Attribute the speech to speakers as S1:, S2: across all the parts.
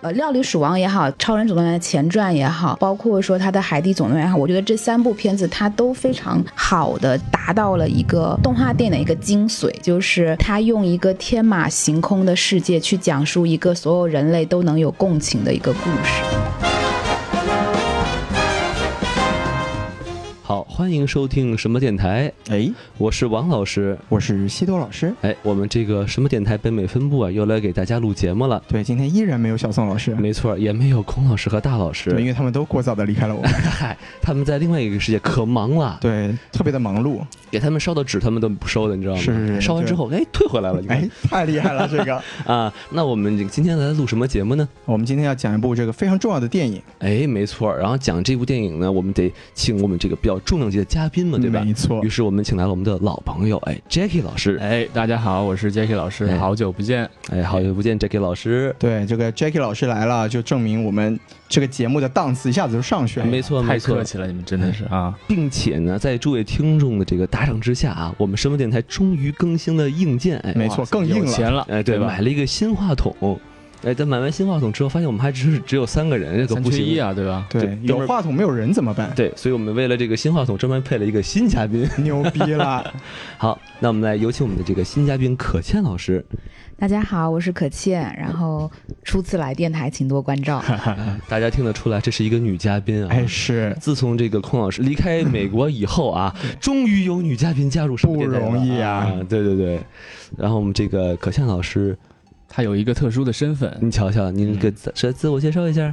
S1: 呃，《料理鼠王》也好，《超人总动员》的前传也好，包括说他的《海底总动员》也好，我觉得这三部片子它都非常好的达到了一个动画电影的一个精髓，就是它用一个天马行空的世界去讲述一个所有人类都能有共情的一个故事。
S2: 好，欢迎收听什么电台，
S3: 哎，
S2: 我是王老师。
S3: 我是西多老师。
S2: 哎，我们这个什么电台北美分部啊，又来给大家录节目了。
S3: 对，今天依然没有小宋老师，
S2: 没错，也没有孔老师和大老
S3: 对，因
S2: 师，
S3: 为他们都过早的离开 了我，
S2: 嗨，他们在另外一个世界可忙了，
S3: 对，特别的 忙碌。
S2: 给他们烧的纸他们都不收的，你知道吗？
S3: 是是是
S2: 烧完之后，哎，退回来了。你看
S3: 哎，太厉害了，这 个。
S2: 啊，那我们今天来录什么节目呢？
S3: 我们今天要讲一部这个非常重要的电影，
S2: 哎，没错。然后讲这部电影呢，我们得请我们这个比较重量级的嘉宾嘛，对吧？
S3: 没错
S2: 于。是我们请来了我们的老朋友，哎，Jackie 老师。
S4: 哎，大家好，我是 Jacky 老师，
S2: 哎
S4: 好久不见。
S2: 哎，好久不见，Jackie 老师。
S3: 对，这个 Jackie 老师来了，就证明我们这个节目的档次一下子就上去了。
S2: 没错，没
S4: 太
S2: 错
S4: 客，气了，你们真的是啊！
S2: 并且呢，在诸位听众的这个打赏之下啊，我们声波电台终于更新了硬件，哎，
S3: 没错，更硬
S4: 有
S3: 了。
S4: 钱了，
S2: 哎，对，
S4: 吧？
S2: 买了一个新话筒，哎，但买完新话筒之后，发现我们还只是只有三个人，这个
S4: 三
S2: 不
S4: 缺
S2: 行
S4: 一。啊，对吧？
S2: 对
S3: 对，有话筒没有人怎 么办？
S2: 对，所以我们为了这个新话筒，专门配了一个新嘉宾。
S3: 牛逼 了！
S2: 好，那我们来有请我们的这个新嘉宾可倩老师。
S1: 大家好，我是可倩，然后初次来电台，请多关照。
S2: 大家听得出来，这是一个女嘉宾啊。
S3: 哎，是
S2: 自从这个孔老师离开美国以后 啊，终于有女嘉宾加入声波电台了
S3: 不容易啊
S2: 对对对，然后我们这个可倩老师，
S4: 他有一个特殊的身份，
S3: 嗯
S2: 您瞧瞧，您给自自自我介绍一下。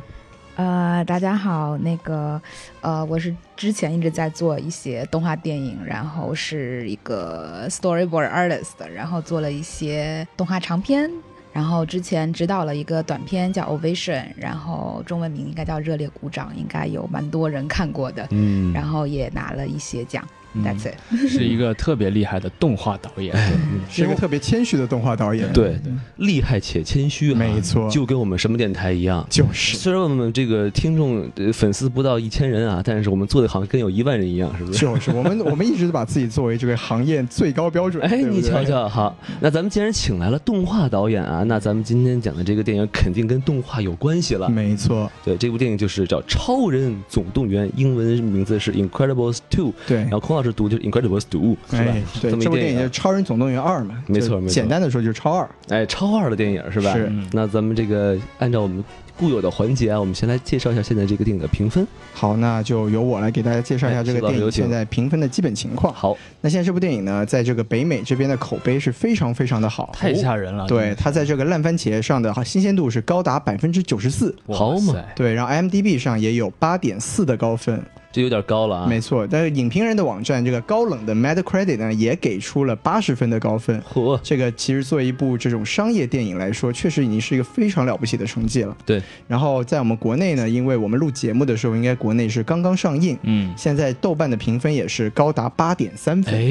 S1: 呃，大家好，那个，呃，我是之前一直在做一些动画电影，然后是一个 storyboard artist，然后做了一些动画长片，然后之前指导了一个短片叫 Ovation，然后中文名应该叫《热烈鼓掌》，应该有蛮多人看过的，
S2: 嗯
S1: 然后也拿了一些奖。That's it。
S4: 嗯是一个特别厉害的动画导演。
S3: 哎是一个特别谦虚的动画导演。，
S2: 对，厉害且谦虚、啊，
S3: 没错
S2: 就跟我们什么电台一样。
S3: 就是
S2: 虽然我们这个听众呃粉丝不到一千人啊，但是我们做的好像跟有一万人一样，是不是？
S3: 就是，我们我们一直把自己作为这个行业最高标准。
S2: 哎，
S3: 对不对
S2: 你瞧，瞧，好，那咱们既然请来了动画导演啊，那咱们今天讲的这个电影肯定跟动画有关系了。
S3: 没错，
S2: 对，这部电影就是叫《超人总动员》，英文名字是《Incredibles Two》，
S3: 对
S2: 然。后孔老师读就是《Incredibles Two》，是吧
S3: 哎？对，
S2: 这么一
S3: 这部电影
S2: 影啊
S3: 就是《超人总动员二》嘛，
S2: 没错
S3: 就
S2: 没错
S3: 简单的说就是超二，
S2: 哎，超二的电影是吧？
S3: 是
S4: 嗯
S2: 那咱们这个按照我们固有的环节啊，我们先来介绍一下现在这个电影的评分。
S3: 好，那就由我来给大家介绍一下
S2: 哎
S3: 这个
S2: 石老师
S3: 电
S2: 有
S3: 影
S2: 请
S3: 现在评分的基本情况。
S2: 好，
S3: 那现在这部电影呢，在这个北美这边的口碑是非常非常的好，
S4: 太吓人了，
S3: 对它在这个烂番茄上的新鲜度是高达百分之九十四，
S2: 好嘛
S4: 哇塞
S3: 对，然后 IMDB 上也有八点四的高分，
S2: 这有点高了啊。
S3: 没错。但是影评人的网站这个高冷的 Metacritic 呢，也给出了八十分的高分。
S2: 嚯，
S3: 这个其实作为一部这种商业电影来说，确实已经是一个非常了不起的成绩了。
S2: 对。
S3: 然后在我们国内呢，因为我们录节目的时候，应该国内是刚刚上映，
S4: 嗯，
S3: 现在豆瓣的评分也是高达八点三分。
S2: 哎，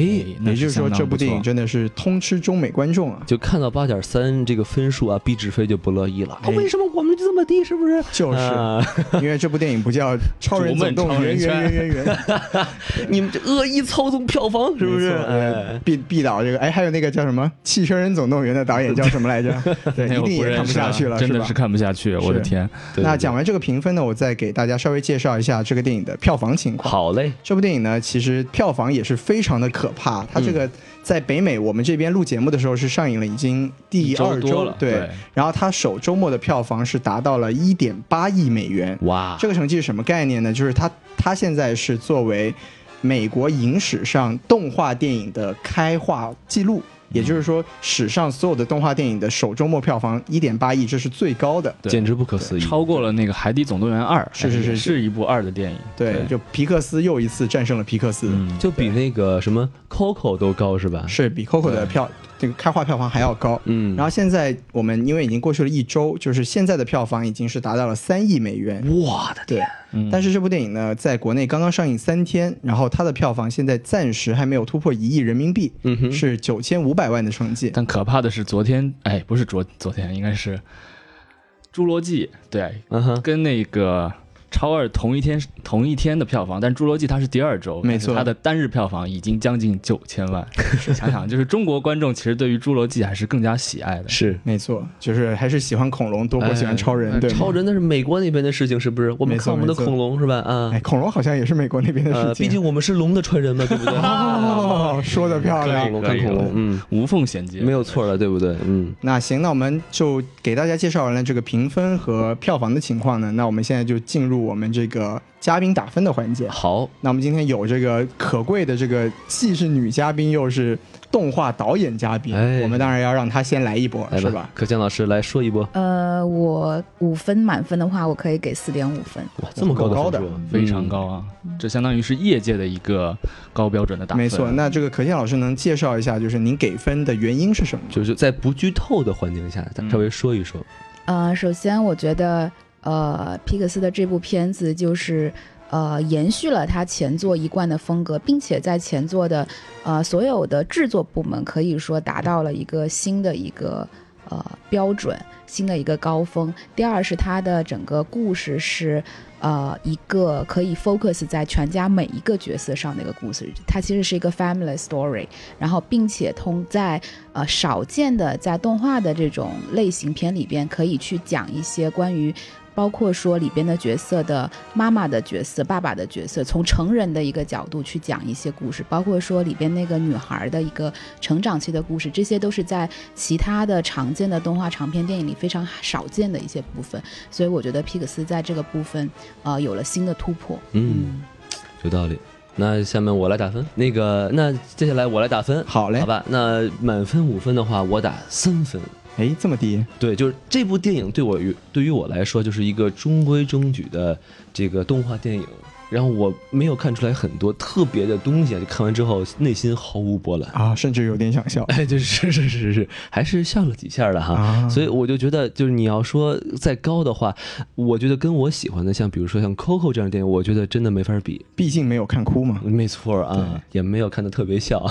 S4: 那
S3: 也就是说，
S4: 相当
S3: 这部
S4: 不错
S3: 电影真的是通吃中美观众啊！
S2: 就看到八点三这个分数啊，毕志飞就不乐意了。啊
S4: 哎
S2: 为什么我们就这么低？是不是？
S3: 就是、
S2: 啊，
S3: 因为这部电影不叫《超人总动
S4: 逐梦超
S3: 员》，
S4: 人
S3: 圆
S4: 圈
S3: 圆圆圆圆，
S2: 你们这恶意操纵票房，是不是？
S3: 没错
S2: 哎，
S3: 必必导这个哎，还有那个叫什么《汽车人总动员》的导演叫什么来着？对，
S4: 哎
S3: 一
S4: 我
S3: 定也
S4: 不认
S3: 看不
S4: 识啊
S3: 下去了，
S4: 真
S3: 是
S4: 的
S3: 吧
S4: 是？看不下去，我的
S3: 是
S4: 天！
S2: 对
S3: 那
S2: 对
S3: 讲完这个评分呢，我再给大家稍微介绍一下这个电影的票房情况。
S2: 好嘞，
S3: 这部电影呢，其实票房也是非常的可怕。它这
S2: 嗯
S3: 个在北美我们这边录节目的时候是上映了已经第
S2: 一周
S3: 二
S2: 嗯多
S3: 周
S2: 了
S3: 对。
S4: 对
S3: 然后它首周末的票房是达到了一点八亿美元。
S2: 哇，
S3: 这个成绩是什么概念呢？就是它它现在是作为美国影史上动画电影的开画记录。也就是说，史上所有的动画电影的首周末票房一点八亿，这是最高的。
S4: 对
S2: 简直不可思议，
S4: 超过了那个《海底总动员二》，
S3: 是
S4: 哎
S3: 是是是
S4: 也是一部二的电影，
S3: 对，就皮克斯又一次战胜了皮克斯。
S4: 嗯，
S2: 就比那个什么 Coco 都高是吧？
S3: 是比 Coco 的票这个开画票房还要高。
S2: 嗯，
S3: 然
S2: 后
S3: 后现在我们因为已经过去了一周，就是现在的票房已经是达到了三亿美元。
S2: 我的
S3: 对，
S4: 嗯
S3: 但是这部电影呢，在国内刚刚上映三天，然后它的票房现在暂时还没有突破一亿人民币，
S2: 嗯哼
S3: 是九千五百万的成绩。
S4: 但可怕的是，昨天哎，不是昨昨天，应该是《侏罗纪》对，
S2: 嗯哼，
S4: 跟那个《超二同一天同一天的票房，但《侏罗纪》它是第二周，
S3: 没错
S4: 但是它的单日票房已经将近九千 万。想想，就是中国观众其实对于《侏罗纪》还是更加喜爱的。
S2: 是。
S3: 没错，就是还是喜欢恐龙多过喜欢超人，
S2: 哎
S3: 对吗
S2: 超。人那是美国那边的事情，是不是？我们
S3: 没错
S2: 看我们的
S3: 没错
S2: 恐龙是吧？啊
S3: 哎，，恐龙好 像也是美国那边的
S2: 呃，
S3: 事情。
S2: 毕竟我们是龙的传人嘛，对不对？
S3: 哦，说的漂
S2: 看
S3: 亮
S2: 恐。龙，看恐龙，嗯，
S4: 无缝衔接，
S2: 没有错了，对不对？嗯，
S3: 那行，那我们就给大家介绍完了这个评分和票房的情况呢。那我们现在就进入我们这个嘉宾打分的环节。
S2: 好，
S3: 那我们今天有这个可贵的这个既是女嘉宾又是动画导演嘉宾，
S2: 哎
S3: 我们当然要让她先来一波，
S2: 来
S3: 是
S2: 吧
S3: 吧，？
S2: 可江老师来说一波，
S1: 呃，我五分满分的话，我可以给四点五分。
S2: 哇，这么高
S3: 高
S2: 的
S3: 的
S2: 分数，
S4: 非
S3: 嗯
S4: 常高啊！这相当于是业界的一个高标准的打分。啊
S3: 没错，那这个可倩老师能介绍一下，就是您给分的原因是什么？
S2: 嗯就是在不剧透的环境下，咱
S4: 嗯
S2: 稍微说一说，
S1: 呃，首先我觉得，呃，皮克斯的这部片子就是。呃，延续了他前作一贯的风格，并且在前作的呃所有的制作部门可以说达到了一个新的一个呃标准，新的一个高峰。第二是它的整个故事是呃一个可以 focus 在全家每一个角色上的一个故事，它其实是一个 family story，然后并且通在呃少见的在动画的这种类型片里边，可以去讲一些关于。包括说里边的角色的妈妈的角色、爸爸的角色，从成人的一个角度去讲一些故事，包括说里边那个女孩的一个成长期的故事，这些都是在其他的常见的动画长片电影里非常少见的一些部分。所以我觉得皮克斯在这个部分，呃，有了新的突破。
S2: 嗯，有道理。那下面我来打分，那个，那接下来我来打分，
S3: 好嘞
S2: 好，吧？那满分五分的话，我打三分。
S3: 哎，这么低，
S2: 对，就是这部电影对我于对于我来说，就是一个中规中矩的这个动画电影。然后我没有看出来很多特别的东西啊，就看完之后内心毫无波澜。
S3: 啊，甚至有点想笑
S2: 哎，就是是是是是，还是笑了几下的哈。
S3: 啊。
S2: 所以我就觉得，就是你要说再高的话，我觉得跟我喜欢的，像比如说像 Coco 这样的电影，我觉得真的没法比。
S3: 毕竟没有看哭嘛，
S2: 没错啊，也没有看的特别笑，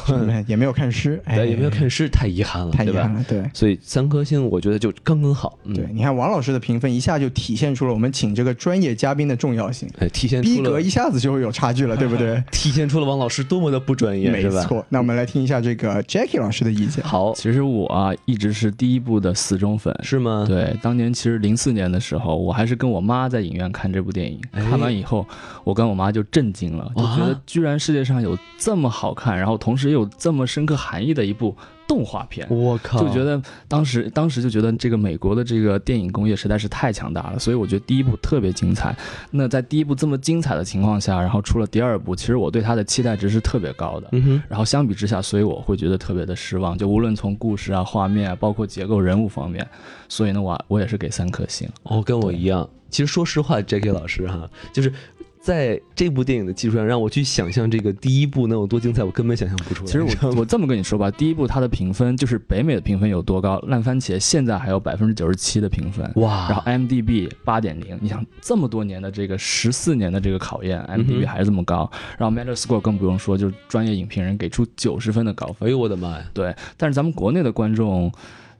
S3: 也没有看诗，哎，
S2: 对，也没有看诗，太遗憾了，
S3: 太遗
S2: 对吧
S3: 憾？了，对。
S2: 所以三颗星，我觉得就刚刚好。嗯、
S3: 对，，你看王老师的评分一下就体现出了我们请这个专业嘉宾的重要性，
S2: 哎，体现
S3: 逼
S2: 出
S3: 格
S2: 了
S3: 一下子就会有差距了，对 不对？
S2: 体现出了王老师多么的不专业，
S3: 没
S2: 是吧？
S3: 错。那我们来听一下这个 Jackie 老师的意见。
S2: 好，
S4: 其实我啊一直是第一部的死忠粉。
S2: 是吗？，
S4: 对，当年其实零四年的时候，我还是跟我妈在影院看这部电影。
S2: 哎
S4: 看完以后，我跟我妈就震惊了，就觉
S2: 哇
S4: 得居然世界上有这么好看，然后同时又有这么深刻含义的一部动画片。
S2: 我靠，
S4: 就觉得当时当时就觉得这个美国的这个电影工业实在是太强大了，所以我觉得第一部特别精彩。那在第一部这么精彩的情况下，然后出了第二部，其实我对它的期待值是特别高的。
S2: 嗯哼，
S4: 然后相比之下，所以我会觉得特别的失望，就无论从故事啊、画面啊，包括结构、人物方面，所以呢，我我也是给三颗星。
S2: 哦，跟我一样。其实说实话，J.K. 老师哈，就是在这部电影的基础上，让我去想象这个第一部能有多精彩，我根本想象不出来。
S4: 其实
S2: 你知道
S4: 我
S2: 吗
S4: 我这么跟你说吧，第一部它的评分就是北美的评分有多高，烂番茄现在还有百分之九十七的评分，
S2: 哇，
S4: 然后 IMDB 八点零，你想这么多年的这个十四年的这个考验
S2: 嗯哼
S4: ，IMDB 还是这么高，然后 Metascore 更不用说，就是专业影评人给出九十分的高分。
S2: 哎呦我的妈呀！
S4: 对，但是咱们国内的观众。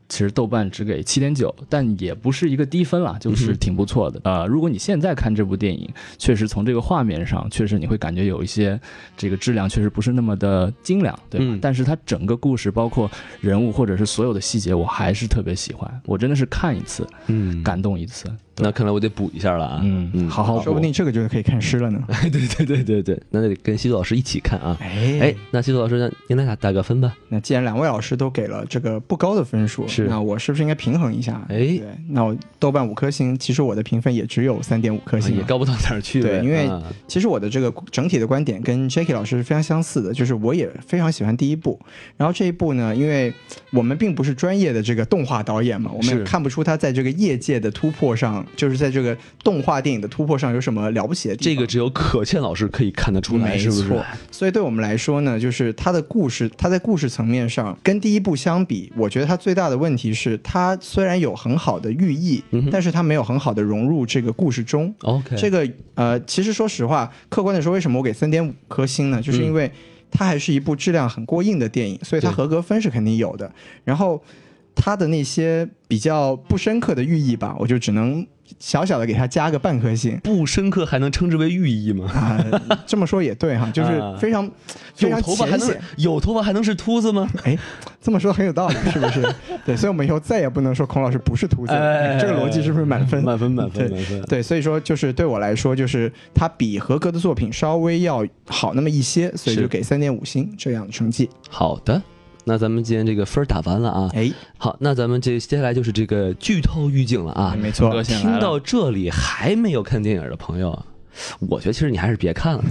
S4: 其实豆瓣只给七点九，但也不是一个低分啦，就
S2: 嗯
S4: 是
S2: 哼
S4: 挺不错的。呃，如果你现在看这部电影，确实从这个画面上，确实你会感觉有一些这个质量确实不是那么的精良，对吧？
S2: 嗯
S4: 但是它整个故事，包括人物或者是所有的细节，我还是特别喜欢。我真的是看一次
S2: 嗯，
S4: 感动一次。
S2: 那看来我得补一下了啊。
S4: 嗯，好好，
S3: 说不定这个就可以看诗了呢。
S2: 哎， 对对对对对，那得跟西渡老师一起看啊。
S3: 哎
S2: 哎，那西渡老师，那您来打打个分吧。
S3: 那既然两位老师都给了这个不高的分数，
S2: 是
S3: 那我是不是应该平衡一下？
S2: 哎
S3: 对，那我豆瓣五颗星，其实我的评分也只有三点五颗星啊
S2: 啊也
S3: 了。
S2: 高不到哪儿去呗。
S3: 对因为
S2: 啊
S3: 其实我的这个整体的观点跟 Jackie 老师是非常相似的，就是我也非常喜欢第一部。然后这一部呢，因为我们并不是专业的这个动画导演嘛，我们
S2: 是
S3: 也看不出他在这个业界的突破上，就是在这个动画电影的突破上有什么了不起的地
S2: 这
S3: 方。
S2: 个只有可倩老师可以看得出来，
S3: 没
S2: 是不是
S3: 错？所以对我们来说呢，就是它的故事，它在故事层面上跟第一部相比，我觉得它最大的问题是，它虽然有很好的寓意，
S2: 嗯哼
S3: 但是它没有很好的融入这个故事中。
S2: ？OK，
S3: 这个呃，其实说实话，客观的说，为什么我给三点五颗星呢？就是因为它还是一部质量很过硬的电影，所以它
S2: 对
S3: 合格分是肯定有的。然后。它的那些比较不深刻的寓意吧，我就只能小小的给它加个半 颗星。
S2: 不深刻还能称之为寓意吗？
S3: 啊、这么说也对哈，就是
S2: 啊
S3: 非常、非
S2: 有
S3: 常
S2: 头发还
S3: 浅
S2: 能
S3: 显。
S2: 有头发还能是秃子吗？
S3: 哎，这么说很有道理，是不 是？对，所以我们以后再也不能说孔老师不是秃子了，
S2: 哎
S3: 这个逻辑是不是满分？
S2: 满分满分
S3: 对
S2: 满分。
S3: 对，所以说就是对我来说，就是它比合格的作品稍微要好那么一些，所以
S2: 是
S3: 就给三点五星这样的成绩。
S2: 好的，那咱们今天这个分儿打完了啊。
S3: 哎，
S2: 好，那咱们这接下来就是这个剧透预警了啊。
S3: 没错
S4: 哥，先来
S2: 听
S4: 了
S2: 到这里还没有看电影的朋友啊，我觉得其实你还是别看 了。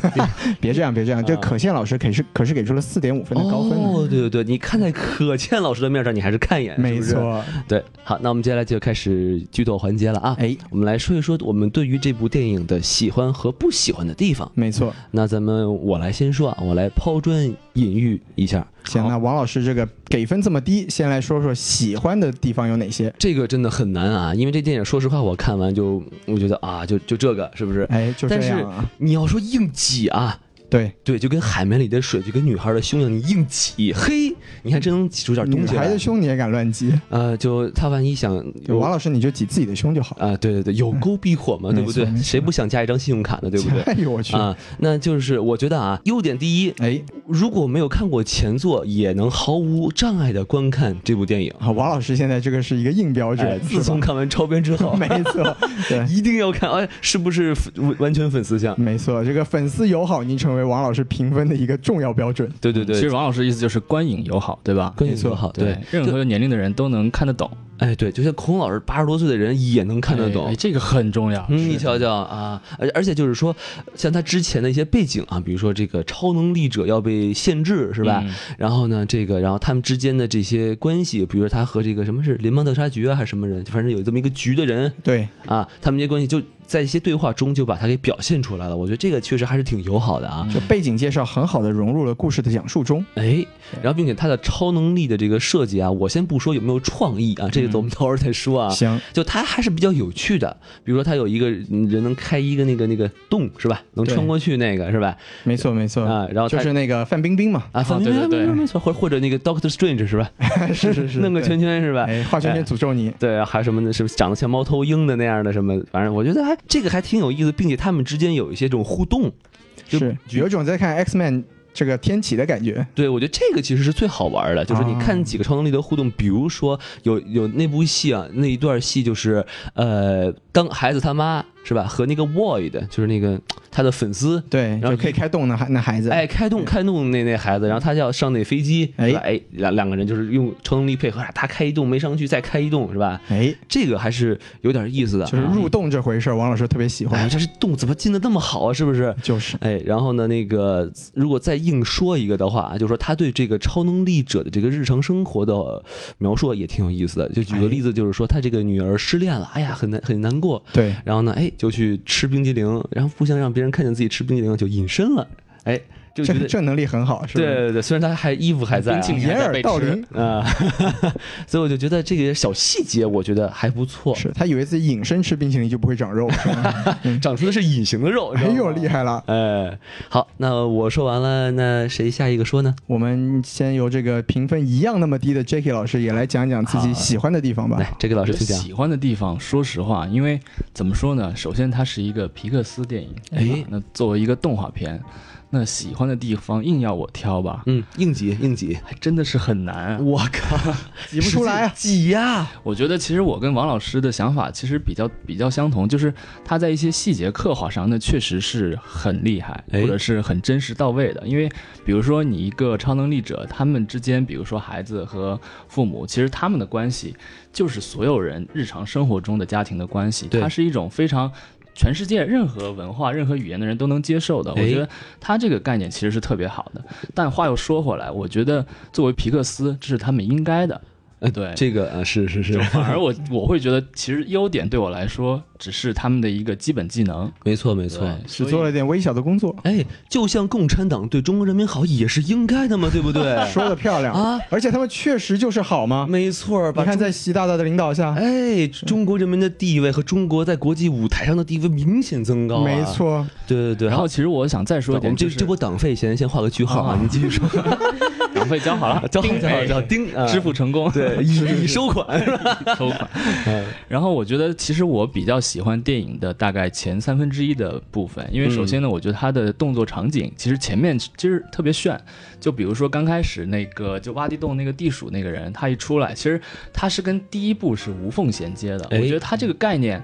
S3: 别这样，别这样，这
S2: 啊
S3: 可羡老师可是可是给出了四点五分的高分啊呢。
S2: 哦，对对对，你看在可倩老师的面上，你还是看一眼，是
S3: 没
S2: 不是。
S3: 错，
S2: 对，好，那我们接下来就开始剧透环节了啊。
S3: 哎，
S2: 我们来说一说我们对于这部电影的喜欢和不喜欢的地方。
S3: 没错。
S2: 那咱们我来先说啊，我来抛砖引玉一下。
S3: 行，那王老师这个给分这么低，先来说说喜欢的地方有哪些？
S2: 这个真的很难啊，因为这电影说实话，我看完就我觉得啊，就就这个是不是？
S3: 哎，就这
S2: 但是
S3: 样啊。
S2: 你要说硬挤啊，
S3: 对，
S2: 对，就跟海绵里的水，就跟女孩的胸一样，你硬挤，嘿，你还真能挤出点
S3: 女
S2: 东西
S3: 孩
S2: 来
S3: 的。胸你也敢乱挤？
S2: 呃，就他万一想有
S3: 王
S2: 啊、
S3: 老师你就挤自己的胸就好了。
S2: 对对对，有沟必火嘛，
S3: 嗯
S2: 对不对
S3: 没错？没错
S2: 谁不想加一张信用卡呢，对不对？
S3: 哎呦我去！
S2: 啊，那就是我觉得啊，优点第一，
S3: 哎，
S2: 如果没有看过前作，也能毫无障碍的观看这部电影。
S3: 啊，王老师现在这个是一个硬标
S2: 哎
S3: 准，
S2: 自从看完超编之后
S3: 是吧， 没错，对。
S2: 一定要看，哎，是不是完完全粉丝向？
S3: 没错，这个粉丝友好已经成为王老师评分的一个重要标准。
S2: 对对对，
S4: 其实王老师意思就是观影友好，对吧？
S2: 观影
S3: 没错
S2: 友好，对，，
S4: 任何年龄的人都能看得懂，
S2: 哎对，就像孔老师八十多岁的人也能看得懂
S4: 哎哎。这个很重要。
S2: 嗯，你瞧瞧啊，而而且就是说，像他之前的一些背景啊，比如说这个超能力者要被限制，是吧？
S4: 嗯
S2: 然后呢，这个然后他们之间的这些关系，比如说他和这个什么是联邦调查局啊，还是什么人，反正有这么一个局的人
S3: 对，
S2: 啊，他们这些关系就在一些对话中就把他给表现出来了。我觉得这个确实还是挺友好的啊。
S3: 这背景介绍很好的融入了故事的讲述中。
S2: 哎，然后并且他的超能力的这个设计啊，我先不说有没有创意啊，这个我们到时候再说啊。
S3: 行，
S2: 就它还是比较有趣的，比如说它有一个嗯人能开一个那个那个洞是吧？能
S3: 对
S2: 穿过去那个是吧？
S3: 没错没错
S2: 啊，然后它
S3: 就是那个范冰 冰嘛，
S2: 啊，放
S4: 对对对
S2: 没错，或者或者那个 Doctor Strange 是吧？
S3: 是是是，
S2: 弄个圈圈
S3: 圈，
S2: 是吧？
S3: 哎，画圈圈诅咒你。
S2: 对，啊还有什么的，是不是长得像猫头鹰的那样的什么？反正我觉得还这个还挺有意思，并且他们之间有一些这种互动。哎就是
S3: 有种在看 X Man 这个天启的感觉。
S2: 对，我觉得这个其实是最好玩的，就是你
S3: 啊
S2: 看几个超能力的互动，比如说有有那部戏啊，那一段戏就是呃，当孩子他妈是吧，和那个 Void 就是那个他的粉丝，
S3: 对，
S2: 然后
S3: 就可以开动那孩那孩子。
S2: 哎，开动
S3: 对
S2: 开动那那孩子，然后他要上那飞机，
S3: 哎
S2: 是吧哎，两两个人就是用超能力配合，他开一动没上去，再开一动是吧？
S3: 哎，
S2: 这个还是有点意思的，
S3: 就是入洞这回事儿，王老师特别喜
S2: 哎，
S3: 欢。
S2: 这是动怎么进的那么好啊？是不是？
S3: 就是
S2: 哎，然后呢，那个如果再硬说一个的话，就说他对这个超能力者的这个日常生活的描述也挺有意思的。就举
S3: 哎
S2: 个例子，就是说他这个女儿失恋了，哎呀，很难很难过。
S3: 对，
S2: 然后呢，哎，就去吃冰激凌，然后不想让别人看见自己吃冰激凌，就隐身了。哎，就觉
S3: 这
S2: 得
S3: 这能力很好，是
S2: 对
S3: 吧？
S2: 对对，虽然他还衣服还在、啊
S4: 冰，淇淋
S3: 掩
S4: 还在
S3: 耳
S4: 被
S3: 盗
S4: 吃
S3: 铃。
S2: 啊， 所以我就觉得这个小细节，我觉得还不错，
S3: 是他以为自己隐身吃冰淇淋就不会长肉，是吧
S2: 长出的是隐形的肉，
S3: 哎呦厉
S2: 害！
S3: 害了！
S2: 哎，好，那我说完了，那谁下一个说呢？
S3: 我们先由这个评分一样那么低的 Jacky 老师也来讲讲自己喜欢的地方吧。
S2: 来，哎这个老师请讲。
S4: 喜欢的地方，说实话，因为怎么说呢？首先，它是一个皮克斯电影，
S2: 哎
S4: 那作为一个动画片，那喜欢的地方硬要我挑吧，
S2: 嗯，应急应急，
S4: 还真的是很难。啊
S2: 我靠，
S3: 挤不出 来啊！
S2: 挤呀、
S4: 我觉得其实我跟王老师的想法其实比较比较相同，就是他在一些细节刻画上，那确实是很厉害，
S2: 哎
S4: 或者是很真实到位的。因为比如说你一个超能力者，他们之间，比如说孩子和父母，其实他们的关系就是所有人日常生活中的家庭的关系，
S2: 对
S4: 它是一种非常。全世界任何文化、任何语言的人都能接受的，我
S2: 哎
S4: 觉得他这个概念其实是特别好的。但话又说回来，我觉得作为皮克斯，这是他们应该的。
S2: 呃
S4: 对，
S2: 这个啊，是是是
S4: 就， 反而我我会觉得，其实优点对我来说只是他们的一个基本技能，
S2: 没错没
S4: 没
S2: 错。
S3: 只做了点微小的工作，
S2: 哎，就像共产党对中国人民好也是应该的嘛，对不 对？
S3: 说的漂亮
S2: 啊！
S3: 而且他们确实就是好
S4: 啊
S3: 吗？
S2: 没错，
S3: 你
S2: 把
S3: 看，
S2: 中
S3: 在习大大的领导下，
S2: 哎，中国人民的地位和中国在国际舞台上的地位明显增高、啊，
S3: 没，错，
S2: 对对对。
S4: 然后其实我想再说
S2: 我
S4: 一点，
S2: 们这
S4: 就
S2: 这
S4: 是
S2: 波党费先先画个句号啊
S4: 啊，
S2: 你继续说，
S4: 党费交好了
S2: ，交好
S4: 丁
S2: 交好
S4: 哎
S2: 交好丁啊，
S4: 支付成功。
S2: 对对，以以收款，
S4: 收款。
S2: 嗯
S4: 然后我觉得，其实我比较喜欢电影的大概前三分之一的部分，因为首
S2: 嗯
S4: 先呢，我觉得它的动作场景其实前面其实特别炫，就比如说刚开始那个就挖地洞那个地鼠那个人，他一出来，其实他是跟第一部是无缝衔接的。
S2: 哎
S4: 我觉得他这个概念。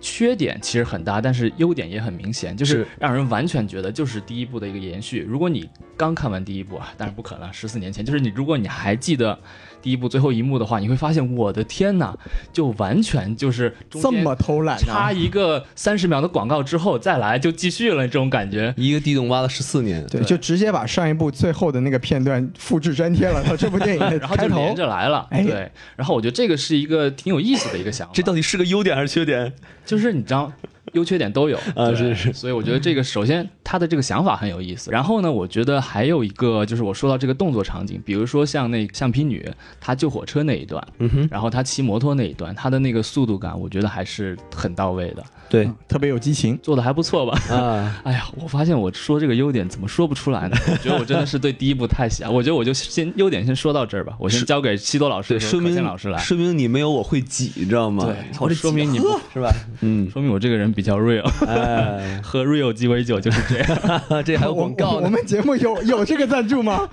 S4: 缺点其实很大，但是优点也很明显，就是
S2: 是
S4: 让人完全觉得就是第一部的一个延续。如果你刚看完第一部啊，当然不可能，十四年前，就是你如果你还记得第一部最后一幕的话，你会发现我的天呐，就完全就是中
S3: 这
S4: 间
S3: 么偷懒
S4: 插
S3: 啊？
S4: 一个三十秒的广告之后再来就继续了这种感觉。
S2: 一个地洞挖了十四年，
S3: 对，就直接把上一部最后的那个片段复制粘贴了到这部电影的
S4: 然后就
S3: 开头
S4: 连。着来了，
S3: 哎
S4: 对。然后我觉得这个是一个挺有意思的一个想法，
S2: 哎这到底是个优点还是缺点？
S4: 就是你知道，优缺点都有
S2: 啊
S4: 对
S2: 是是
S4: 所以我觉得这个首先他的这个想法很有意思。然后呢，我觉得还有一个就是我说到这个动作场景，比如说像那橡皮女她救火车那一段，
S2: 嗯哼，
S4: 然后她骑摩托那一段，她的那个速度感，我觉得还是很到位的，
S2: 对
S3: 特别有激情，
S4: 做的还不错吧。
S2: 啊，
S4: 哎呀，我发现我说这个优点怎么说不出 来呢？我觉得我真的是对第一部太喜啊爱。我觉得我就先优点先说到这儿吧，我先交给西多老师
S2: 对，
S4: 和
S2: 说
S4: 可
S2: 明
S4: 健老师来。
S2: 说明你没有我会挤，你知道吗？
S4: 对
S2: 我这挤
S4: 说明你不
S2: 呵是吧？ 嗯，
S4: 说明我这个人比较 real，
S2: 哎，
S4: 喝 real 鸡尾 酒就是这样。
S2: 这还有
S3: 我
S2: 广告
S3: 我我
S2: 呢，
S3: 们节目有有这个赞助吗？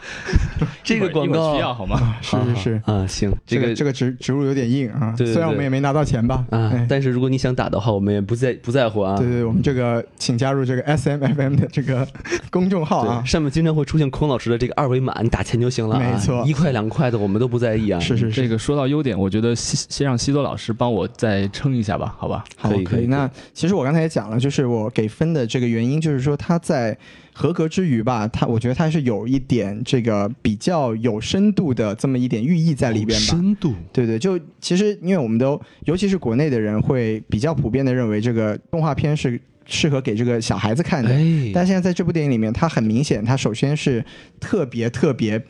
S2: 这个
S4: 一会儿
S2: 广
S4: 一会儿需要
S2: 告
S4: 好吗？
S3: 是是是，
S2: 啊，行，
S3: 这个
S2: 个
S3: 这个植植入有点硬啊，
S2: 对对
S3: 虽然我
S2: 对
S3: 们也没拿到钱吧。
S2: 啊
S3: 哎，
S2: 但是如果你想打的话，我们也不在不在乎啊。
S3: 对对，我们这个请加入这个 S M F M 的这个 公众号啊
S2: 对，。上面经常会出现孔老师的这个二维码，你打钱就行了啊，
S3: 没错
S2: 一块两块的我们都不在意啊。
S3: 是是是，
S4: 这个说到优点，我觉得西先让西多老师帮我再撑一下吧，好吧？
S3: 好
S2: 可以可
S3: 可
S2: 以
S3: 以。那其实我刚才也讲了，就是我给分的这个原因，就是说他在合格之余吧，他我觉得他是有一点这个比较有深度的这么一点寓意在里边吧。
S2: 哦深度
S3: 对对，就其实因为我们都，尤其是国内的人会比较普遍的认为这个动画片是适合给这个小孩子看的，
S2: 哎，
S3: 但现在在这部电影里面，它很明显，它首先是特别特别。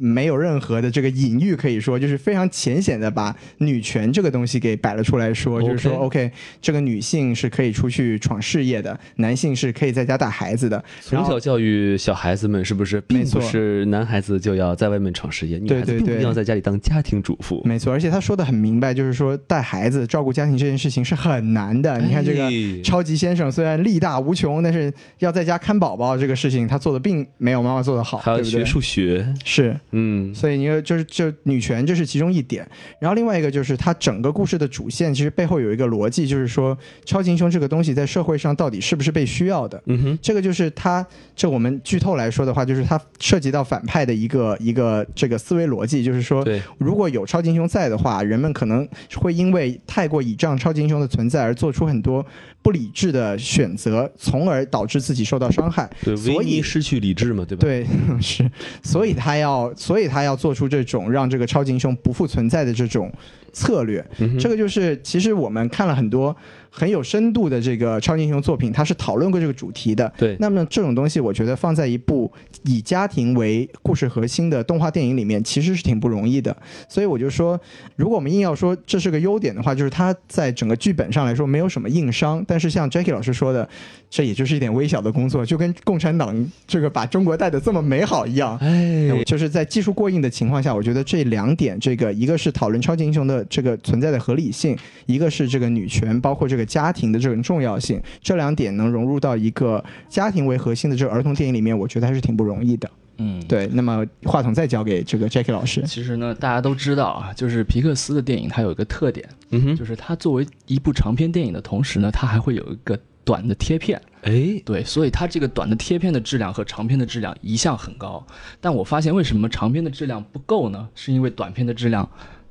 S3: 没有任何的这个隐喻，可以说就是非常浅显的把女权这个东西给摆了出来说
S2: OK
S3: 就是说，OK，这个女性是可以出去闯事业的，男性是可以在家带孩子的。
S2: 从小教育小孩子们是不是，并
S3: 没
S2: 不
S3: 错
S2: 是男孩子就要在外面闯事业，女
S3: 对
S2: 孩子
S3: 对
S2: 并不
S3: 对
S2: 一定要在家里当家庭主妇。
S3: 没错，而且他说的很明白，就是说带孩子、照顾家庭这件事情是很难的。你看这个
S2: 哎
S3: 超级先生虽然力大无穷，但是要在家看宝宝这个事情，他做的并没有妈妈做的好，
S2: 还要
S3: 对不
S2: 学
S3: 对？
S2: 数学，
S3: 是，
S2: 嗯，
S3: 所以你就就是就女权这是其中一点，然后另外一个就是它整个故事的主线其实背后有一个逻辑，就是说超级英雄这个东西在社会上到底是不是被需要的。
S2: 嗯哼，
S3: 这个就是它，这我们剧透来说的话，就是它涉及到反派的一个一个这个思维逻辑，就是说，
S2: 对，
S3: 如果有超级英雄在的话，人们可能会因为太过倚仗超级英雄的存在而做出很多不理智的选择，从而导致自己受到伤害。
S2: 对，
S3: 所
S2: 维尼
S3: 以
S2: 失去理智嘛，对吧？
S3: 对，是，所以他要，所以他要做出这种让这个超级英雄不复存在的这种策略。
S2: 嗯哼
S3: 这个就是，其实我们看了很多很有深度的这个超级英雄作品，它是讨论过这个主题的。
S2: 对，
S3: 那么这种东西，我觉得放在一部以家庭为故事核心的动画电影里面，其实是挺不容易的。所以我就说，如果我们硬要说这是个优点的话，就是它在整个剧本上来说没有什么硬伤。但是像 Jackie 老师说的，这也就是一点微小的工作，就跟共产党这个把中国带得这么美好一样。
S2: 哎，
S3: 就是在技术过硬的情况下，我觉得这两点，这个一个是讨论超级英雄的这个存在的合理性，一个是这个女权，包括这个家庭的这种重要性，这两点能融入到一个家庭为核心的这个儿童电影里面，我觉得还是挺不容易的。
S4: 嗯，。
S3: 对，那么话筒再交给这个 Jackie 老师。
S4: 其实呢，大家都知道啊，就是皮克斯的电影，它有一个特点，
S2: 嗯哼，
S4: 就是它作为一部长篇电影的同时呢，它还会有一个短的贴片。
S2: 哎，
S4: 对，所以它这个短的贴片的质量和长片的质量一向很高，但我发现为什么长片的质量不够呢？是因为短片的质量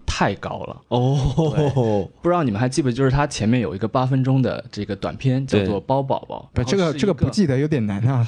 S4: 太高了。
S2: 哦，
S4: 不知道你们还记不？就是它前面有一个八分钟的这个短片，叫
S2: 对
S4: 做《包宝宝》，
S3: 不，
S4: 然后
S3: 这哦个
S4: 是一
S3: 这个不记得有点难啊。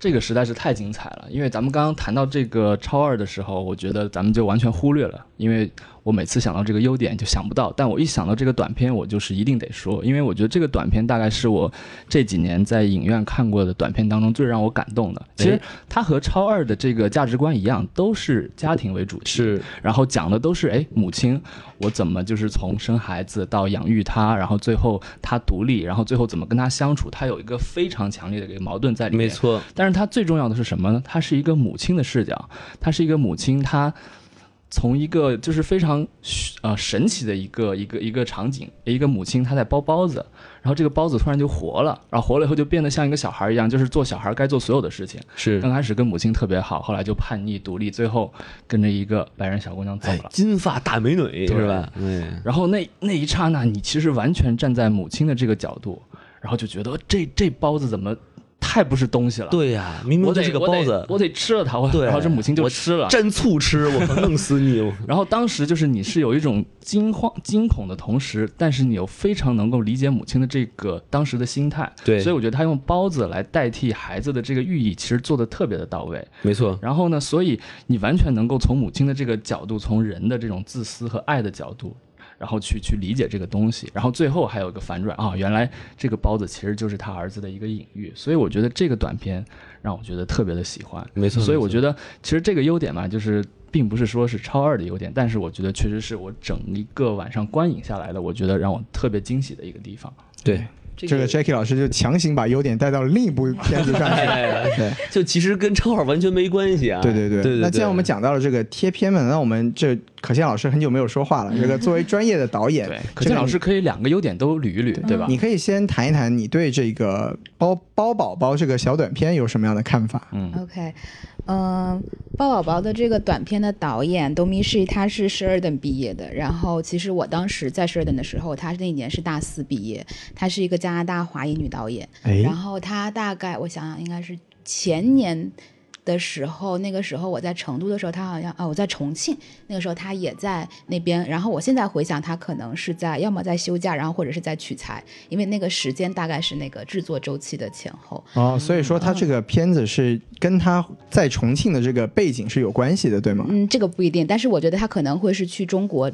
S4: 这个实在是太精彩了，因为咱们刚刚谈到这个超二的时候，我觉得咱们就完全忽略了，因为我每次想到这个优点就想不到，但我一想到这个短片，我就是一定得说，因为我觉得这个短片大概是我这几年在影院看过的短片当中最让我感动的。其实它和超二的这个价值观一样，都是家庭为主题，
S2: 是
S4: 然后讲的都是哎，母亲，我怎么就是从生孩子到养育她，然后最后她独立，然后最后怎么跟她相处，她有一个非常强烈的一个矛盾在里面。
S2: 没错，
S4: 但是它最重要的是什么呢？它是一个母亲的视角，它是一个母亲，她从一个就是非常呃神奇的一个一个一个场景，一个母亲她在包包子，然后这个包子突然就活了，然后活了以后就变得像一个小孩一样，就是做小孩该做所有的事情。
S2: 是
S4: 刚开始跟母亲特别好，后来就叛逆独立，最后跟着一个白人小姑娘走
S2: 哎
S4: 了，。
S2: 金发大美女
S4: 对
S2: 是吧？嗯，
S4: 然后那那一刹那，你其实完全站在母亲的这个角度，然后就觉得哎这这包子怎么太不是东西了？，
S2: 对呀，明明
S4: 我
S2: 就
S4: 得
S2: 是个
S4: 我得
S2: 包子，
S4: 我得吃了它。我
S2: 对
S4: 然后这母亲就
S2: 我
S4: 吃了。
S2: 蘸醋吃，我靠，弄死你！我
S4: 然后当时就是你是有一种惊慌、惊恐的同时，但是你又非常能够理解母亲的这个当时的心态。
S2: 对
S4: 所以我觉得他用包子来代替孩子的这个寓意，其实做的特别的到位。
S2: 没错，
S4: 然后呢，所以你完全能够从母亲的这个角度，从人的这种自私和爱的角度，然后去去理解这个东西。然后最后还有一个反转啊，原来这个包子其实就是他儿子的一个隐喻。所以我觉得这个短片让我觉得特别的喜欢。
S2: 没错
S4: 所以
S2: 没
S4: 我
S3: 嗯
S2: 错
S4: 觉得其实这个优点嘛，就是。并不是说是超二的优点，但是我觉得确实是我整一个晚上观影下来的，我觉得让我特别惊喜的一个地方。
S2: 对
S3: 这个 Jackie 老师就强行把优点带到了另一部片子上去。
S2: 哎，
S3: 对
S2: 就其实跟超话完全没关系啊。
S3: 对对
S2: 对
S3: 对。那既然我们讲到了这个贴片嘛，那我们这可倩老师很久没有说话了。这个作为专业的导演，
S4: 对，可见老师可以两个优点都捋一捋，对吧？
S3: 你可以先谈一谈你对这个包包宝宝这个小短片有什么样的看法？
S4: 嗯
S1: OK，嗯、包宝宝的这个短片的导演 d o m i s h i 他是 Sheridan 毕业的。然后其实我当时在 Sheridan 的时候，他那一年是大四毕业，她是一个加拿大华裔女导演。
S3: 哎
S1: 然后她大概我想想，应该是前年。的时候，那个时候我在成都的时候，她好像啊，我在重庆，那个时候她也在那边。然后我现在回想，她可能是在要么在休假，然后或者是在取材，因为那个时间大概是那个制作周期的前后。
S3: 哦，所以说他这个片子是跟他在重庆的这个背景是有关系的，对吗？
S1: 嗯，这个不一定，但是我觉得他可能会是去中国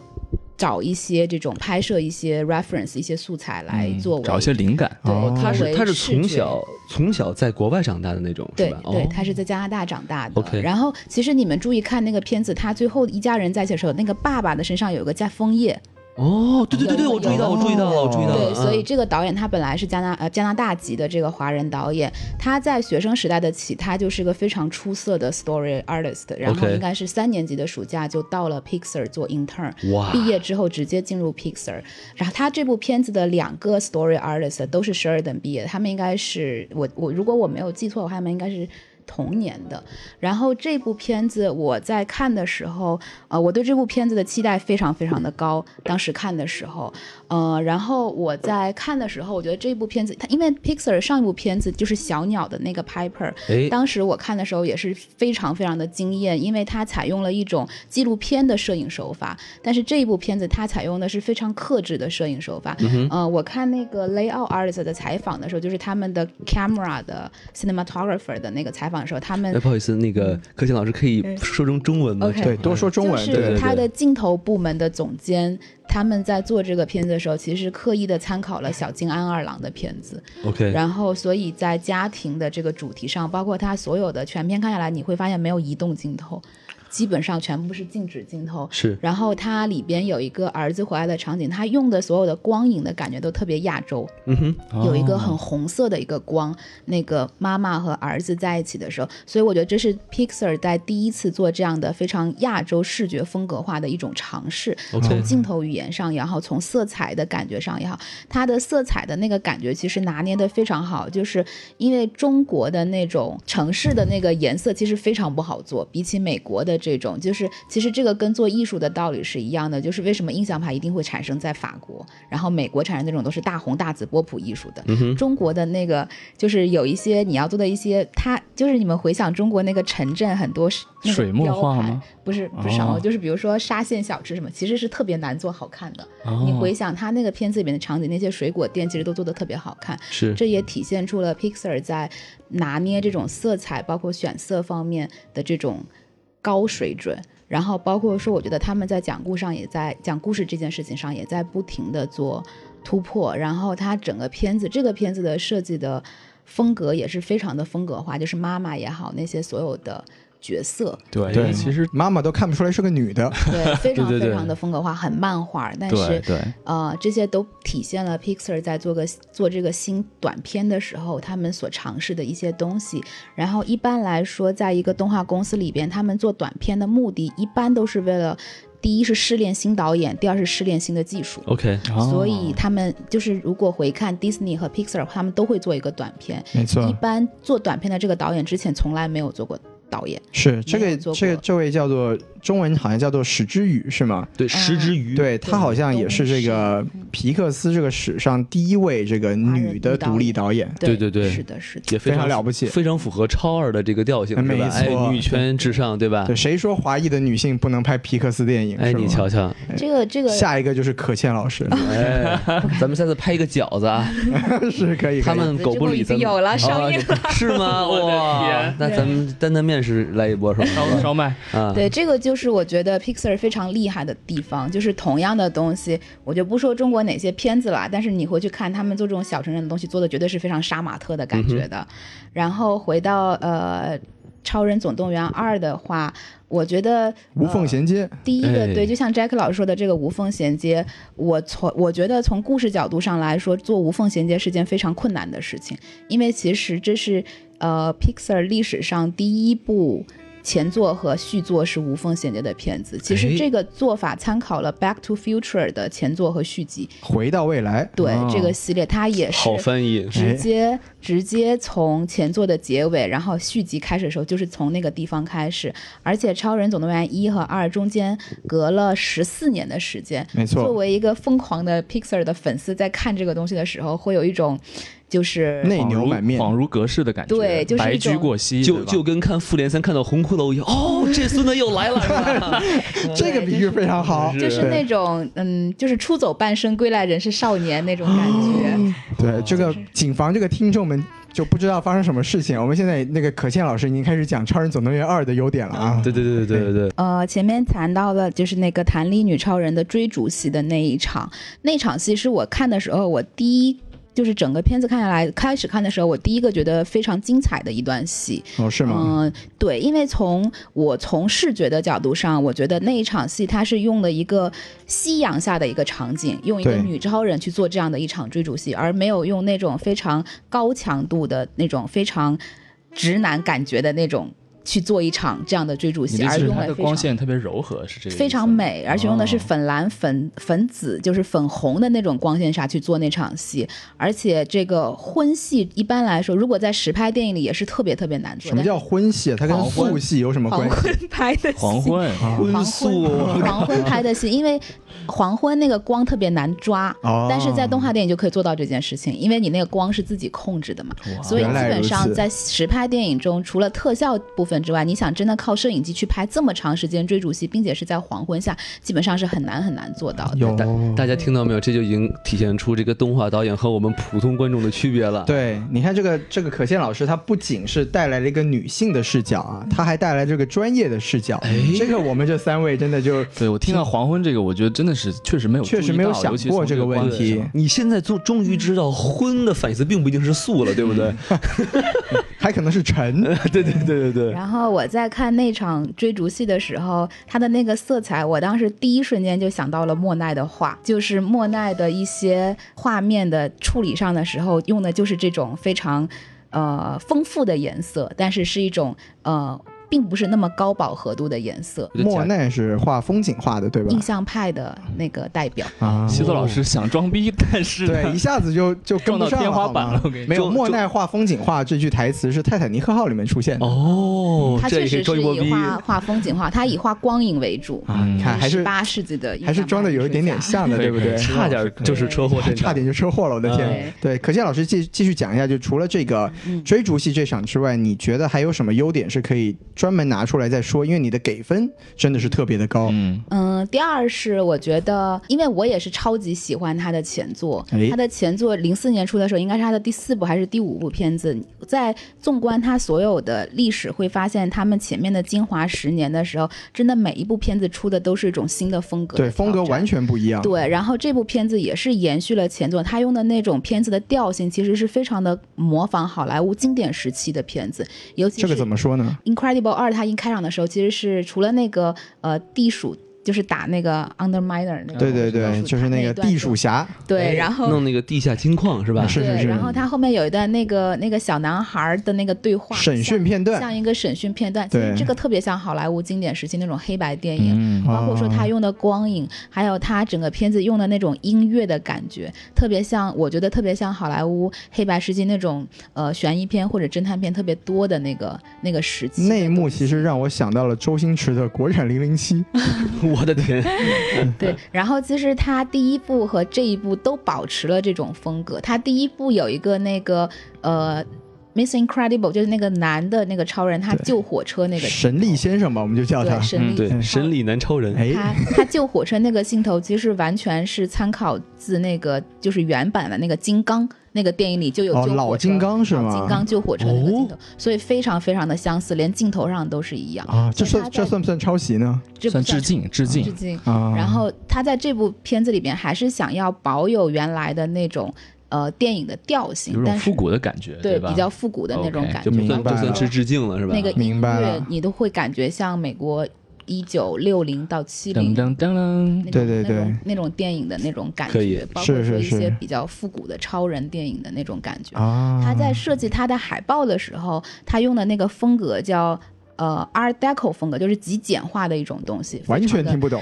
S1: 找一些这种拍摄一些 reference 一些素材来作为。
S4: 嗯找一些灵感。
S1: 对，
S3: 哦
S1: 作
S2: 他
S1: 为
S2: 是他是
S1: 视
S2: 从
S1: 觉
S2: 小从小在国外长大的那种，是
S1: 对
S2: 吧？
S1: 对
S2: 哦，
S1: 他是在加拿大长大的。
S2: OK
S1: 然后其实你们注意看那个片子，他最后一家人在一起的时候，那个爸爸的身上有一个加枫叶，
S2: 哦，对对对对，我注意到，我注意到了，我注意到了。
S1: 对，所以
S2: 嗯
S1: 这个导演他本来是加拿呃加拿大籍的这个华人导演，他在学生时代的起，他就是个非常出色的 story artist，然后
S2: OK
S1: 应该是三年级的暑假就到了 Pixar 做 intern，
S2: 哇
S1: 毕业之后直接进入 Pixar。然后他这部片子的两个 story artist 都是 Sheridan 毕业的，他们应该是我我如果我没有记错的话，他们应该是。同年的，然后这部片子我在看的时候，呃，我对这部片子的期待非常非常的高。当时看的时候，呃，然后我在看的时候，我觉得这部片子，它因为 Pixar 上一部片子就是小鸟的那个 Piper，
S2: 哎
S1: 当时我看的时候也是非常非常的惊艳，因为它采用了一种纪录片的摄影手法，但是这一部片子它采用的是非常克制的摄影手法。嗯、呃，我看那个 Layout Artist 的采访的时候，就是他们的 camera 的 cinematographer 的那个采访的时候，他们
S2: 哎，
S3: 呃
S2: 不好意思，那个柯倩老师可以
S1: 嗯
S2: 说成中文吗？
S1: OK
S3: 对，多说中文，
S1: 就
S3: 对
S1: 是
S3: 对
S1: 他的镜头部门的总监，他们在做这个片子的时候，其实刻意的参考了小津安二郎的片子，
S2: OK，
S1: 然后所以在家庭的这个主题上，包括他所有的全片看下来，你会发现没有移动镜头，基本上全部是静止镜头。
S2: 是
S1: 然后它里边有一个儿子回来的场景，他用的所有的光影的感觉都特别亚洲，
S2: 嗯哼，
S1: 有一个很红色的一个光，那个妈妈和儿子在一起的时候，所以我觉得这是 Pixar 在第一次做这样的非常亚洲视觉风格化的一种尝试
S2: OK
S1: 从镜头语言上也好，从色彩的感觉上也好，它的色彩的那个感觉其实拿捏的非常好，就是因为中国的那种城市的那个颜色其实非常不好做，比起美国的这种，就是其实这个跟做艺术的道理是一样的，就是为什么印象派一定会产生在法国，然后美国产生那种都是大红大紫波普艺术
S4: 嗯
S1: 的，中国的那个就是有一些你要做的一些，它就是你们回想中国那个城镇很多是那个
S4: 水墨
S1: 标
S4: 画
S1: 牌
S4: 吗？
S1: 不是不是什么，
S4: 哦
S1: 就是比如说沙县小吃什么，其实是特别难做好看的。
S4: 哦
S1: 你回想他那个片子里面的场景，那些水果店其实都做的特别好看，
S2: 是
S1: 这也体现出了 Pixar 在拿捏这种色彩，包括选色方面的这种高水准。然后包括说，我觉得他们在讲故上也在讲故事这件事情上也在不停的做突破。然后他整个片子，这个片子的设计的风格也是非常的风格化，就是妈妈也好，那些所有的角色，
S4: 对
S3: 对
S4: 因为哎其实
S3: 妈妈都看不出来是个 女的，
S1: 对，非常
S4: 对对对
S1: 非常的风格化，很漫画，但
S4: 对
S1: 是
S4: 对
S1: 呃，这些都体现了 Pixar 在做个做这个新短片的时候，他们所尝试的一些东西。然后一般来说，在一个动画公司里边，他们做短片的目的一般都是为了，第一是试炼新导演，第二是试炼新的技术。
S2: OK，
S4: 哦
S1: 所
S3: 哦
S1: 以他们就是，如果回看 Disney 和 Pixar，他们都会做一个短片。
S3: 没
S1: 一，般做短片的这个导演之前从来没有做过导演，
S3: 是这
S1: 没
S3: 个
S1: 有做过
S3: 这个这位叫做中文好像叫做史之宇是吗？
S2: 对，食之鱼，
S3: 对他好像也是这个
S1: 嗯
S3: 皮克斯这个史上第一位这个女的独立导演，
S2: 对对对
S1: 是的，是的。
S2: 也非常
S3: 非常了不起
S2: 非常符合超二的这个调性，
S3: 没
S2: 是吧？
S3: 错
S2: 哎，女权至上，对吧
S1: 啊
S3: 对，？谁说华裔的女性不能拍皮克斯电影？
S2: 哎，
S3: 是吗
S2: 你瞧，瞧，
S1: 这个这个
S3: 下一个就是可倩老师，
S2: 哎，咱们下次拍一个饺子啊，
S3: 是可以，可以
S2: 他们狗不理
S1: 这
S2: 咱
S1: 部已经
S2: 们。啊
S1: 有了上映了
S2: 了，是吗？
S4: 我的
S2: 哇
S4: 天，
S2: 那咱们担担面是来一波是
S4: 烧
S2: 吧？
S4: 烧麦，
S2: 啊，
S1: 对，这个就是我觉得 Pixar 非常厉害的地方，就是同样的东西，我就不说中国哪些片子了，但是你回去看他们做这种小成人的东西，做的绝对是非常杀马特的感觉的。然后回到呃《超人总动员二》的话，我觉得
S3: 无缝衔接，
S1: 第一个
S2: 哎
S1: 对，就像 Jack 老师说的这个无缝衔接，我从我觉得从故事角度上来说，做无缝衔接是件非常困难的事情，因为其实这是呃 Pixar 历史上第一部。前作和续作是无缝衔接的片子，其
S2: 哎
S1: 实这个做法参考了《Back to Future》的前作和续集，
S3: 回到未来，
S1: 对、
S2: 啊
S4: 哦
S1: 这个系列，它也是
S2: 好翻译，
S3: 哎
S1: 直接直接从前作的结尾，然后续集开始的时候，就是从那个地方开始。而且《超人总动员一》和二中间隔了十四年的时间。
S3: 没
S1: 作
S3: 错，
S1: 为一个疯狂的 Pixar 的粉丝，在看这个东西的时候，会有一种就是
S3: 内牛满面，
S4: 恍如隔世的感觉，
S1: 对就是
S4: 白
S1: 一种
S4: 驹过隙，
S2: 就
S4: 对吧
S2: 就跟看复联三看到红骷髅一样，哦，这孙子又来了，是吧？
S3: 这个比喻非常好，
S1: 就是那种嗯，就是出走半生，归来仍是少年那种感
S3: 哦
S1: 觉。
S3: 对，这个谨防这个听众们就不知道发生什么事情。我们现在那个可倩老师已经开始讲《超人总动员二》的优点了
S4: 嗯
S3: 啊。
S2: 对对对对对对对，
S1: 呃，前面谈到了就是那个弹力女超人的追逐戏的那一场，那场戏是我看的时候，我第一就是整个片子看下来，开始看的时候，我第一个觉得非常精彩的一段戏。
S3: 哦，是吗？
S1: 嗯、对，因为从我从视觉的角度上，我觉得那一场戏它是用了一个夕阳下的一个场景，用一个
S3: 对
S1: 女超人去做这样的一场追逐戏，而没有用那种非常高强度的那种非常直男感觉的那种。去做一场这样的追逐
S4: 你
S1: 戏，
S4: 的意
S1: 而
S4: 思是
S1: 用
S4: 它
S1: 了
S4: 的
S1: 非
S4: 光
S1: 常
S4: 线特别柔和，是这个意思
S1: 非常。美，而且用的是
S4: 哦
S1: 粉蓝、粉粉紫，就是粉红的那种光线下去做那场戏。而且这个婚戏一般来说，如果在实拍电影里也是特别特别难做。
S3: 什么叫婚戏？它跟
S1: 黄昏
S3: 父系有什么
S1: 但黄
S3: 关系？
S1: 昏拍的戏？
S4: 黄昏，
S1: 黄
S3: 啊
S2: 荤素
S1: 昏黄昏拍的戏，因为黄昏那个光特别难抓，
S3: 哦
S1: 但是在动画电影就可以做到这件事情，因为你那个光是自己控制的嘛。
S4: 哇
S1: 所以基
S3: 原来
S1: 本
S3: 如
S1: 上
S3: 此
S1: 在实拍电影中，除了特效部分之外，你想真的靠摄影机去拍这么长时间追逐戏，并且是在黄昏下，基本上是很难很难做到的。
S3: 有
S2: 大大家听到没有？这就已经体现出这个动画导演和我们普通观众的区别了。
S3: 对，你看这个这个可倩老师，她不仅是带来了一个女性的视角啊，她还带来这个专业的视角。
S4: 哎
S3: 这个我们这三位真的就
S4: 对我听到黄昏这个，我觉得真的是确实没有
S3: 确实没有想过这
S4: 这
S3: 个问题，
S2: 你现在终终于知道荤的反义词并不一定是素 了，对不对？
S3: 还可能是 陈。
S2: 对对对对 对。
S1: 然后我在看那场追逐戏的时候，它的那个色彩，我当时第一瞬间就想到了莫奈的画，就是莫奈的一些画面的处理上的时候，用的就是这种非常，呃，丰富的颜色，但是是一种呃，并不是那么高饱和度的颜色，
S3: 莫奈是画风景画的，对吧
S1: 印？象派的那个代表。
S3: 啊，
S4: 习作老师想装逼， 但是呢
S3: 对，一下子就就跟不上
S4: 撞到天花板
S3: 好
S4: 了
S3: 吗
S4: 我跟你说
S3: 没有，
S2: 就
S3: 莫奈画风景画这句台词是《泰坦尼克号》里面出现的。
S2: 哦，
S1: 他
S2: 这
S1: 确
S2: 也可
S1: 实
S2: 以装
S1: 是
S2: 一波
S1: 以
S2: 逼。
S1: 画画风景画，他以画光影为主，
S3: 啊，你看还
S1: 十
S3: 是
S1: 八世纪的印象
S3: 还是装的有一点点
S1: 派艺术家
S3: 像的，
S4: 可以
S3: 对不对？嗯
S2: 差点就是车祸现场，
S3: 差点就车祸了，我的天！对，可见老师继继续讲一下，就除了这个
S1: 嗯
S3: 追逐戏这场之外，你觉得还有什么优点是可以专门拿出来再说？因为你的给分真的是特别的高，
S4: 嗯，
S1: 嗯，第二是我觉得，因为我也是超级喜欢他的前作，
S3: 哎
S1: 他的前作零四年出的时候，应该是他的第四部还是第五部片子。在纵观他所有的历史，会发现他们前面的精华十年的时候，真的每一部片子出的都是一种新的风格的
S3: 对，风格
S1: 挑战
S3: 完全不一样。
S1: 对，然后这部片子也是延续了前作，他用的那种片子的调性其实是非常的模仿好莱坞经典时期的片子，尤其
S3: 这个
S1: 是
S3: 怎么说呢？
S1: 《Incredible Boy 二》它一开场的时候，其实是除了那个呃地鼠，就是打那个 Underminer 那个
S3: 对对
S1: 地
S3: 对，
S1: 鼠
S3: 就是
S1: 那
S3: 那
S1: 一
S3: 个
S1: 段
S3: 地鼠侠，
S1: 对，然后
S2: 哎弄那个地下金矿是吧？
S3: 是哎是
S1: 对，
S3: 是，
S1: 然后他后面有一段那个那个小男孩的那个对话
S3: 审讯片
S1: 像
S3: 段，
S1: 像一个审讯片段，其
S3: 对
S1: 实这个特别像好莱坞经典时期那种黑白电影。
S4: 嗯，
S1: 包括说
S3: 哦
S1: 他用的光影，还有他整个片子用的那种音乐的感觉，特别像，我觉得特别像好莱坞黑白时期那种呃悬疑片或者侦探片特别多的那个那个时期。
S3: 那一幕其实让我想到了周星驰的《国产零零七》，
S2: 我的天，
S3: 嗯
S1: 对，然后其实他第一部和这一部都保持了这种风格。他第一部有一个那个呃，Miss Incredible，就是那个男的那个超人，他
S3: 对
S1: 救火车那个
S3: 神力先生吧，我们就叫他
S1: 对，神力
S2: 嗯，对，
S1: 超
S2: 神力男超人，
S3: 哎，
S1: 他他救火车那个镜头，其实完全是参考自那个就是原版的那个金刚那个电影里就有
S3: 哦，
S1: 救
S3: 老
S1: 火车，
S3: 金刚是
S1: 老
S3: 吗？哦
S1: 金刚救火车那个镜头，所以非常非常的相似，连镜头上都是一样。
S3: 啊，这
S1: 对
S3: 算
S1: 他
S3: 这
S1: 在
S3: 算不算抄袭呢？
S1: 这不
S4: 算致敬致敬
S1: 致，敬。
S4: 嗯
S3: 啊，
S1: 然后他在这部片子里边还是想要保有原来的那种呃电影的调
S4: 有
S1: 性，但
S4: 种
S1: 是
S4: 复古的感觉，
S1: 对
S4: 吧？
S1: 比较复古的那种
S4: OK，
S1: 感
S2: 就
S1: 觉。
S2: 不
S3: 明
S2: 算
S3: 白
S2: 不算
S3: 了
S2: 是致敬了是吧？
S1: 那个
S3: 明
S1: 音
S3: 白
S1: 乐
S3: 了
S1: 你都会感觉像美国一九六零到七零
S4: 噔噔噔噔，
S1: 那种
S3: 对对
S1: 那种
S3: 对
S1: 那种电影的那种感
S2: 可以
S1: 觉，包括
S3: 是是
S1: 说一
S3: 是
S1: 些比较复古的超人电影的那种感觉。
S3: 啊，
S1: 他在设计他的海报的时候，他用的那个风格叫呃 Art Deco 风格，就是极简化的一种东西，
S3: 完全听
S1: 不
S3: 不懂，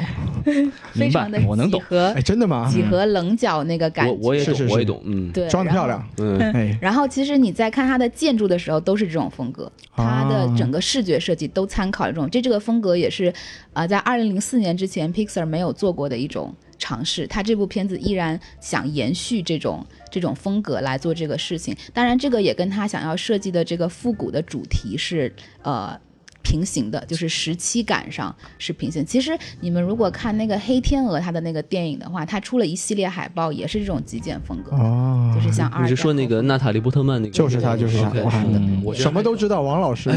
S1: 非常的
S4: 明白我能懂
S1: 几何
S3: 哎，真的吗？
S1: 几何棱角那个感
S2: 我
S1: 觉，
S2: 我也
S3: 是
S2: 懂
S3: 是，
S2: 我也
S3: 是
S2: 懂，嗯，
S1: 对
S3: 装的漂。
S1: 然后
S3: 亮，
S2: 嗯，
S3: 哎，
S1: 然后其实你在看它的建筑的时候，都是这种风格，它
S3: 啊
S1: 的整个视觉设计都参考这种，这这个风格也是，啊、在二零零四年之前，Pixar 没有做过的一种尝试。它这部片子依然想延续这种这种风格来做这个事情，当然这个也跟他想要设计的这个复古的主题是呃。平行的，就是时期感上是平行。其实你们如果看那个《黑天鹅》它的那个电影的话，它出了一系列海报，也是这种极简风格，
S3: 哦
S1: 就，是像二。
S2: 你是说那个娜塔莉波特曼那个？
S3: 就是他就是他
S2: OK，
S3: 哇
S2: 嗯我觉得
S3: 什么都知道，王老师，
S2: 哎，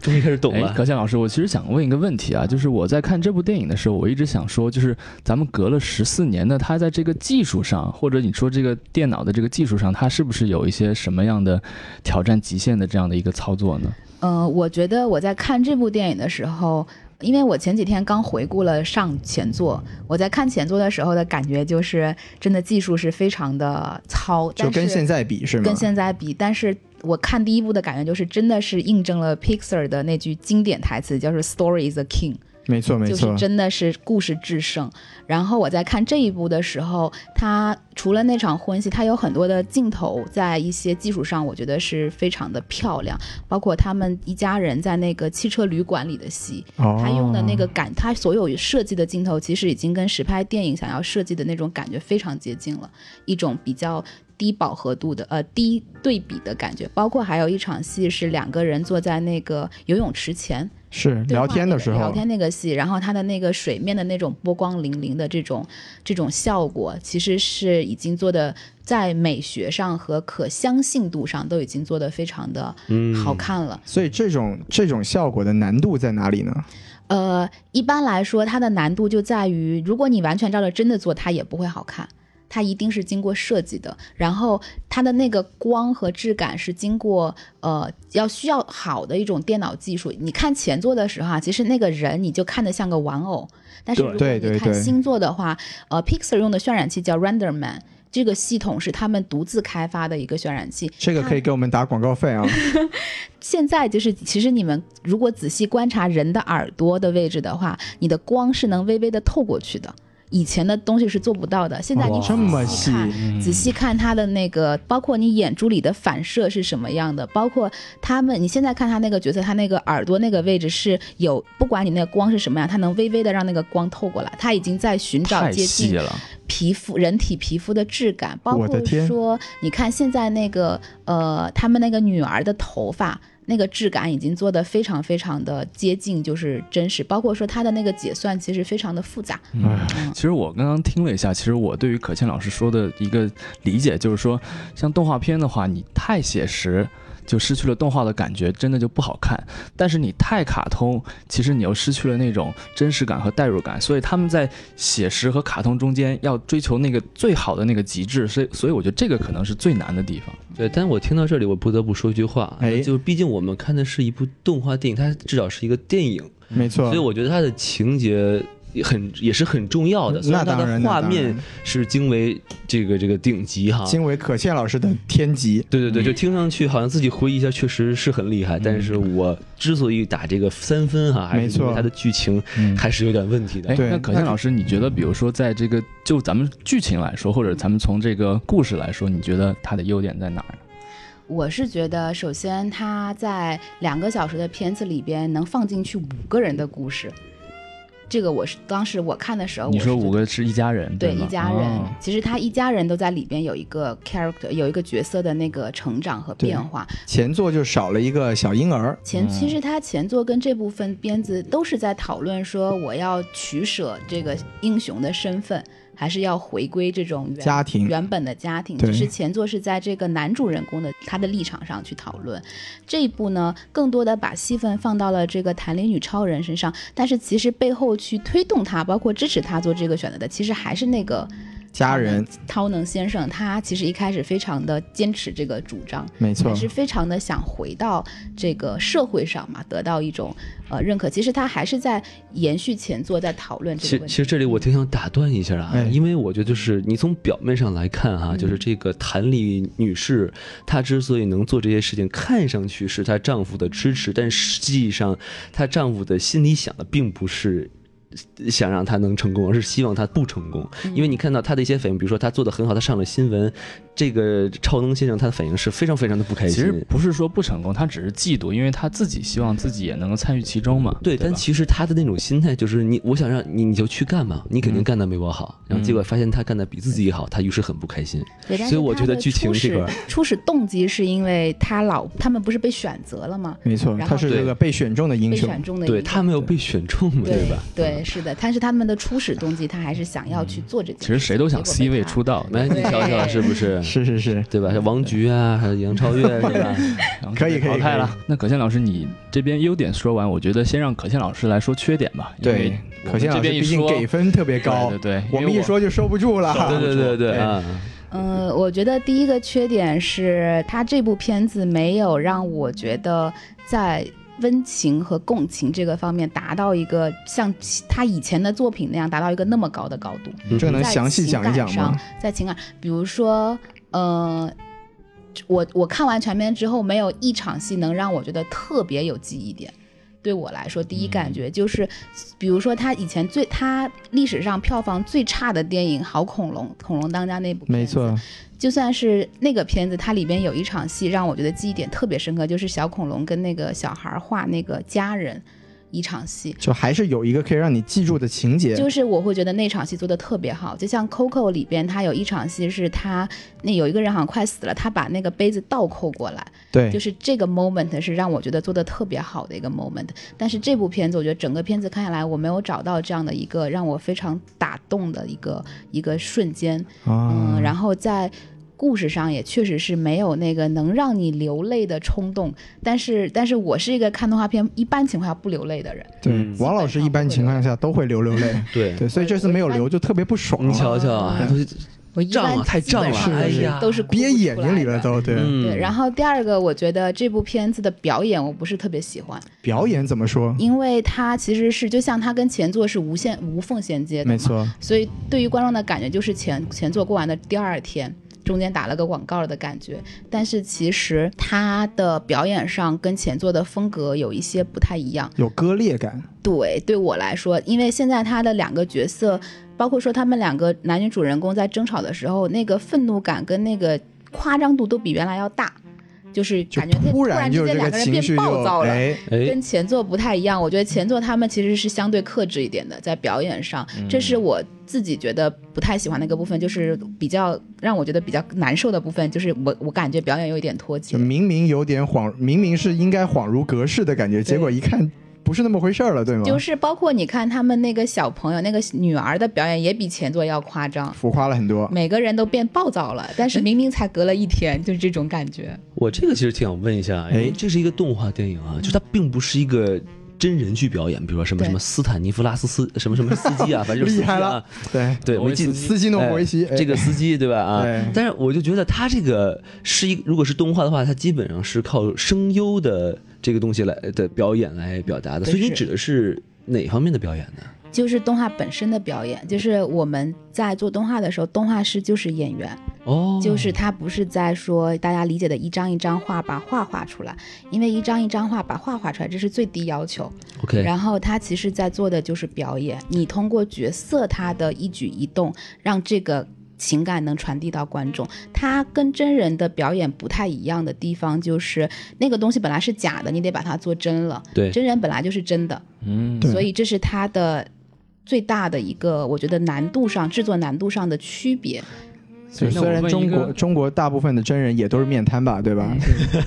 S2: 终于开始懂
S4: 哎，
S2: 了。
S4: 高健老师，我其实想问一个问题啊，就是我在看这部电影的时候，我一直想说，就是咱们隔了十四年呢，它在这个技术上，或者你说这个电脑的这个技术上，它是不是有一些什么样的挑战极限的这样的一个操作呢？
S1: 嗯、我觉得我在看这部电影的时候，因为我前几天刚回顾了上前作，我在看前作的时候的感觉就是，真的技术是非常的糙，
S3: 就
S1: 但
S3: 跟
S1: 是
S3: 现在比是吗？
S1: 跟现在比，但是。我看第一部的感觉就是，真的是印证了 Pixar 的那句经典台词，叫做 “Story is a king”。
S3: 没错没
S1: 就
S3: 错
S1: 是，真的是故事制胜。然后我在看这一部的时候，它除了那场婚戏，它有很多的镜头在一些技术上，我觉得是非常的漂亮，包括他们一家人在那个汽车旅馆里的戏，
S3: 他
S1: 他用的那个感，他所有设计的镜头其实已经跟实拍电影想要设计的那种感觉非常接近了，一种比较低饱和度的呃低对比的感觉。包括还有一场戏是两个人坐在那个游泳池前，
S3: 是
S1: 对话
S3: 聊天
S1: 那
S3: 的
S1: 个
S3: 时候，
S1: 聊天那个戏，然后它的那个水面的那种波光粼粼的这种这种效果，其实是已经做的在美学上和可相信度上都已经做的非常的
S2: 嗯
S1: 好看了。
S3: 所以这种这种效果的难度在哪里呢？
S1: 呃，一般来说，它的难度就在于，如果你完全照着真的做，它也不会好看。它一定是经过设计的，然后它的那个光和质感是经过呃要需要好的一种电脑技术。你看前作的时候啊，其实那个人你就看得像个玩偶，但是
S2: 对
S1: 如果
S3: 对
S1: 你
S3: 对
S1: 看
S3: 对
S1: 新作的话，呃，Pixar 用的渲染器叫 RenderMan，这个系统是他们独自开发的一个渲染器，
S3: 这个可以给我们打广告费 啊！
S1: 现在就是，其实你们如果仔细观察人的耳朵的位置的话，你的光是能微微的透过去的。以前的东西是做不到的，现在你
S3: 哇哦这么
S1: 仔细
S3: 细
S1: 看，仔细看它的那个，包括你眼珠里的反射是什么样的，包括他们，你现在看他那个角色，他那个耳朵那个位置是有，不管你那个光是什么样，它能微微的让那个光透过来，它已经在寻找
S4: 太
S1: 接近
S4: 细了，
S1: 皮肤、人体皮肤的质感，包
S3: 我的
S1: 括
S3: 天
S1: 说，你看现在那个呃，他们那个女儿的头发那个质感已经做得非常非常的接近，就是真实。包括说它的那个解算其实非常的复杂，
S3: 哎
S1: 嗯
S4: 其实我刚刚听了一下，其实我对于可倩老师说的一个理解就是说，像动画片的话，你太写实，就失去了动画的感觉，真的就不好看。但是你太卡通，其实你又失去了那种真实感和代入感。所以他们在写实和卡通中间要追求那个最好的那个极致，所以所以我觉得这个可能是最难的地方。
S2: 对，但我听到这里，我不得不说一句话，
S3: 哎
S2: 就是毕竟我们看的是一部动画电影，它至少是一个电影，
S3: 没错。
S2: 所以我觉得它的情节也很也是很重要的。虽
S3: 嗯那
S2: 然它
S3: 当
S2: 的
S3: 然，那
S2: 画
S3: 当
S2: 面
S3: 然
S2: 是惊为这个这个顶级哈，
S3: 惊为嗯可倩老师的天级，
S2: 对对对，就听上去好像自己回忆一下，确实是很厉害。但是我之所以打这个三分哈，还
S3: 嗯没
S2: 是因
S3: 错
S2: 为它的剧情
S4: 嗯
S2: 还是有点问题的
S4: 哎。，
S3: 对
S4: 那可倩
S3: 那
S4: 老师，你觉得，比如说，在这个就咱们剧情来说，或者咱们从这个故事来说，你觉得它的优点在哪儿呢？
S1: 我是觉得，首先它在两个小时的片子里边能放进去五个人的故事，这个我是当时我看的时候，
S4: 你
S1: 呃我是
S4: 说
S1: 觉
S4: 五
S1: 得
S4: 个是一家人，
S1: 对
S4: 吗
S1: 一家人，
S4: 哦
S1: 其实他一家人都在里边有一个 character，有一个角色的那个成长和
S3: 对
S1: 变化。
S3: 前作就少了一个小婴儿，
S1: 前其
S3: 嗯
S1: 实他前作跟这部分片子都是在讨论说，我要取舍这个英雄的身份，还是要回归这种原
S3: 家庭
S1: 原本的家庭。
S3: 对
S1: 只是前作是在这个男主人公的他的立场上去讨论，这一部呢更多的把戏份放到了这个弹力女超人身上，但是其实背后去推动他，包括支持他做这个选择的，其实还是那个嗯
S3: 家人，
S1: 涛能先生，他其实一开始非常的坚持这个主张。
S3: 没错
S1: 还，是非常的想回到这个社会上嘛，得到一种呃认可。其实他还是在延续前作，在讨论
S2: 其
S1: 这个问
S2: 其
S1: 题。
S2: 实这里我挺想打断一下啊，
S3: 哎
S2: 因为我觉得就是你从表面上来看哈、
S4: 嗯
S2: 就是这个谭丽女士，她之所以能做这些事情，看上去是她丈夫的支持，但实际上她丈夫的心里想的并不是。想让她能成功，而是希望她不成功，
S1: 嗯
S2: 因为你看到她的一些反应，比如说她做的很好，她上了新闻，这个超能先生他的反应是非常非常的不开
S4: 其
S2: 心。
S4: 实不是说不成功，他只是嫉妒，因为他自己希望自己也能够参与其中嘛。
S2: 对，
S4: 对吧，
S2: 但其实他的那种心态就是你，我想让你，你就去干嘛，你肯定
S4: 嗯
S2: 干的没我好。然后结果发现他干的比自己好，他于是很不开心。
S1: 对但
S2: 所
S1: 是
S2: 以我
S1: 他
S2: 觉得
S1: 的
S2: 剧
S1: 初
S2: 情这
S1: 始
S2: 块儿
S1: 初始动机是因为他老他们不是被选择了吗？
S3: 没错，
S1: 然
S3: 他
S1: 后
S3: 是
S2: 对
S3: 这个被选中的英
S1: 被
S3: 雄，
S1: 选中的一
S2: 对
S1: 个
S2: 他没有被选中嘛，
S1: 对
S2: 吧？
S1: 对，是的。但是他们的初始动机，他还是想要去做这件事。
S4: 其实谁都想
S1: 结
S4: C
S1: 果被
S4: 位
S1: 他
S4: 出道，
S2: 来嗯哎你瞧瞧是不是？
S3: 是是是，
S2: 对吧？像王菊啊，还有杨超越是吧？
S4: 然后
S3: 可以
S4: 就被
S3: 可以
S4: 淘汰
S3: 可以
S4: 了。那可倩老师，你这边优点说完，我觉得先让可倩老师来说缺点吧。因为
S3: 对，
S4: 我
S3: 可
S4: 们
S3: 倩
S4: 这
S3: 老师
S4: 边一
S3: 毕竟
S4: 说
S3: 给分特别高，
S4: 对对对，
S3: 我
S4: 因
S3: 们
S4: 为
S3: 一说就收不住了，
S2: 对对对对
S3: 哎
S2: 啊！
S1: 嗯，我觉得第一个缺点是，他这部片子没有让我觉得在温情和共情这个方面达到一个像其他以前的作品那样达到一个那么高的高度。
S2: 嗯
S3: 这个能
S1: 在
S3: 详细
S1: 情
S3: 讲一
S1: 感
S3: 讲吗
S1: 上？在情感，比如说，呃，我我看完全片之后，没有一场戏能让我觉得特别有记忆点。对我来说，第一感觉就是，比如说他以前最他历史上票房最差的电影《好恐龙》，恐龙当家那部片
S3: 没
S1: 子
S3: 错，
S1: 就算是那个片子，它里边有一场戏让我觉得记忆点特别深刻，就是小恐龙跟那个小孩画那个家人一场戏。
S3: 就还是有一个可以让你记住的情节，
S1: 就是我会觉得那场戏做的特别好，就像 Coco 里边，它有一场戏是他那有一个人好像快死了，他把那个杯子倒扣过来，
S3: 对，
S1: 就是这个 moment 是让我觉得做的特别好的一个 moment。但是这部片子，我觉得整个片子看下来，我没有找到这样的一个让我非常打动的一个一个瞬间。
S3: 啊
S1: 嗯，，然后在故事上也确实是没有那个能让你流泪的冲动，但是但是我是一个看动画片一般情况下不流泪的人，
S3: 对
S2: 嗯，
S3: 王老师一般情况下都会流流泪，
S2: 对，
S3: 对，所以这次没有流就特别不爽，
S2: 你瞧瞧啊，都
S1: 我一
S2: 胀
S1: 般
S2: 了，太
S1: 基本
S2: 胀了，
S1: 上
S2: 哎
S1: 都是
S2: 呀，
S1: 都是哭
S3: 憋
S1: 不出
S3: 眼睛里
S1: 来
S3: 了
S1: 的。
S3: 都，对，
S2: 嗯
S1: 对，然后第二个，我觉得这部片子的表演我不是特别喜欢，
S3: 表演怎么说？
S1: 因为它其实是就像它跟前作是无限无缝衔接的
S3: 没
S1: 嘛，
S3: 错，
S1: 所以对于观众的感觉就是前前作过完的第二天，中间打了个广告的感觉。但是其实他的表演上跟前作的风格有一些不太一样。
S3: 有割裂感，
S1: 对，对我来说，因为现在他的两个角色，包括说他们两个男女主人公在争吵的时候，那个愤怒感跟那个夸张度都比原来要大，就是
S3: 就
S1: 感觉
S3: 突
S1: 然之
S3: 就
S1: 间
S3: 这
S1: 两
S3: 个
S1: 个人
S3: 情绪
S1: 变暴
S3: 又
S1: 躁了。
S3: 哎，
S2: 哎
S1: 跟。前作不太一样，我觉得前作他们其实是相对克制一点的，在表演上，这是我自己觉得不太喜欢的一个部分，就是比较让我觉得比较难受的部分，就是我我感觉表演有一点脱节
S3: 就。明明有点恍，明明是应该恍如隔世的感觉，结果一看不是那么回事儿了，对吗？
S1: 就是包括你看他们那个小朋友那个女儿的表演也比前作要夸张，
S3: 浮夸了很多。
S1: 每个人都变暴躁了，但是明明才隔了一天，就是这种感觉。
S2: 我这个其实挺想问一下，哎
S3: 哎，嗯
S2: 这是一个动画电影啊，就它并不是一个真人去表演，比如说什么
S1: 对
S2: 什么斯坦尼夫拉斯斯 什么什么司机啊，反正就是司机
S3: 厉害
S2: 啊
S3: 了，对，
S2: 对，
S4: 挪威
S2: 维基
S4: 司机
S3: 司机弄维西，哎哎
S2: 这个司机对吧啊
S3: 对？
S2: 但是我就觉得他这个是一，如果是动画的话，它基本上是靠声优的这个东西来的表演来表达的，
S1: 对
S2: 所以你
S1: 是
S2: 指的是哪方面的表演呢？
S1: 就是动画本身的表演，就是我们在做动画的时候，动画师就是演员，
S2: 哦，
S1: 就是他不是在说大家理解的一张一张画把画画出来，因为一张一张画把画画出来，这是最低要求。
S2: OK，
S1: 然后他其实在做的就是表演，你通过角色他的一举一动，让这个情感能传递到观众。他跟真人的表演不太一样的地方就是，那个东西本来是假的，你得把它做真了。
S2: 对
S1: 真人本来就是真的，
S4: 嗯，
S3: 对
S1: 所以这是他的最大的一个，我觉得难度上制作难度上的区别。
S4: 所以那
S3: 虽
S4: 我
S3: 然
S4: 问一
S3: 中
S4: 个
S3: 国中国大部分的真人也都是面瘫吧，对吧？
S4: 嗯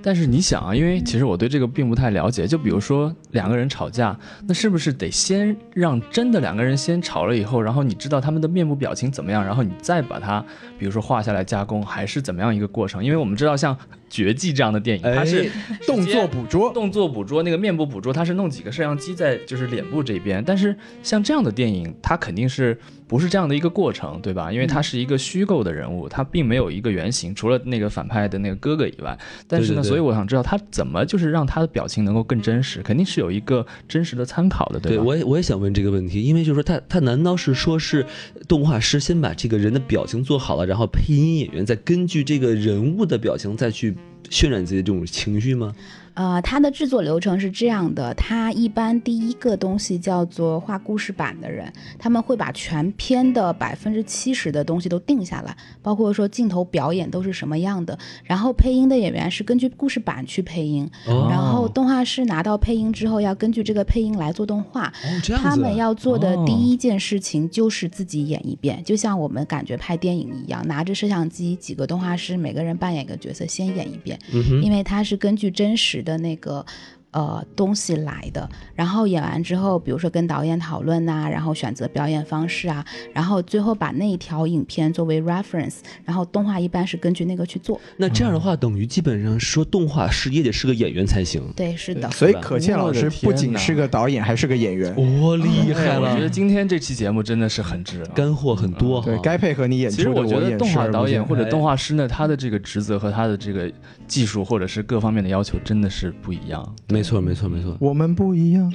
S4: 但是你想啊，因为其实我对这个并不太了解。就比如说两个人吵架，那是不是得先让真的两个人先吵了以后，然后你知道他们的面部表情怎么样，然后你再把它，比如说画下来加工，还是怎么样一个过程？因为我们知道像《绝技》这样的电
S2: 哎
S4: 影，它是
S3: 动作捕捉，
S4: 动作捕捉那个面部捕捉，它是弄几个摄像机在就是脸部这边，但是像这样的电影，它肯定是不是这样的一个过程，对吧？因为它是一个虚构的人物，它并没有一个原型，除了那个反派的那个哥哥以外。但是
S2: 对对
S4: 呢，
S2: 对
S4: 所以我想知道他怎么就是让他的表情能够更真实，肯定是有一个真实的参考的，吧？
S2: 我也我也想问这个问题，因为就是说他他难道是说是动画师先把这个人的表情做好了，然后配音演员再根据这个人物的表情再去渲染自己的这种情绪吗？
S1: 呃，它的制作流程是这样的，它一般第一个东西叫做画故事版的人，他们会把全片的百分之七十的东西都定下来，包括说镜头表演都是什么样的，然后配音的演员是根据故事版去配音，
S2: 哦
S1: 然后动画师拿到配音之后要根据这个配音来做动画，
S2: 哦，这样子啊，
S1: 他们要做的
S4: 哦
S1: 第一件事情就是自己演一遍，就像我们感觉拍电影一样，拿着摄像机，几个动画师每个人扮演一个角色，先演一遍，
S2: 嗯哼
S1: 因为它是根据真实的那个。呃，东西来的，然后演完之后，比如说跟导演讨论呐、然后选择表演方式啊，然后最后把那一条影片作为 reference，然后动画一般是根据那个去做。
S2: 那这样的话，等于基本上说动画师也得是个演员才行。
S1: 对，是的。
S3: 所以可倩老
S4: 我的
S3: 师
S4: 天
S3: 不仅
S4: 哪
S3: 是个导演，还是个演员。
S2: 哦，厉害
S4: 哎我觉得
S2: 了，
S4: 今天这期节目真的是很值啊。
S2: 干货很多哈
S3: 对。该配合你演
S4: 其实
S3: 出的，
S4: 我觉得
S3: 也
S4: 动
S3: 视
S4: 画
S3: 而不
S4: 导演
S3: 见
S4: 或者
S2: 哎
S4: 动画师呢，他的这个职责和他的这个技术或者是各方面的要求真的是不一样。
S2: 没错，没错，没 错，
S3: 我们不一样。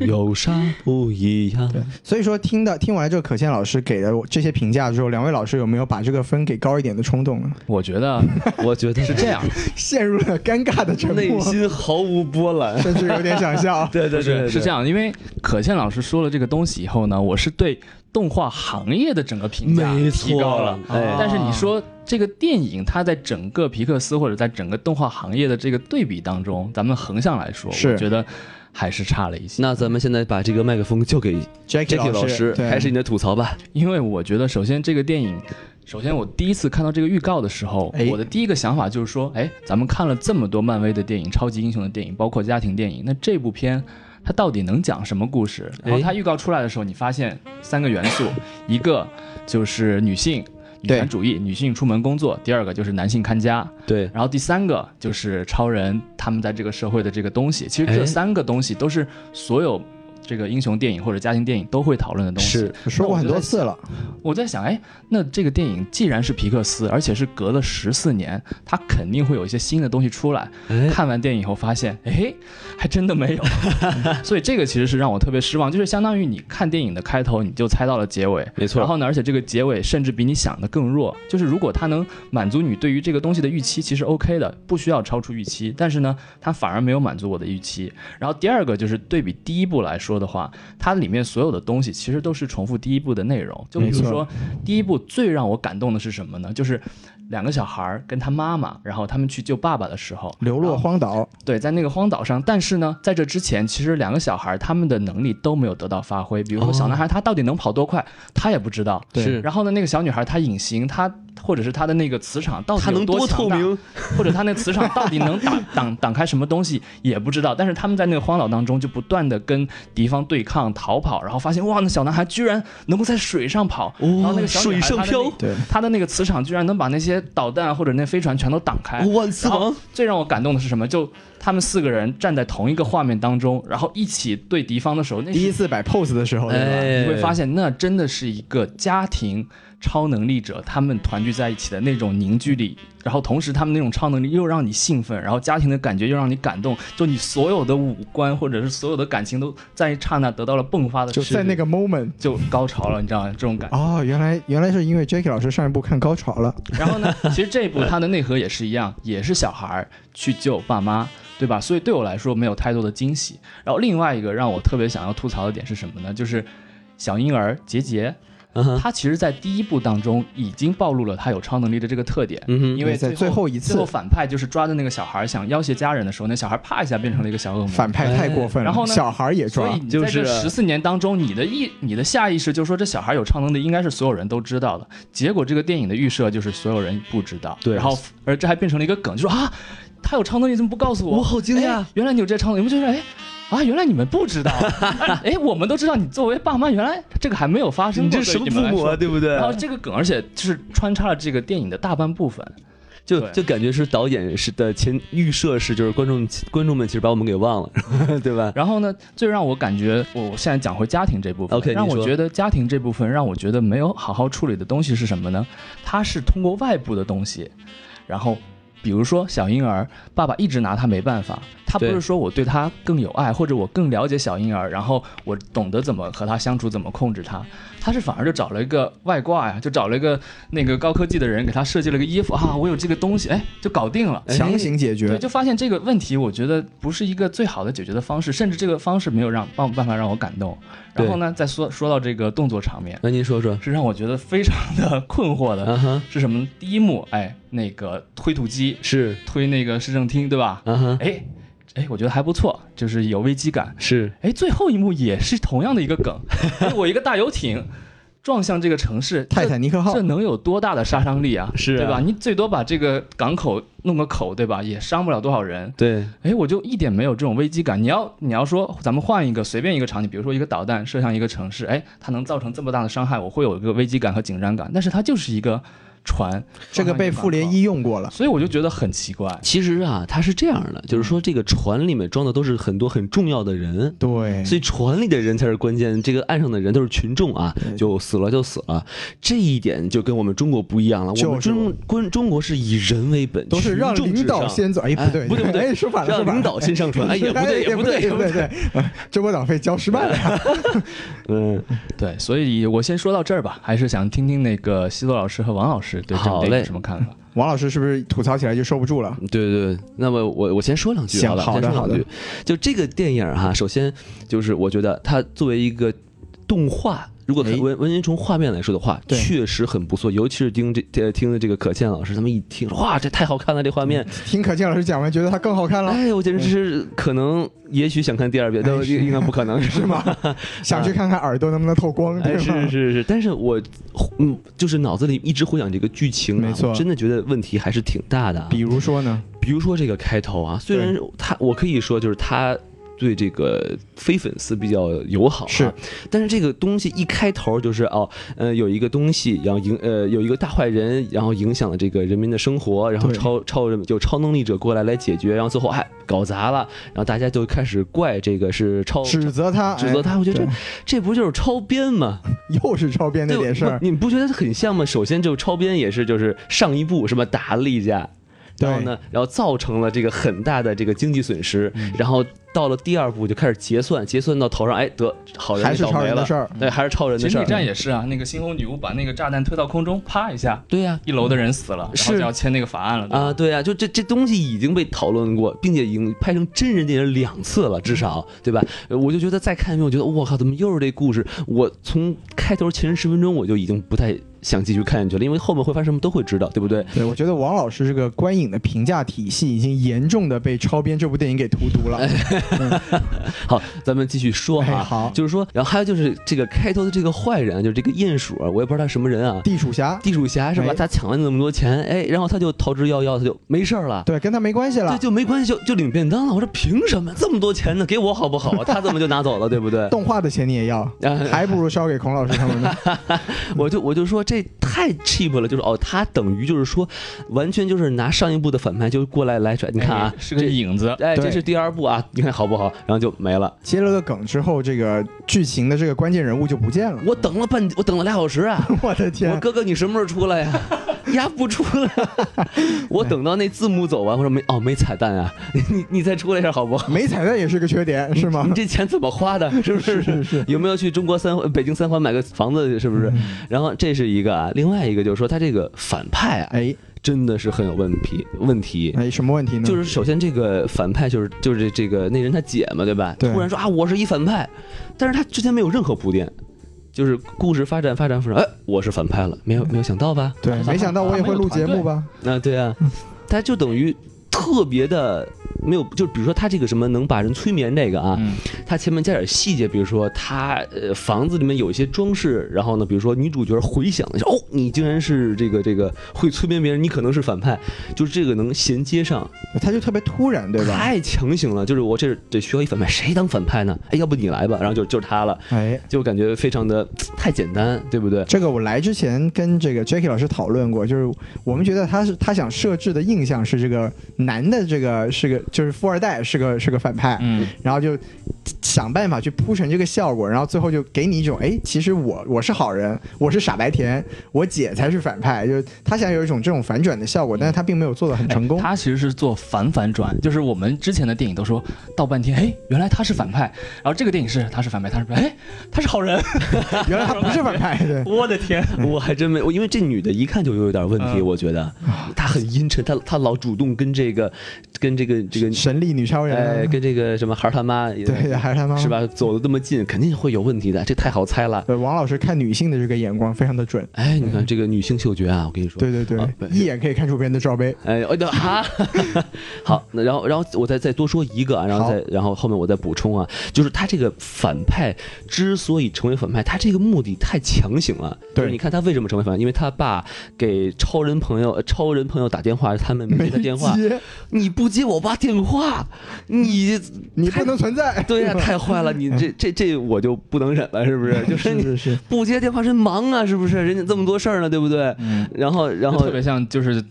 S2: 有啥不一样？
S3: 所以说，听到听完这个可倩老师给的我这些评价之后，两位老师有没有把这个分给高一点的冲动呢？
S4: 我 觉得
S2: 我觉得
S4: 是这样，
S3: 陷入了尴尬的沉
S2: 内
S3: 默，
S2: 心毫无波澜。。
S3: 甚至有点想笑
S2: 对
S4: 不
S2: 对对，
S4: 是
S2: 对
S4: 是这。样，因为可倩老师说了这个东西以后呢，我是对动画行业的整个评价
S2: 没错
S4: 提高了。
S2: 哎
S4: 啊但是你说这个电影，它在整个皮克斯或者在整个动画行业的这个对比当中，咱们横向来说，
S3: 是
S4: 我觉得还是差了一些。
S2: 那咱们现在把这个麦克风交给
S3: Jackie
S2: Jackie 老师，
S3: 对
S2: 开始你的吐槽吧。
S4: 因为我觉得，首先这个电影，首先我第一次看到这个预告的时候，
S3: 哎
S4: 我的第一个想法就是说，哎，咱们看了这么多漫威的电影、超级英雄的电影，包括家庭电影，那这部片它到底能讲什么故事？然后它预告出来的时候，你发现三个元素，一个就是女性。女
S3: 对
S4: 权主义，女性出门工作；第二个就是男性看家，
S2: 对，
S4: 然后第三个就是超人他们在这个社会的这个东西。其实
S2: 哎
S4: 这三个东西都是所有这个英雄电影或者家庭电影都会讨论的东西。
S2: 是
S3: 我说过很多次了，
S4: 我在想，哎，那这个电影既然是皮克斯，而且是隔了十四年，它肯定会有一些新的东西出来。
S2: 哎，
S4: 看完电影以后发现，哎，还真的没有。所以这个其实是让我特别失望，就是相当于你看电影的开头，你就猜到了结尾。
S2: 没
S4: 然
S2: 错，
S4: 后呢，而且这个结尾甚至比你想的更弱。就是如果它能满足你对于这个东西的预期，其实 OK 的，不需要超出预期。但是呢，它反而没有满足我的预期。然后第二个就是对比第一部来说的话，它里面所有的东西其实都是重复第一部的内容。就比如
S3: 没错
S4: 说，第一部最让我感动的是什么呢？就是两个小孩儿跟他妈妈，然后他们去救爸爸的时候，
S3: 流落荒岛，
S4: 对，在那个荒岛上，但是呢，在这之前，其实两个小孩儿他们的能力都没有得到发
S3: 哦
S4: 挥。比如说小男孩他到底能跑多快，他也不知道。
S2: 是
S4: 然后呢，那个小女孩她隐形，她或者是它的那个磁场到底
S2: 它能
S4: 有
S2: 多
S4: 强
S2: 透
S4: 大
S2: 明？
S4: 或者他那磁场到底能 挡挡挡开什么东西也不知道，但是他们在那个荒岛当中就不断的跟敌方对抗、逃跑，然后发现哇，那小男孩居然能够在水上跑，然后那
S2: 哦，
S4: 个小女
S2: 水上
S4: 孩她的那
S2: 漂，
S3: 对，
S4: 他的那个磁场居然能把那些导弹或者那飞船全都挡开。
S2: 万磁
S4: 哎然
S2: 王
S4: 后，最让我感动的是什么？就他们四个人站在同一个画面当中，然后一起对敌方的时候，那是
S3: 第一次摆 pose 的时候，对吧？
S2: 哎，
S4: 你会发现，那真的是一个家庭超能力者他们团聚在一起的那种凝聚力，然后同时他们那种超能力又让你兴奋，然后家庭的感觉又让你感动，就你所有的五官或者是所有的感情都在一刹那得到了迸发的，
S3: 就在那个 moment。
S4: 就高潮了，你知道吗？这种感觉。
S3: 哦，原来原来是因为 Jacky 老师上一部看高潮了，
S4: 然后呢， 其实这一部它的内核也是一样，也是小孩儿去救爸妈，对吧？所以对我来说没有太多的惊喜。然后另外一个让我特别想要吐槽的点是什么呢？就是小婴儿杰杰，
S2: 嗯哼，
S4: 他其实，在第一部当中已经暴露了他有超能力的这个特点，
S2: 嗯哼，
S4: 因为
S3: 在
S4: 最
S3: 最
S4: 后
S3: 后一
S4: 最后
S3: 次
S4: 反派就是抓着那个小孩想要挟家人的时候，那小孩啪一下变成了一个小恶魔。
S3: 反派太过分了，
S4: 然后呢
S3: 小孩也
S4: 所
S3: 抓
S4: 以，你在
S2: 就
S4: 这
S2: 是
S4: 十四年当中，你的意你的下意识就说这小孩有超能力，应该是所有人都知道的。结果这个电影的预设就是所有人不知道，
S2: 对
S4: 然后而这还变成了一个梗，就说啊，他有超能力怎么不告诉我？
S2: 我好惊讶
S4: 哎原来你有这超能力，你不就是哎啊，原来你们不 知道，哎，我们都知道，你作为爸妈，原来这个还没有发生
S2: 你
S4: 过，
S2: 这什么
S4: 对
S2: 父
S4: 们来
S2: 母
S4: 说
S2: 啊，对不对
S4: 然？后这个梗，而且就是穿插了这个电影的大半部分。
S2: 就
S4: 对
S2: 就感觉是导演是的前预设是，就是观众观众们其实把我们给忘 了，对吧？
S4: 然后呢，最让我感觉，我我现在讲回家庭这部分
S2: OK，你
S4: 让我
S2: 说
S4: 觉得家庭这部分让我觉得没有好好处理的东西是什么呢？它是通过外部的东西，然后比如说小婴儿，爸爸一直拿他没办法，他不
S2: 对
S4: 是说我对他更有爱，或者我更了解小婴儿，然后我懂得怎么和他相处，怎么控制他，他是反而就找了一个外挂呀，就找了一个那个高科技的人给他设计了个衣服啊，我有这个东西，哎，就搞定了。
S2: 哎
S3: 强行解
S4: 对，
S3: 决，
S4: 就发现这个问题，我觉得不是一个最好的解决的方式，甚至这个方式没有让办办法让我感动。然后呢，再说说到这个动作场面，
S2: 那您说说，
S4: 是让我觉得非常的 困惑的，
S2: 啊哈，
S4: 是什么呢？第一幕，哎，那个推土机
S2: 是，
S4: 推那个市政厅，对吧？
S2: 啊哈，
S4: 哎哎，我觉得还不错，就是有危机感。
S2: 是，
S4: 哎，最后一幕也是同样的一个梗， 哎、我一个大游艇撞向这个城市，
S3: 泰
S4: 这
S3: 坦尼克号
S4: 这能有多大的杀伤力啊？
S2: 是啊
S4: 对吧？你最多把这个港口弄个口，对吧？也伤不了多少人。
S2: 对，
S4: 哎，我就一点没有这种危机感。你要你要说咱们换一个随便一个场景，比如说一个导弹射向一个城市，哎，它能造成这么大的伤害，我会有一个危机感和紧张感。但是它就是一个船，
S3: 这个被复联一，用过了，
S4: 所以我就觉得很奇怪。
S2: 其实啊，它是这样的，就是说这个船里面装的都是很多很重要的人。
S3: 对，
S2: 所以船里的人才是关键，这个岸上的人都是群众啊，就死了就死了，这一点就跟我们中国不一样了。我们
S3: 就是
S2: 中关中国是以人为本，
S3: 都是让
S2: 群众
S3: 领
S2: 至
S3: 导
S2: 上
S3: 先走，哎，
S2: 哎
S3: 不对，
S2: 不对不对
S3: 哎，说反了，
S2: 让
S3: 说反了
S2: 领导先上船，哎，也不对，
S3: 也
S2: 不对，也
S3: 不对，对，哎这波党费交失败了呀，
S2: 嗯，
S4: 对，所以我先说到这儿吧，还是想听听那个西多老师和王老师对这
S2: 好
S4: 个电影
S2: 嘞
S4: 有什么看法。
S3: 王老师是不是吐槽起来就收不住了？
S2: 对对，对那么我我先说两句
S3: 行
S2: 好了，
S3: 好的
S2: 先说
S3: 好的
S2: 两句。就这个电影哈，首先就是我觉得它作为一个动画，如果
S3: 哎
S2: 看文文言从画面来说的话，
S3: 对
S2: 确实很不错。尤其是听这这听的这个可倩老师他们一听，哇，这太好看了，这画面，
S3: 听可倩老师讲完，觉得他更好看了，
S2: 哎，我简直是可能也许想看第二遍，但
S3: 嗯哎
S2: 我
S3: 是
S2: 应该不可能，是
S3: 是 吗？想去看看耳朵能不能透光，对
S2: 哎，
S3: 吧？
S2: 是是是是，但是我嗯，就是脑子里一直回想这个剧情、啊，
S3: 没错
S2: 我真的觉得问题还是挺大的、啊。
S3: 比如说呢？
S2: 比如说这个开头啊，虽然他我可以说就是他对这个非粉丝比较友好、啊，
S3: 是，
S2: 但是这个东西一开头就是哦，呃，有一个东西，然后影呃有一个大坏人，然后影响了这个人民的生活，然后
S3: 对
S2: 超超人有超能力者过来来解决，然后最后哎搞砸了，然后大家就开始怪这个是超
S3: 指责他，
S2: 指责他，我觉得
S3: 对
S2: 这这不就是超编吗？
S3: 哎又是超编那
S2: 对
S3: 点事儿，
S2: 不你不觉得很像吗？首先就超编也是，就是上一步什么打了一架，
S3: 对
S2: 然后呢，然后造成了这个很大的这个经济损失，
S3: 嗯
S2: 然后到了第二步就开始结算，结算到头上，哎，得好人
S3: 还
S2: 给
S3: 是
S2: 倒
S3: 超
S2: 霉
S3: 人
S2: 了嗯
S3: 的事，儿。
S2: 对，还是超人
S4: 其
S2: 的
S4: 实
S2: 事
S4: 内
S2: 儿，
S4: 战也是啊，那个猩红女巫把那个炸弹推到空中，啪一下，
S2: 对呀、
S4: 一楼的人死了，然
S2: 是
S4: 后就要签那个法案了。对吧
S2: 啊，对呀、就这这东西已经被讨论过，并且已经拍成真人电影两次了，至少
S3: 嗯
S2: 对吧？呃我就觉得再看一遍，我觉得我靠，怎么又是这故事？我从开头前十分钟我就已经不太想继续看下去了，因为后面会发生什么都会知道，对不对？
S3: 对，我觉
S2: 哎
S3: 得王老师这个观影的评价体系已经严重的被《超编》这部电影给荼毒了。
S2: 好，咱们继续说
S3: 哎
S2: 啊。
S3: 好
S2: 就是说，然后还有就是这个开头的这个坏人啊，就是这个鼹鼠啊，我也不知道他什么人啊，
S3: 地鼠侠，
S2: 地鼠侠是吧？
S3: 哎
S2: 他抢了那么多钱，哎，然后他就逃之夭夭，他就没事儿了。
S3: 对，跟他没关系
S2: 这
S3: 了。
S2: 就没关系，就就领便当了。我说凭什么这么多钱呢？给我好不好啊？他怎么就拿走了，对不对？啊
S3: 动画的钱你也要，还不如烧给孔老师他们呢。
S2: 我就我就说这太 cheap 了，就是哦，他等于就是说，完全就是拿上一部的反派就过来来甩，你看啊，
S4: 是个影子。
S2: 哎，
S3: 对
S2: 这是第二部啊，你看好不 好？然后就没了。
S3: 接了个梗之后，这个剧情的这个关键人物就不见了。
S2: 我等了半，我等了俩小时啊！
S3: 我的
S2: 我
S3: 天！
S2: 哥哥，你什么时候出来 呀、呀，不出来。 我等到那字幕走完，我说没哦，没彩蛋啊！ 你你再出来一下好不好？
S3: 没彩蛋也是个缺点，是吗
S2: 你？这钱怎么花的？是不是？
S3: 是是
S2: 有没有去中国三环、北京三环买个房子？是不
S3: 嗯
S2: 是？然后这是一个啊，另外一个就是说他这个反派啊，
S3: 哎
S2: 真的是很有问题问题。
S3: 哎，什么问题呢？
S2: 就是首先这个反派就是就是这这个那人他姐嘛，对吧？
S3: 对
S2: 突然说啊，我是一反派，但是他之前没有任何铺垫，就是故事发展发展发展，哎，我是反派了，没有没有想到吧？
S3: 对，没想到我也会录节目吧？
S2: 啊，对啊，他就等于特别的没有，就比如说他这个什么能把人催眠这个啊，
S4: 嗯，
S2: 他前面加点细节，比如说他呃房子里面有一些装饰，然后呢，比如说女主角回想一下，哦，你竟然是这个这个会催眠别人，你可能是反派，就是这个能衔接上，
S3: 他就特别突然，对吧？
S2: 太哎强行了，就是我这得需要一反派，谁当反派呢？哎，要不你来吧，然后就就是他了，
S3: 哎，
S2: 就感觉非常的太简单，对不对？
S3: 这个我来之前跟这个 Jackie 老师讨论过，就是我们觉得他是他想设置的印象是这个男的这个是个就是富二代是个是个反派，
S4: 嗯，
S3: 然后就想办法去铺成这个效果，然后最后就给你一种哎，其实我我是好人，我是傻白甜，我姐才是反派，就是他想有一种这种反转的效果，但是他并没有做的很成功。
S4: 哎他其实是做反反转，就是我们之前的电影都说到半天，哎，原来他是反派，然后这个电影是他是反派，他是反派，哎，他是好人，
S3: 原来他不是反派， 对，
S4: 我的天，
S2: 我还真没，我因为这女的一看就有点问题，
S4: 嗯
S2: 我觉得她很阴沉，她她老主动跟这个跟这个这个
S3: 神力女超人，啊
S2: 哎跟这个什么孩儿他妈也
S3: 对，还是他妈妈
S2: 是？吧？走的这么近，肯定会有问题的，这太好猜了。
S3: 对，王老师看女性的这个眼光非常的准，
S2: 哎，你看这个女性嗅觉啊，我跟你说，
S3: 嗯对对对，
S2: 啊不
S3: 一眼可以看出别人的罩杯。
S2: 哎，我的啊， 好，那然后然后我再再多说一个啊，然后
S3: 好
S2: 再然后后面我再补充啊，就是他这个反派之所以成为反派，他这个目的太强行了。
S3: 对
S2: 就是你看他为什么成为反派？因为他爸给超人朋友呃超人朋友打电话，他们没接他电话，
S3: 嗯接
S2: 你不接我爸电话，你
S3: 你不能存在。
S2: 对呀、太坏了，你这这这我就不能忍了，是不是？就是
S3: 是
S2: 你
S3: 是是，
S2: 不接电话真忙啊，是不是？人家这么多事儿呢，对不对？
S4: 嗯。
S2: 然后然
S4: 就
S2: 后
S4: 特别像就是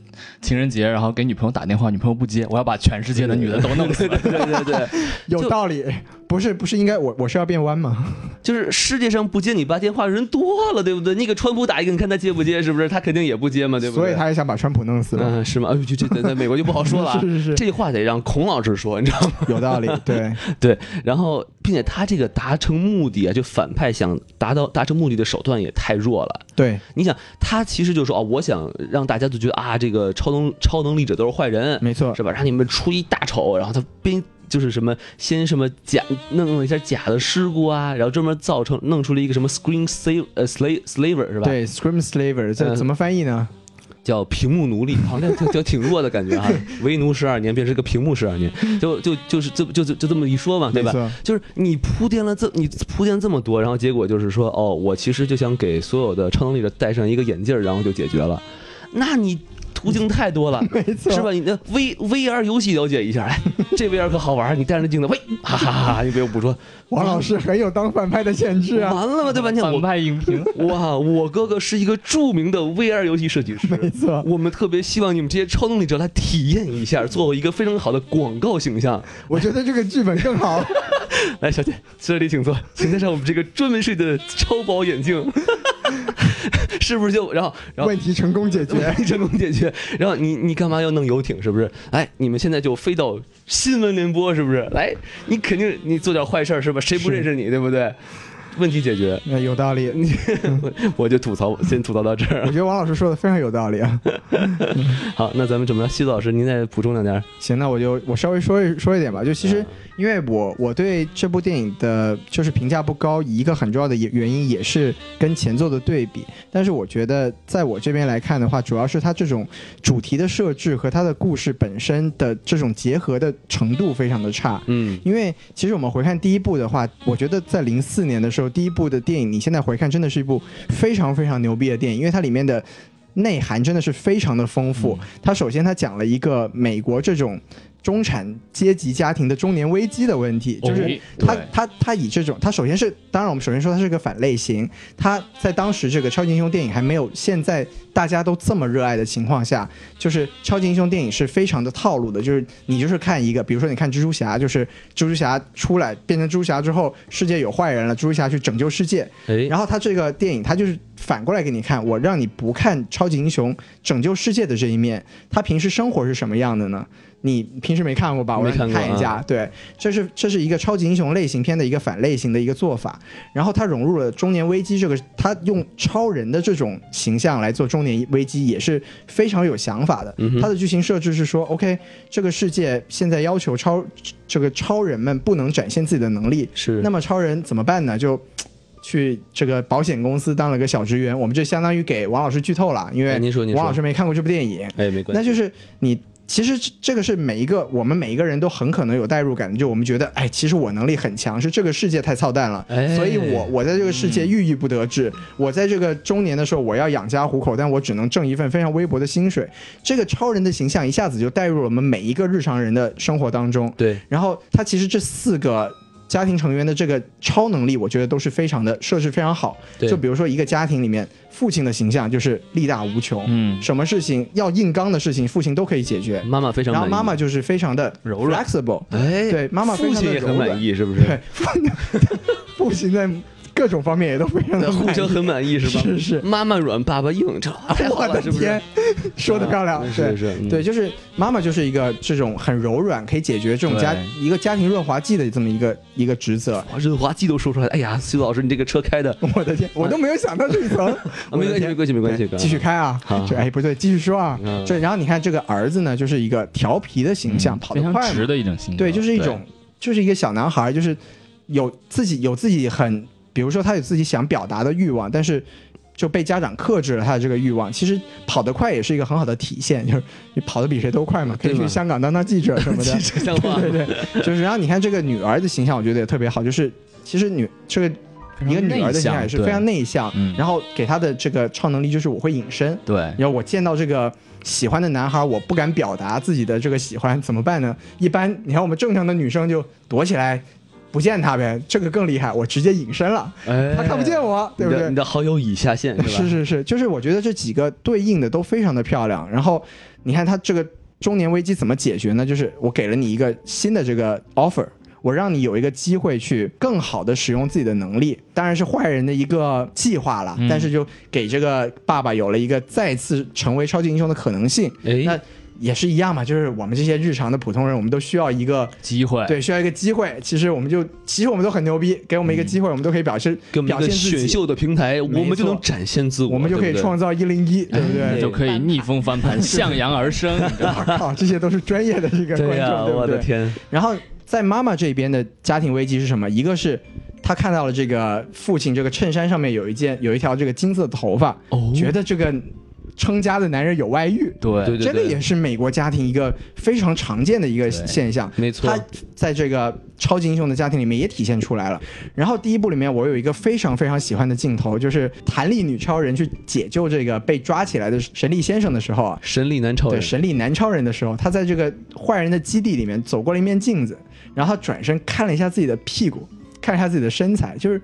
S4: 情人节，然后给女朋友打电话，女朋友不接，我要把全世界的女的都弄死。
S2: 对对对，
S3: 有
S2: 就
S3: 道理。不是不是，应该我我是要变弯吗？
S2: 就是世界上不接你爸电话的人多了，对不对？你给川普打一个，你看他接不接？是不是？他肯定也不接嘛，对不对？
S3: 所以他也想把川普弄死了。，
S2: 嗯，是吗？哎呦，就这在在美国就不好说了、啊
S3: 是是是，
S2: 这话得让孔老师说，你知道吗？
S3: 有道理。 对，
S2: 然后，并且他这个达成目的啊，就反派想达到达成目的的手段也太弱了。
S3: 对，
S2: 你想，他其实就说啊、我想让大家都觉得啊，这个超能超能力者都是坏人，
S3: 没错。
S2: 是吧？让你们出一大丑，然后他编就是什么先什么假弄了一下假的事故啊，然后专门造成弄出了一个什么 screen slave 呃 slave slaver 是吧？，
S3: 对，scream slaver 这
S2: 嗯
S3: 怎么翻译呢？
S2: 叫屏幕奴隶，好像就就挺弱的感 觉啊。为奴十二年变成个屏幕十二年，就就就是这就就就这么一说嘛，对吧？
S3: 没错，，
S2: 就是你铺垫了这你铺垫这么多，然后结果就是说，哦，我其实就想给所有的超能力者戴上一个眼镜儿，然后就解决了。那你途径太多了
S3: 没错，
S2: 是？ 吧？你那 V VR 游戏了解一下，来，这 VR 可好玩儿，你戴上镜头，喂，哈哈哈哈！你别我不说，
S3: 王老师很有当反派的潜 质啊。
S2: 完了嘛，对吧？你看
S4: 反
S2: 我
S4: 派影评，
S2: 哇，我哥哥是一个著名的 VR 游戏设计
S3: 没
S2: 师。
S3: 错，
S2: 我们特别希望你们这些超能力者来体验一下，做一个非常好的广告形象。
S3: 我觉得这个剧本更好。
S2: 来，小姐，这里请坐，请戴上我们这个专门设计的超薄眼镜， 是不是就然后然后
S3: 问题成功 解决。
S2: 成功解决？然后你你干嘛要弄游艇？是不是？哎，你们现在就飞到新闻联播，是不是？来，你肯定你做点坏事儿是吧？谁不
S3: 是
S2: 认识你，对不对？问题解 决，
S3: 呃有道理，
S2: 我就吐槽，先吐槽到这
S3: 我
S2: 儿。
S3: 觉得王老师说的非常有道理啊。
S2: 好，那咱们怎么着？西子老师，您再补充两点儿。
S3: 行，那我就我稍微说一说一点吧。就其实因为我我对这部电影的就是评价不高，一个很重要的也原因也是跟前作的对比。但是我觉得，在我这边来看的话，主要是它这种主题的设置和它的故事本身的这种结合的程度非常的差。
S2: 嗯
S3: 因为其实我们回看第一部的话，我觉得在零四年的时候，第一部的电影，你现在回看真的是一部非常非常牛逼的电影，因为它里面的内涵真的是非常的丰富。它首先它讲了一个美国这种中产阶级家庭的中年危机的问题，就是
S4: 对
S3: 他他他以这种，他首先是，当然我们首先说他是个反类型，他在当时这个超级英雄电影还没有现在大家都这么热爱的情况下，就是超级英雄电影是非常的套路的，就是你就是看一个，比如说你看蜘蛛侠，就是蜘蛛侠出来变成蜘蛛侠之后，世界有坏人了，蜘蛛侠去拯救世界，
S2: 哎，
S3: 然后他这个电影，他就是反过来给你看，我让你不看超级英雄拯救世界的这一面，他平时生活是什么样的呢？你平时没看过吧？我
S2: 没
S3: 让你
S2: 看过啊
S3: 看一下。对，这是这是一个超级英雄类型片的一个反类型的一个做法。然后他融入了中年危机这个，他用超人的这种形象来做中年危机，也是非常有想法的。
S2: 嗯
S3: 他的剧情设置是说，OK，这个世界现在要求超这个超人们不能展现自己的能力，
S2: 是
S3: 那么超人怎么办呢？就去这个保险公司当了个小职员。我们这相当于给王老师剧透了，因
S2: 哎
S3: 为
S2: 您说您说
S3: 王老师没看过这部电影。
S2: 哎没关
S3: 那
S2: 系，
S3: 就是你，其实这这个是每一个我们每一个人都很可能有代入感的，就我们觉得，哎，其实我能力很强，是这个世界太操蛋了，
S2: 哎
S3: 所以我我在这个世界郁郁不得志。我在这个中年的时候，我要养家糊口，但我只能挣一份非常微薄的薪水。这个超人的形象一下子就带入了我们每一个日常人的生活当中。
S2: 对，
S3: 然后他其实这四个家庭成员的这个超能力，我觉得都是非常的设置非常好。
S2: 对
S3: 就比如说一个家庭里面，父亲的形象就是力大无穷，
S4: 嗯
S3: 什么事情要硬刚的事情，父亲都可以解决。
S2: 妈妈非常
S3: 然后
S2: 满意，
S3: 妈妈就是非常的
S4: 柔软
S3: flexible，
S2: 哎，
S3: 对妈妈非
S2: 父
S3: 常地
S2: 亲也很
S3: 柔软
S2: 满意，是不
S3: 对
S2: 是？
S3: 父 父亲在各种方面也都非常的
S2: 互相很满意是吧？
S3: 是是
S2: 妈妈软，爸爸硬，这太好
S3: 我
S2: 了，
S3: 的
S2: 是不是
S3: 天？，说的漂亮，
S2: 啊
S3: 对
S2: 是是，嗯
S3: 对，就是妈妈就是一个这种很柔软，可以解决这种家
S4: 对
S3: 一个家庭润滑剂的这么一个一个职责。
S2: 哇，润滑剂都说出来了，哎呀，徐老师，你这个车开的，
S3: 我 的天，我都没有想到这一层。
S2: 啊没关系，没关系，没关系，
S3: 对继续开啊
S2: 好！
S3: 这哎不对，继续说啊
S2: 嗯！
S3: 这然后你看这个儿子呢，就是一个调皮的形象，跑
S4: 嗯非
S3: 得
S4: 常
S3: 快嘛
S4: 直的一种性格，
S3: 对，就是一种，就是一个小男孩，就是有自己有自己很，比如说他有自己想表达的欲望，但是就被家长克制了他的这个欲望。其实跑得快也是一个很好的体现，就是你跑得比谁都快嘛，可以
S2: 对嘛
S3: 去香港当当记者什么的。
S2: 像话，
S3: 对对对， 就是然后你看这个女儿的形象，我觉得也特别好，就是其实女这个
S4: 非常
S3: 一个女儿的形
S4: 内向
S3: 象也是
S4: 对
S3: 非常内向，
S4: 嗯
S3: 然后给她的这个超能力就是我会隐身，
S4: 对，
S3: 然后我见到这个喜欢的男孩，我不敢表达自己的这个喜欢，怎么办呢？一般你看我们正常的女生就躲起来。不见他呗，这个更厉害，我直接隐身了，
S2: 哎，
S3: 他看不见我，对
S2: 你
S3: 不
S2: 的
S3: 对
S2: 你？的好友已下 线是吧？
S3: 是是是，就是我觉得这几个对应的都非常的漂亮。然后你看他这个中年危机怎么解决呢？就是我给了你一个新的这个 offer，我让你有一个机会去更好的使用自己的能力，当然是坏人的一个计划
S2: 嗯
S3: 了，但是就给这个爸爸有了一个再次成为超级英雄的可能性。
S2: 哎
S3: 那也是一样嘛，就是我们这些日常的普通人，我们都需要一个
S4: 机会，
S3: 对，需要一个机会。其实我们就，其实我们都很牛逼，给我们一个机会，我们都可以表示
S2: 嗯给我们
S3: 表
S2: 一个
S3: 现自
S2: 选
S3: 己。
S2: 秀的平台，我
S3: 没
S2: 们就能
S3: 错
S2: 展现自
S3: 我们就可
S2: 对
S3: 以
S2: 不对
S3: 创造一 零一，对不
S2: 哎
S3: 对？
S4: 就可以逆风翻盘，向阳而生，你知道吗？
S3: 啊，这些都是专业的 这个观众，
S2: 对
S3: 对,、
S2: 呀，
S3: 不
S2: 我的
S3: 对？
S2: 天，
S3: 然后在妈妈这边的家庭危机是什么？一个是她看到了这个父亲这个衬衫上面有一件有一条这个金色的头发，
S2: 哦
S3: 觉得这个称家的男人有外遇。
S4: 对
S2: 对对
S3: 这个也是美国家庭一个非常常见的一个现象，
S2: 没错
S3: 他在这个超级英雄的家庭里面也体现出来了。然后第一部里面，我有一个非常非常喜欢的镜头，就是弹力女超人去解救这个被抓起来的神力先生的时候啊，
S2: 神力男超
S3: 对
S2: 人，
S3: 神力男超人的时候，他在这个坏人的基地里面走过了一面镜子，然后他转身看了一下自己的屁股，看了一下自己的身材，就是。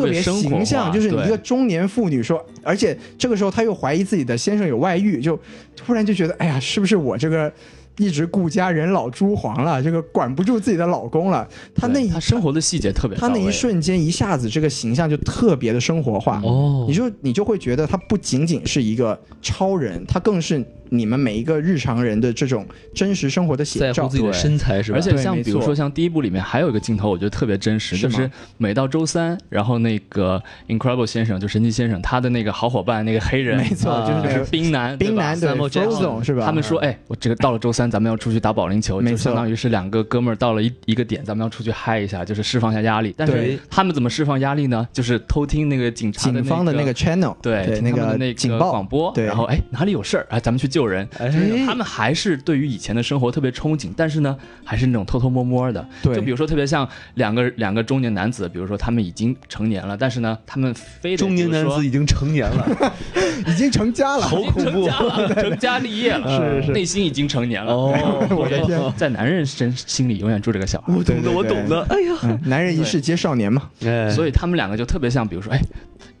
S3: 特
S4: 别
S3: 别
S4: 生活化
S3: 形象，就是你
S4: 对
S3: 一个中年妇女说，而且这个时候她又怀疑自己的先生有外遇，就突然就觉得，哎呀，是不是我这个一直顾家人老珠黄了，这个管不住自己的老公了？她那一
S4: 他生活的细节特别，
S3: 她那一，瞬间一下子这个形象就特别的生活化，
S2: 哦
S3: 你就你就会觉得他不仅仅是一个超人，他更是你们每一个日常人的这种真实生活的写
S2: 在乎
S3: 照
S2: 自。己的
S4: 对
S2: 身材是吧？
S4: 而且
S3: 对
S4: 像
S3: 没
S4: 比如
S3: 错
S4: 说像第一部里面还有一个镜头，我觉得特别真实，
S3: 是
S4: 就
S3: 吗
S4: 是每到周三，然后那个 Incredible 先生就神奇先生，他的那个好伙伴那个黑人，
S3: 没错，就是
S4: 就
S3: 那
S4: 啊是
S3: 个
S4: 冰男，对
S3: 冰
S4: 吧
S3: 男对
S2: Samuel Jackson
S4: 哦
S3: Frozen 是吧？
S4: 他们说，哎，我这个到了周三天咱们要出去打保龄球，
S3: 没
S4: 就
S3: 错
S4: 相当于是两个哥们儿到了一一个点，咱们要出去嗨一下，就是释放一下压力。但
S2: 对
S4: 是他们怎么释放压力呢？就是偷听那个警察
S3: 警方的那个 channel，
S4: 对
S3: 对，
S4: 听
S3: 那
S4: 他们的
S3: 个
S4: 那
S3: 警
S4: 个
S3: 报
S4: 广播，
S3: 对
S4: 然后哎哪里有事儿，哎咱们去救人。就是他们还是对于以前的生活特别憧憬，但是呢，还是那种偷偷摸摸的。
S3: 对
S4: 就比如说特别像两个两个中年男子，比如说他们已经成年了，但是呢，他们非得
S2: 中年男子已经成年了，
S3: 已经成家了，
S2: 好恐
S4: 成
S2: 怖啊
S4: 家了，成家立业了，
S2: 是是
S4: 内心已经成年了。
S2: 哦！
S4: 我的天，在男人身心里永远住着个小孩。
S2: 我懂
S3: 对对
S2: 的，我懂的。哎呀，
S3: 嗯男人一世皆少年嘛，
S2: 哎
S4: 所以他们两个就特别像，比如说，哎，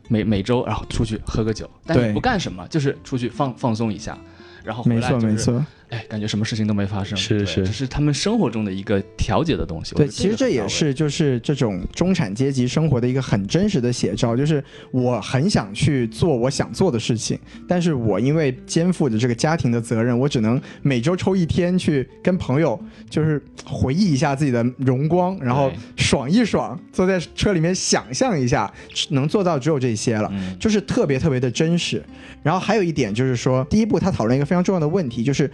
S4: 每每周然后出去喝个酒，但
S3: 对
S4: 是不干什么，就是出去放放松一下，然后回
S3: 没
S4: 来、就
S3: 错
S4: 是、
S3: 没，错。
S4: 哎，感觉什么事情都没发生，
S2: 是
S4: 对
S2: 是
S4: 这是他们生活中的一个调节的东西。我
S3: 对，
S4: 觉得
S3: 其实
S4: 个
S3: 这
S4: 很
S3: 也
S4: 到位
S3: 是就是这种中产阶级生活的一个很真实的写照，就是我很想去做我想做的事情，但是我因为肩负着这个家庭的责任，我只能每周抽一天去跟朋友就是回忆一下自己的荣光，然后
S4: 对
S3: 爽一爽，坐在车里面想象一下，能做到只有这些了。
S4: 嗯
S3: 就是特别特别的真实。然后还有一点就是说，第一部他讨论一个非常重要的问题，就是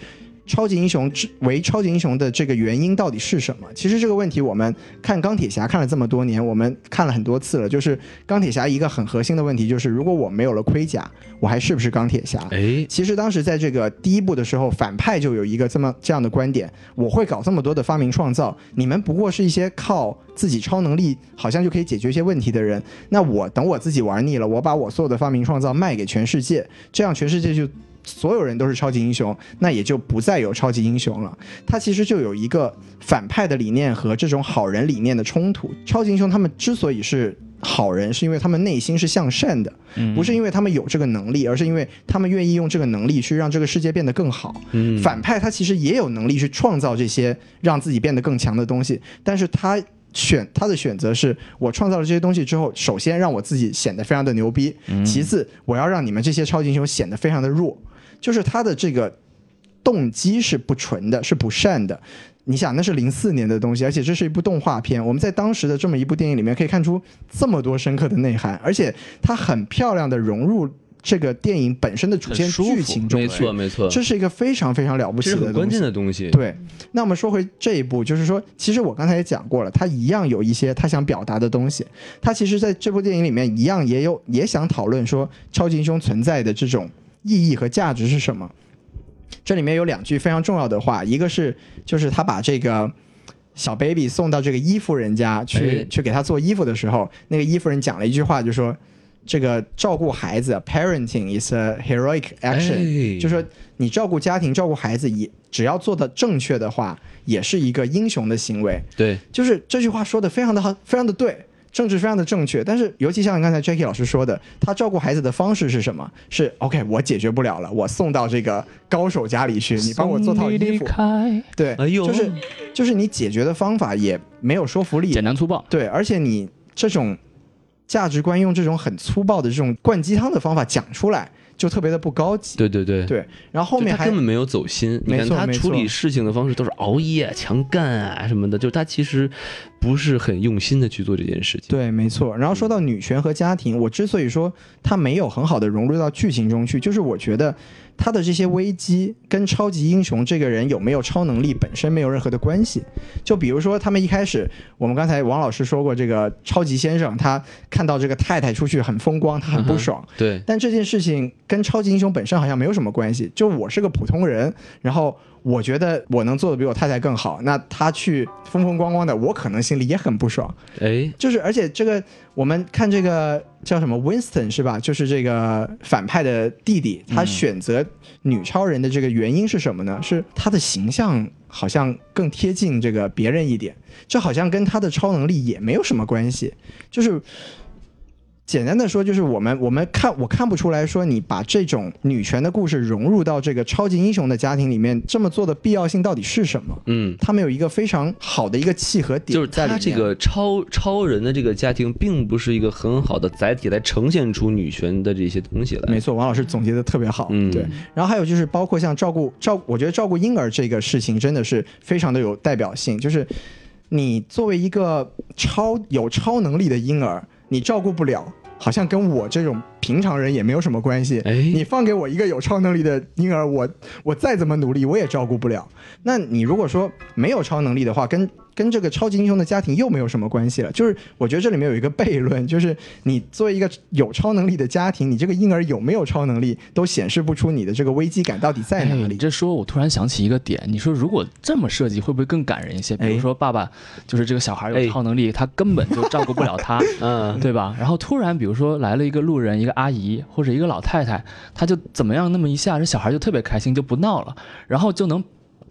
S3: 超级英雄之为超级英雄的这个原因到底是什么？其实这个问题我们看钢铁侠看了这么多年，我们看了很多次了。就是钢铁侠一个很核心的问题就是，如果我没有了盔甲，我还是不是钢铁侠？
S2: 哎，
S3: 其实当时在这个第一部的时候，反派就有一个这么这样的观点：我会搞这么多的发明创造，你们不过是一些靠自己超能力好像就可以解决一些问题的人。那我等我自己玩腻了，我把我所有的发明创造卖给全世界，这样全世界就。所有人都是超级英雄，那也就不再有超级英雄了。他其实就有一个反派的理念和这种好人理念的冲突。超级英雄他们之所以是好人，是因为他们内心是向善的，不是因为他们有这个能力，而是因为他们愿意用这个能力去让这个世界变得更好。
S2: 嗯
S3: 反派他其实也有能力去创造这些让自己变得更强的东西，但是他选他的选择是我创造了这些东西之后，首先让我自己显得非常的牛逼，
S4: 嗯
S3: 其次我要让你们这些超级英雄显得非常的弱，就是他的这个动机是不纯的，是不善的。你想，那是零四年的东西，而且这是一部动画片。我们在当时的这么一部电影里面，可以看出这么多深刻的内涵，而且它很漂亮的融入这个电影本身的主线
S4: 很舒服
S3: 剧情中
S2: 没
S3: 去。
S2: 错没错，
S3: 这是一个非常非常了不
S2: 这
S3: 起
S2: 是
S3: 的
S2: 嗯很关键
S3: 的。
S2: 的东西。
S3: 对，那我们说回这一步，就是说，其实我刚才也讲过了，他一样有一些他想表达的东西。他其实在这部电影里面一样也有也想讨论说超级英雄存在的这种意义和价值是什么。这里面有两句非常重要的话，一个是就是他把这个小 baby 送到这个衣服人家去、
S2: 哎
S3: 去给他做衣服的时候，那个衣服人讲了一句话，就说这个照顾孩子 parenting is a heroic action，、
S2: 哎
S3: 就说你照顾家庭、照顾孩子也只要做的正确的话，也是一个英雄的行为。
S2: 对，
S3: 就是这句话说的非常的好，非常的对，政治非常的正确。但是，尤其像刚才 Jackie 老师说的，他照顾孩子的方式是什么？是 OK，我解决不了了，我送到这个高手家里去，你帮我做套衣服。对，
S2: 哎呦
S3: 就是就是你解决的方法也没有说服力，
S4: 简单粗暴。
S3: 对，而且你这种价值观用这种很粗暴的这种灌鸡汤的方法讲出来，就特别的不高级。
S2: 对对对。
S3: 对，然后后面
S2: 就他
S3: 还
S2: 根本没有走心，你
S3: 没
S2: 看
S3: 错
S2: 他
S3: 没
S2: 处理
S3: 错
S2: 事情的方式都是熬夜、强干啊什么的，就是他其实不是很用心的去做这件事情。
S3: 对，没错。然后
S2: 嗯
S3: 说到女权和家庭，我之所以说它没有很好的融入到剧情中去，就是我觉得他的这些危机跟超级英雄这个人有没有超能力本身没有任何的关系。就比如说他们一开始，我们刚才王老师说过，这个超级先生他看到这个太太出去很风光，他很
S2: 嗯
S3: 不爽。
S2: 啊对
S3: 但这件事情跟超级英雄本身好像没有什么关系。就我是个普通人，然后我觉得我能做的比我太太更好，那他去风风光光的，我可能心里也很不爽。
S2: 哎，
S3: 就是而且这个我们看这个叫什么 Winston 是吧？就是这个反派的弟弟，他选择女超人的这个原因是什么呢？是他的形象好像更贴近这个别人一点，这好像跟他的超能力也没有什么关系，就是。简单的说，就是我们我们看我看不出来说你把这种女权的故事融入到这个超级英雄的家庭里面，这么做的必要性到底是什么？
S2: 嗯，
S3: 他们有一个非常好的一个契合点，
S2: 就是
S3: 在里
S2: 他
S3: 面
S2: 这个超超人的这个家庭，并不是一个很好的载体来呈现出女权的这些东西来。
S3: 没错，王老师总结的特别好。
S2: 嗯
S3: 对。然后还有就是，包括像照顾照，我觉得照顾婴儿这个事情真的是非常的有代表性。就是你作为一个超有超能力的婴儿，你照顾不了，好像跟我这种平常人也没有什么关系。
S2: 哎
S3: 你放给我一个有超能力的婴儿，我我再怎么努力，我也照顾不了。那你如果说没有超能力的话，跟跟这个超级英雄的家庭又没有什么关系了。就是我觉得这里面有一个悖论，就是你作为一个有超能力的家庭，你这个婴儿有没有超能力，都显示不出你的这个危机感到底在哪
S4: 哎
S3: 里。
S4: 你这说，我突然想起一个点，你说如果这么设计，会不会更感人一些？比
S2: 哎
S4: 如说，爸爸就是这个小孩
S2: 哎
S4: 有超能力，他根本就照顾不了他，
S2: 嗯，
S4: 对吧？然后突然，比如说来了一个路人，一个阿姨或者一个老太太，她就怎么样那么一下，这小孩就特别开心，就不闹了，然后就能。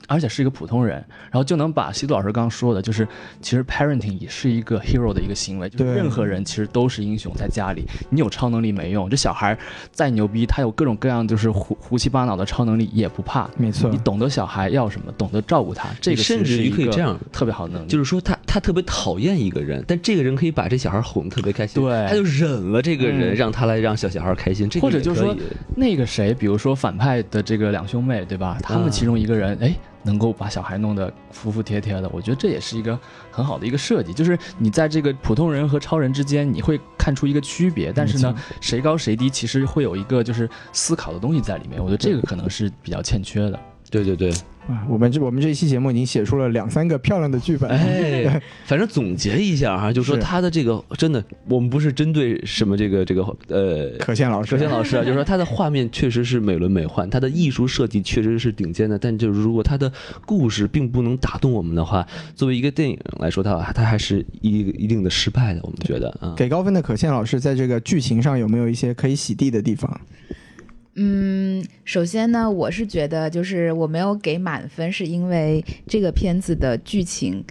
S4: 而且是一个普通人，然后就能把西渡老师刚刚说的，就是其实 parenting 也是一个 hero 的一个行为，就是
S3: 对
S4: 任何人其实都是英雄，在家里你有超能力没用，这小孩再牛逼，他有各种各样就是胡胡七八脑的超能力也不怕，
S3: 没错
S4: 你懂得小孩要什么，懂得照顾他，这个
S2: 甚至于
S4: 于
S2: 可以这样
S4: 特别好的能力，
S2: 就是说他他特别讨厌一个人，但这个人可以把这小孩哄得特别开心，
S4: 对
S2: 他就忍了这个人，
S4: 嗯
S2: 让他来让小小孩开心，这个
S4: 或者
S2: 也
S4: 就是
S2: 可
S4: 说
S2: 以的
S4: 那个谁，比如说反派的这个两兄妹，对吧？他们其中一个人，哎、能够把小孩弄得服服帖帖的，我觉得这也是一个很好的一个设计。就是你在这个普通人和超人之间，你会看出一个区别，但是呢，谁高谁低，其实会有一个就是思考的东西在里面。我觉得这个可能是比较欠缺的。
S2: 对对对，
S3: 啊，我们这我们这一期节目已经写出了两三 个漂亮的剧本。
S2: 哎，反正总结一下哈，就说
S3: 是
S2: 他的这个真的，我们不是针对什么这个这个呃。
S3: 可羡老师，
S2: 首先，老师啊，就是说他的画面确实是美轮美奂，他的艺术设计确实是顶尖的，但就是如果他的故事并不能打动我们的话，作为一个电影来说，它它还是一一定的失败的，我们觉得啊。
S3: 给高分的可羡老师在这个剧情上有没有一些可以洗地的地方？
S1: 嗯，首先呢，我是觉得就是我没有给满分，是因为这个片子的剧情。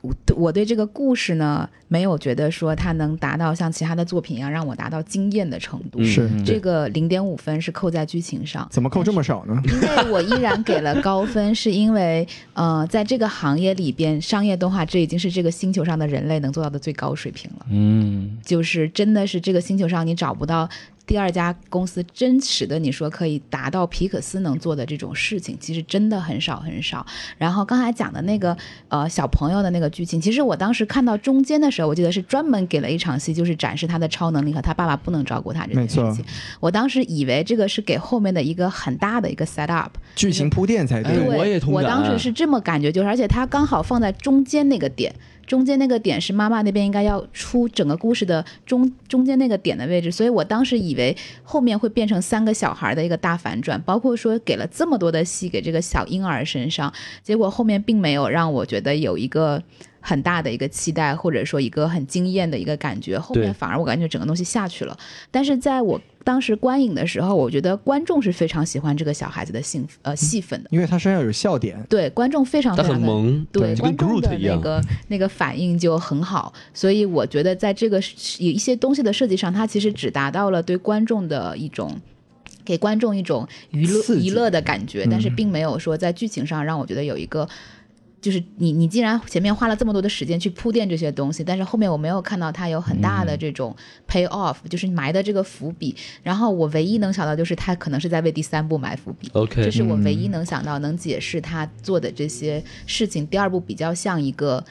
S1: 我我对这个故事呢，没有觉得说它能达到像其他的作品一样让我达到惊艳的程度。
S2: 嗯
S3: 是
S4: 嗯
S1: 这个零点五分是扣在剧情上，
S3: 怎么扣这么少呢？
S1: 因为我依然给了高分，是因为呃，在这个行业里边，商业动画这已经是这个星球上的人类能做到的最高水平了。
S4: 嗯，
S1: 就是真的是这个星球上你找不到第二家公司真实的你说可以达到皮克斯能做的这种事情，其实真的很少很少。然后刚才讲的那个呃小朋友的那个剧情，其实我当时看到中间的时候，我记得是专门给了一场戏，就是展示他的超能力和他爸爸不能照顾他这件
S3: 没错
S1: 事情。我当时以为这个是给后面的一个很大的一个 set up，
S3: 剧情铺垫才
S2: 哎
S3: 对。
S2: 我也同感
S1: 当时是这么感觉，就是而且它刚好放在中间那个点，中间那个点是妈妈那边应该要出整个故事的中中间那个点的位置，所以我当时以为后面会变成三个小孩的一个大反转，包括说给了这么多的戏给这个小婴儿身上，结果后面并没有让我觉得有一个。很大的一个期待，或者说一个很惊艳的一个感觉，后
S2: 对
S1: 面反而我感觉整个东西下去了。但是在我当时观影的时候，我觉得观众是非常喜欢这个小孩子的兴呃戏份的。
S3: 因为他身上有笑点，
S1: 对，观众非常
S2: 他
S1: 非
S2: 很
S1: 常的
S2: 萌，
S1: 对
S2: 就
S1: 观
S2: 跟
S1: 众
S2: Groot
S1: 的
S2: 一
S1: 那
S2: 样。
S1: 个 那个反应就很好，所以我觉得在这个是有一些东西的设计上，它其实只达到了对观众的一种。给观众一种娱乐
S3: 刺激
S1: 娱乐的感
S2: 嗯
S1: 觉，但是并没有说在剧情上让我觉得有一个，就是你你既然前面花了这么多的时间去铺垫这些东西，但是后面我没有看到它有很大的这种 pay off，、就是埋的这个伏笔。然后我唯一能想到就是它可能是在为第三部埋伏笔，
S2: OK，
S1: 这是我唯一能想到能解释他做的这些事情。第二部比较像一个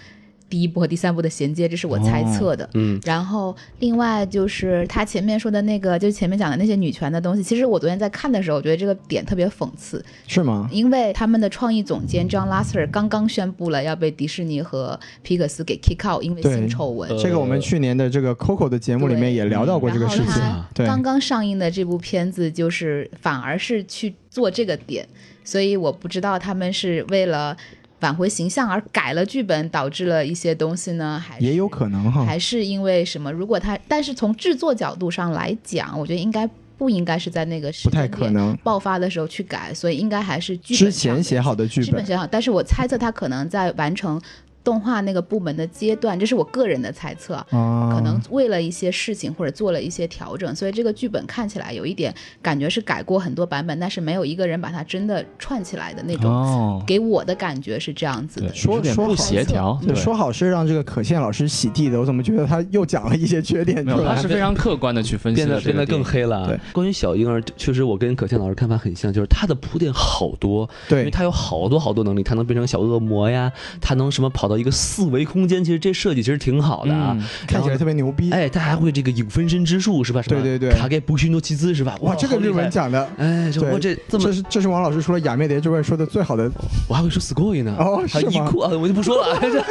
S1: 第一部和第三部的衔接，这是我猜测的。
S2: 嗯，
S1: 然后另外就是他前面说的那个，就是前面讲的那些女权的东西。其实我昨天在看的时候，我觉得这个点特别讽刺，
S3: 是吗？
S1: 因为他们的创意总监 John Lasseter 刚刚宣布了要被迪士尼和皮克斯给 kick out，因为
S3: 对
S1: 性丑闻。
S2: 呃
S3: 这个我们去年的这个 Coco 的节目里面也聊到过这个事
S1: 然后
S3: 情。
S1: 他
S3: 对
S1: 刚刚上映的这部片子，就是反而是去做这个点，所以我不知道他们是为了挽回形象而改了剧本，导致了一些东西呢，还是
S3: 也有可能哈。
S1: 还是因为什么？如果他，但是从制作角度上来讲，我觉得应该不应该是在那个时
S3: 不太
S1: 间
S3: 可
S1: 点
S3: 能
S1: 爆发的时候去改，所以应该还是剧本上
S3: 之前
S1: 的
S3: 写好的剧
S1: 剧
S3: 本
S1: 本，写好，但是我猜测他可能在完成动画那个部门的阶段，这是我个人的猜测啊，
S3: 啊
S1: 可
S4: 嗯
S1: 能为了一些事情或者做了一些调整，所以这个剧本看起来有一点感觉是改过很多版本，但是没有一个人把它真的串起来的那种，
S4: 哦，
S1: 给我的感觉是这样子
S4: 对
S1: 的，。
S3: 说
S4: 有点
S3: 说
S4: 不
S3: 好
S4: 协调，
S3: 就
S4: 对。
S3: 说好是让这个可羡老师洗地的，我怎么觉得他又讲了一些缺点
S4: 没
S3: 出
S4: 有，他
S3: 来？
S4: 是非常客观的去分析
S2: 变得
S4: 了这
S2: 变
S4: 个
S2: 得更
S4: 电影
S2: 黑了。啊
S3: 对，
S2: 关于小婴儿，确实我跟可倩老师看法很像，就是他的铺垫好多，因为
S3: 对，嗯
S2: 他有好多好多能力，他能变成小恶魔呀，他能什么跑到造一个四维空间，其实这设计其实挺好的啊。
S4: 嗯
S3: 看起来特别牛逼。
S2: 哎，他还会这个影分身之术是吧？什么
S3: 对对对
S2: 卡盖布须诺奇兹是吧？
S3: 哇，这个
S2: 好厉
S3: 日文
S2: 害，
S3: 讲的，
S2: 哎，这
S3: 对
S2: 我这这么
S3: 这是这是王老师除了雅妹蝶之外说的最好的。
S2: 我还会说 scoy 呢，
S3: 哦
S2: 还
S3: 是
S2: 有
S3: 吗
S2: 伊库啊，我就不说了， 这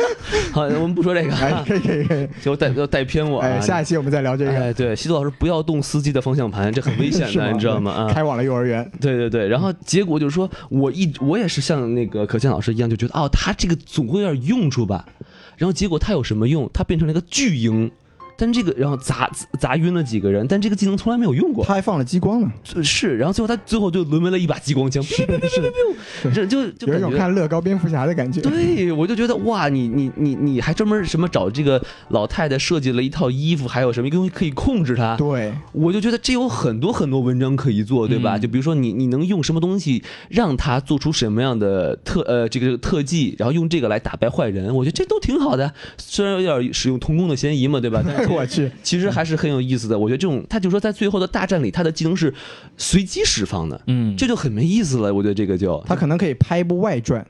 S2: 好，我们不说这个
S3: 哎
S2: 啊，，
S3: 可以可以可以，
S2: 就带带偏我啊。
S3: 哎，下一期我们再聊这个，
S2: 哎，对，习总老师不要动司机的方向盘，这很危险
S3: 是吗
S2: 的，你知道吗？啊，
S3: 开往了幼儿园。
S2: 对对对，然后结果就是说，我一我也是像那个可倩老师一样，就觉得哦，他这个总会有点用处吧。然后结果他有什么用？他变成了一个巨婴，但这个然后砸砸晕了几个人，但这个技能从来没有用过。
S3: 他还放了激光呢，
S2: 是，然后最后他最后就沦为了一把激光枪，哔哔哔哔哔哔，这就就
S3: 有
S2: 感
S3: 一种
S2: 觉。
S3: 看乐高蝙蝠侠的感觉。
S2: 对，啊我就觉得哇，你你你你还专门什么找这个老太太设计了一套衣服，还有什么东西可以控制她？
S3: 对，
S2: 我就觉得这有很多很多文章可以做，对吧？
S4: 嗯
S2: 就比如说你你能用什么东西让他做出什么样的特呃这个特技，然后用这个来打败坏人，我觉得这都挺好的。虽然有点使用童工的嫌疑嘛，对吧？但
S3: 我
S2: 是
S3: 去，
S2: 其实还是很有意思的。我觉得这种他就说在最后的大战里，他的技能是随机释放的。
S4: 嗯，
S2: 这就很没意思了，我觉得这个就
S3: 他可能可以拍一部外传，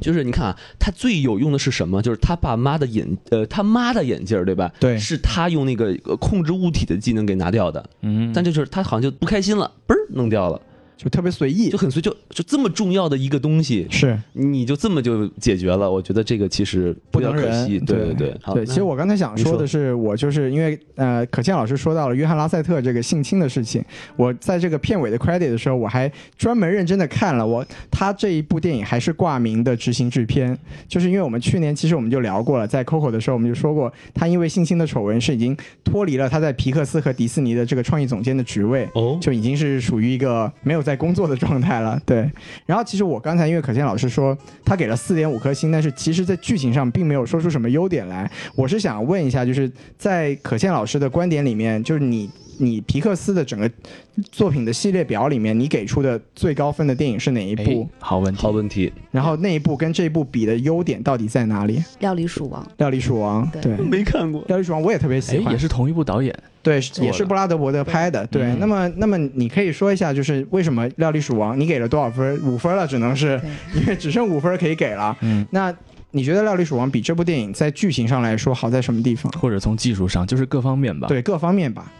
S2: 就是你看啊，他最有用的是什么？就是他爸妈的眼呃他妈的眼镜儿，对吧？
S3: 对
S2: 是他用那个呃控制物体的技能给拿掉的。
S4: 嗯，
S2: 但这就是他好像就不开心了，嘣儿弄掉了，
S3: 就特别随意
S2: 就。很随就就这么重要的一个东西，
S3: 是
S2: 你就这么就解决了。我觉得这个其实
S3: 不
S2: 比较
S3: 能
S2: 可
S3: 忍
S2: 惜，对
S3: 对
S2: 对。好
S3: 对，其实我刚才想
S2: 你
S3: 说
S2: 说
S3: 的是，我就是因为呃，可倩老师说到了约翰拉塞特这个性侵的事情，我在这个片尾的 credit 的时候，我还专门认真的看了我他这一部电影还是挂名的执行制片，就是因为我们去年其实我们就聊过了，在 Coco 的时候我们就说过，他因为性侵的丑闻是已经脱离了他在皮克斯和迪士尼的这个创意总监的职位，
S2: 哦，
S3: 就已经是属于一个没有在工作的状态了。对，然后其实我刚才因为可倩老师说他给了四点五颗星，但是其实在剧情上并没有说出什么优点来。我是想问一下，就是在可倩老师的观点里面，就是你你皮克斯的整个作品的系列表里面，你给出的最高分的电影是哪一
S4: 哎
S3: 部？
S4: 好问题
S2: 好，问题，
S3: 然后那一部跟这一部比的优点到底在哪里？《
S1: 料理鼠王，
S3: 料理鼠王》
S1: 对
S3: 对。
S2: 没看过。
S3: 料理鼠王我也特别喜
S4: 哎，
S3: 欢
S4: 也，是同一部导演，
S3: 对，
S4: 的
S3: 也是布拉德伯德拍的。对，
S4: 嗯
S3: 那么那么你可以说一下，就是为什么《料理鼠王》你给了多少分？五分了，只能是
S1: 对，
S3: 因为只剩五分可以给了。
S4: 嗯，
S3: 那你觉得《料理鼠王》比这部电影在剧情上来说好在什么地方？
S4: 或者从技术上，就是各方
S1: 啊
S4: 面吧。，
S3: 对各方面吧，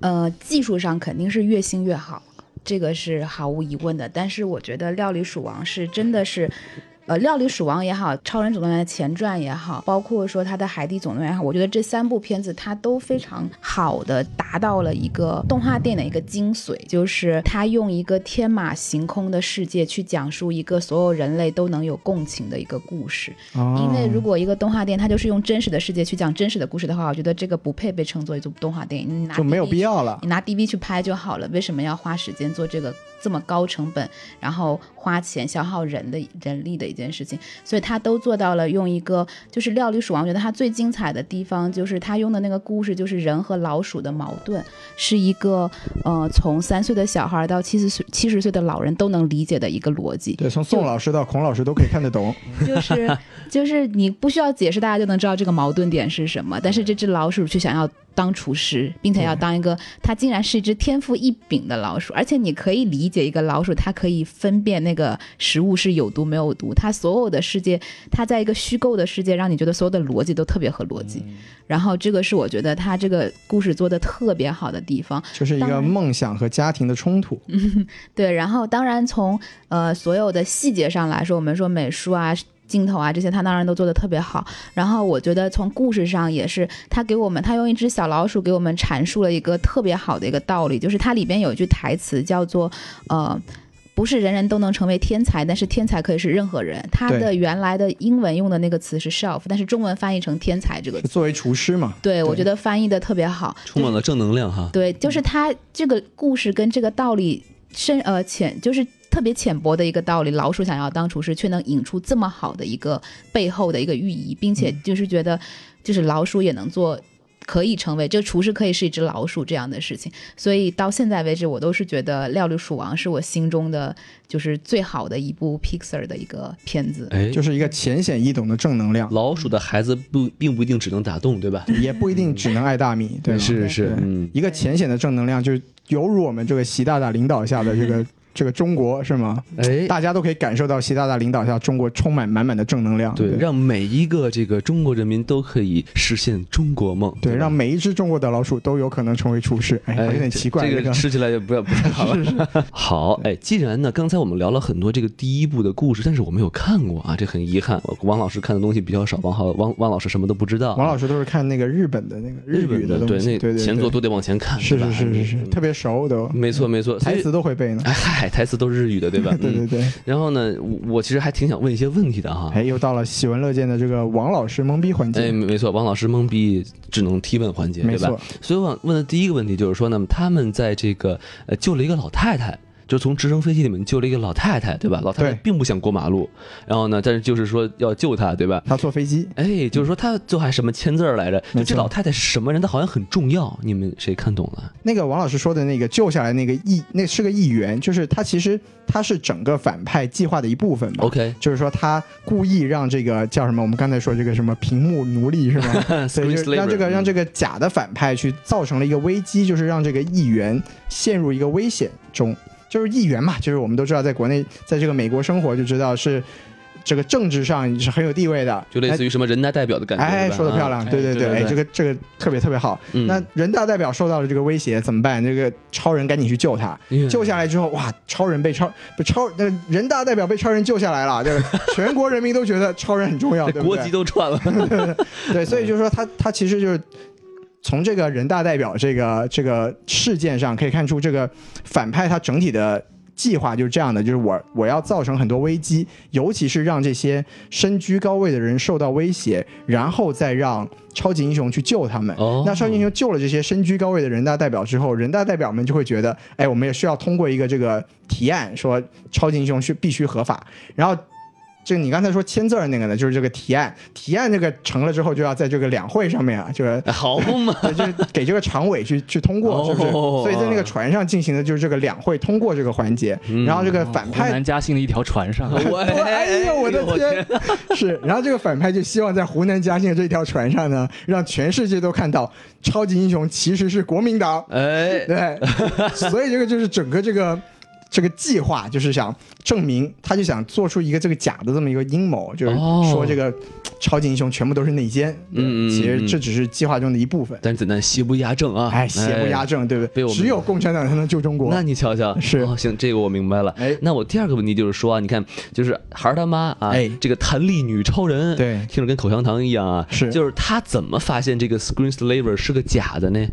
S1: 呃，技术上肯定是越新越好，这个是毫无疑问的。但是我觉得《料理鼠王》是真的是，呃，《料理鼠王》也好，《超人总动员》的前传也好，包括说他的《海底总动员》也好，我觉得这三部片子它都非常好的达到了一个动画电影的一个精髓，就是它用一个天马行空的世界去讲述一个所有人类都能有共情的一个故事。
S3: 哦
S1: 因为如果一个动画电影它就是用真实的世界去讲真实的故事的话，我觉得这个不配被称作一部动画电影，你拿
S3: 就没有
S1: DV
S3: 必要了。
S1: 你拿 DV 去拍就好了，为什么要花时间做这个这么高成本，然后花钱消耗人的人力的一件事情？所以他都做到了，用一个就是《料理鼠王》，我觉得它最精彩的地方就是他用的那个故事，就是人和老鼠的矛盾，是一个呃从三岁的小孩到七十岁七十岁的老人都能理解的一个逻辑。
S3: 对，从宋老师到孔老师都可以看 得懂。
S1: 就是就是你不需要解释，大家就能知道这个矛盾点是什么。但是这只老鼠却想要当厨师，并且要当一个，它竟然是一只天赋异禀的老鼠，而且你可以理解一个老鼠，它可以分辨那个食物是有毒没有毒。它所有的世界，它在一个虚构的世界，让你觉得所有的逻辑都特别合逻辑。然后这个是我觉得它这个故事做的特别好的地方。
S3: 就是一
S1: 当
S3: 个
S1: 然嗯
S3: 梦想和家庭的冲突，
S1: 对，然后当然从呃所有的细节上来说，我们说美术啊。镜头啊，这些他当然都做得特别好。然后我觉得从故事上也是，他给我们，他用一只小老鼠给我们阐述了一个特别好的一个道理，就是它里边有一句台词叫做，呃，不是人人都能成为天才，但是天才可以是任何人。它
S3: 对
S1: 的原来的英文用的那个词是 shelf，但是中文翻译成天才这个词，
S3: 作为厨师嘛。
S1: 对我
S3: 对
S1: 觉得翻译的特别好，
S2: 充满了正能量哈，
S1: 对，就是他这个故事跟这个道理深呃浅，就是特别浅薄的一个道理。老鼠想要当厨师，却能引出这么好的一个背后的一个寓意，并且就是觉得，就是老鼠也能做。可以成为这个厨师，可以是一只老鼠这样的事情，所以到现在为止，我都是觉得《料理鼠王》是我心中的就是最好的一部 Pixar 的一个片子。
S2: 哎，
S3: 就是一个浅显易懂的正能量，
S2: 老鼠的孩子不并不一定只能打洞，对吧？
S3: 也不一定只能爱大米，对吧
S2: 是
S1: 对
S2: 是
S3: 对，
S2: 嗯，
S3: 一个浅显的正能量，就是犹如我们这个习大大领导下的这个这个中国是吗？
S2: 哎，
S3: 大家都可以感受到习大大领导下中国充满满满的正能量，
S2: 对，让每一个这个中国人民都可以实现中国梦，
S3: 对，
S2: 吧
S3: 让每一只中国的老鼠都有可能成为厨师，哎，
S2: 哎
S3: 有点
S2: 这
S3: 奇怪，
S2: 这个吃起来也不要不太好 吧。好，哎，既然呢，刚才我们聊了很多这个第一部的故事，但是我没有看过啊，这很遗憾。我王老师看的东西比较少，王浩王王老师什么都不知道啊。
S3: 王老师都是看那个日本的那个
S2: 日
S3: 语
S2: 本
S3: 的东
S2: 对
S3: 西，对
S2: 那前作
S3: 对，
S2: 都得往前看，
S3: 是
S2: 对吧嗯
S3: 是是是是，特别熟都，
S2: 没错没错，所以
S3: 台词都会背呢。
S2: 哎嗨，台词都是日语的，对吧？
S3: 对对
S2: 嗯。
S3: 对，
S2: 然后呢，我我其实还挺想问一些问题的哈。
S3: 哎，又到了喜闻乐见的这个王老师懵逼环
S2: 哎，
S3: 节，
S2: 没错，王老师懵逼，只能提问环节，
S3: 没
S2: 对吧？
S3: 错，
S2: 所以我想问的第一个问题就是说呢，他们在这个呃救了一个老太太。就是从直升飞机里面救了一个老太太，对吧？老太太
S3: 嗯对
S2: 并不想过马路，然后呢，但是就是说要救她，对吧？
S3: 他坐飞机，
S2: 哎，就是说她最后还什么签字儿来着？就
S3: 嗯没
S2: 这
S3: 错
S2: 老太太是什么人？她好像很重要，你们谁看懂了？
S3: 那个王老师说的那个救下来那个议，那是个议员，就是他其实他是整个反派计划的一部分吧。
S2: OK，
S3: 就是说他故意让这个叫什么？我们刚才说这个什么屏幕奴隶是吗？ 对，
S2: Screen
S3: 就是让这
S2: slaver，
S3: 个让这
S2: 嗯
S3: 个假的反派去造成了一个危机，就是让这个议员陷入一个危险中。就是议员嘛，就是我们都知道，在国内，在这个美国生活就知道是这个政治上是很有地位的，
S2: 嗯就类似
S3: 于
S2: 于什么人大代表的感觉。
S3: 哎，
S2: 对吧
S3: 说的漂
S2: 啊
S3: 亮，对对
S2: 对
S3: 对，
S2: 对
S3: 哎，这个这个特别特别好。
S2: 嗯
S3: 那人大代表受到了这个威胁怎么办？这个超人赶紧去救他，
S2: 嗯
S3: 救下来之后，哇，超人被超不超那个人大代表被超人救下来了，这个全国人民都觉得超人很 重要，对
S2: 这
S3: 不
S2: 国籍
S3: 对？
S2: 都 串了。
S3: 对，所以就是说他他其实就是。从这个人大代表这个这个事件上可以看出，这个反派他整体的计划就是这样的，就是我我要造成很多危机，尤其是让这些身居高位的人受到威胁，然后再让超级英雄去救他们。
S2: 哦
S3: 那超级英雄救了这些身居高位的人大代表之后，人大代表们就会觉得，哎，我们也需要通过一个这个提案，说超级英雄是必须合法。然后，这个你刚才说签字儿那个呢，就是这个提案，提案这个成了之后，就要在这个两会上面 啊，就是
S2: 哎好嘛，
S3: 对，就是给这个常委去去通过，是不是？
S2: 哦
S3: 所以在那个船上进行的就是这个两会通过这个环节，
S2: 嗯
S3: 然后这个反
S2: 哦
S4: 湖
S3: 派
S4: 南。嘉兴的一条船上，
S2: 我
S3: 哎呦我的天！ 是，然后这个反派就希望在湖南嘉兴这条船上呢，让全世界都看到超级英雄其实是国民党。
S2: 哎，
S3: 对，所以这个就是整个这个这个计划，就是想证明，他就想做出一个这个假的这么一个阴谋，就是
S2: 哦
S3: 说这个超级英雄全部都是内奸。对
S2: 嗯嗯嗯
S3: 其实
S2: 嗯
S3: 这只是计划中的一部分。
S2: 但是怎奈邪不压正啊！
S3: 哎，邪不压正，对不
S2: 被
S3: 对
S2: 我？们
S3: 只有共产党才能救中国。
S2: 那你瞧瞧，
S3: 是
S2: 哦，行，这个我明白了。
S3: 哎
S2: 那我第二个问题就是说啊，你看，就是孩儿他妈啊，
S3: 哎
S2: 这个弹力女超人，
S3: 对
S2: 听着跟口香糖一样啊，
S3: 是
S2: 就是她怎么发现这个 Screen Slaver 是个假的呢？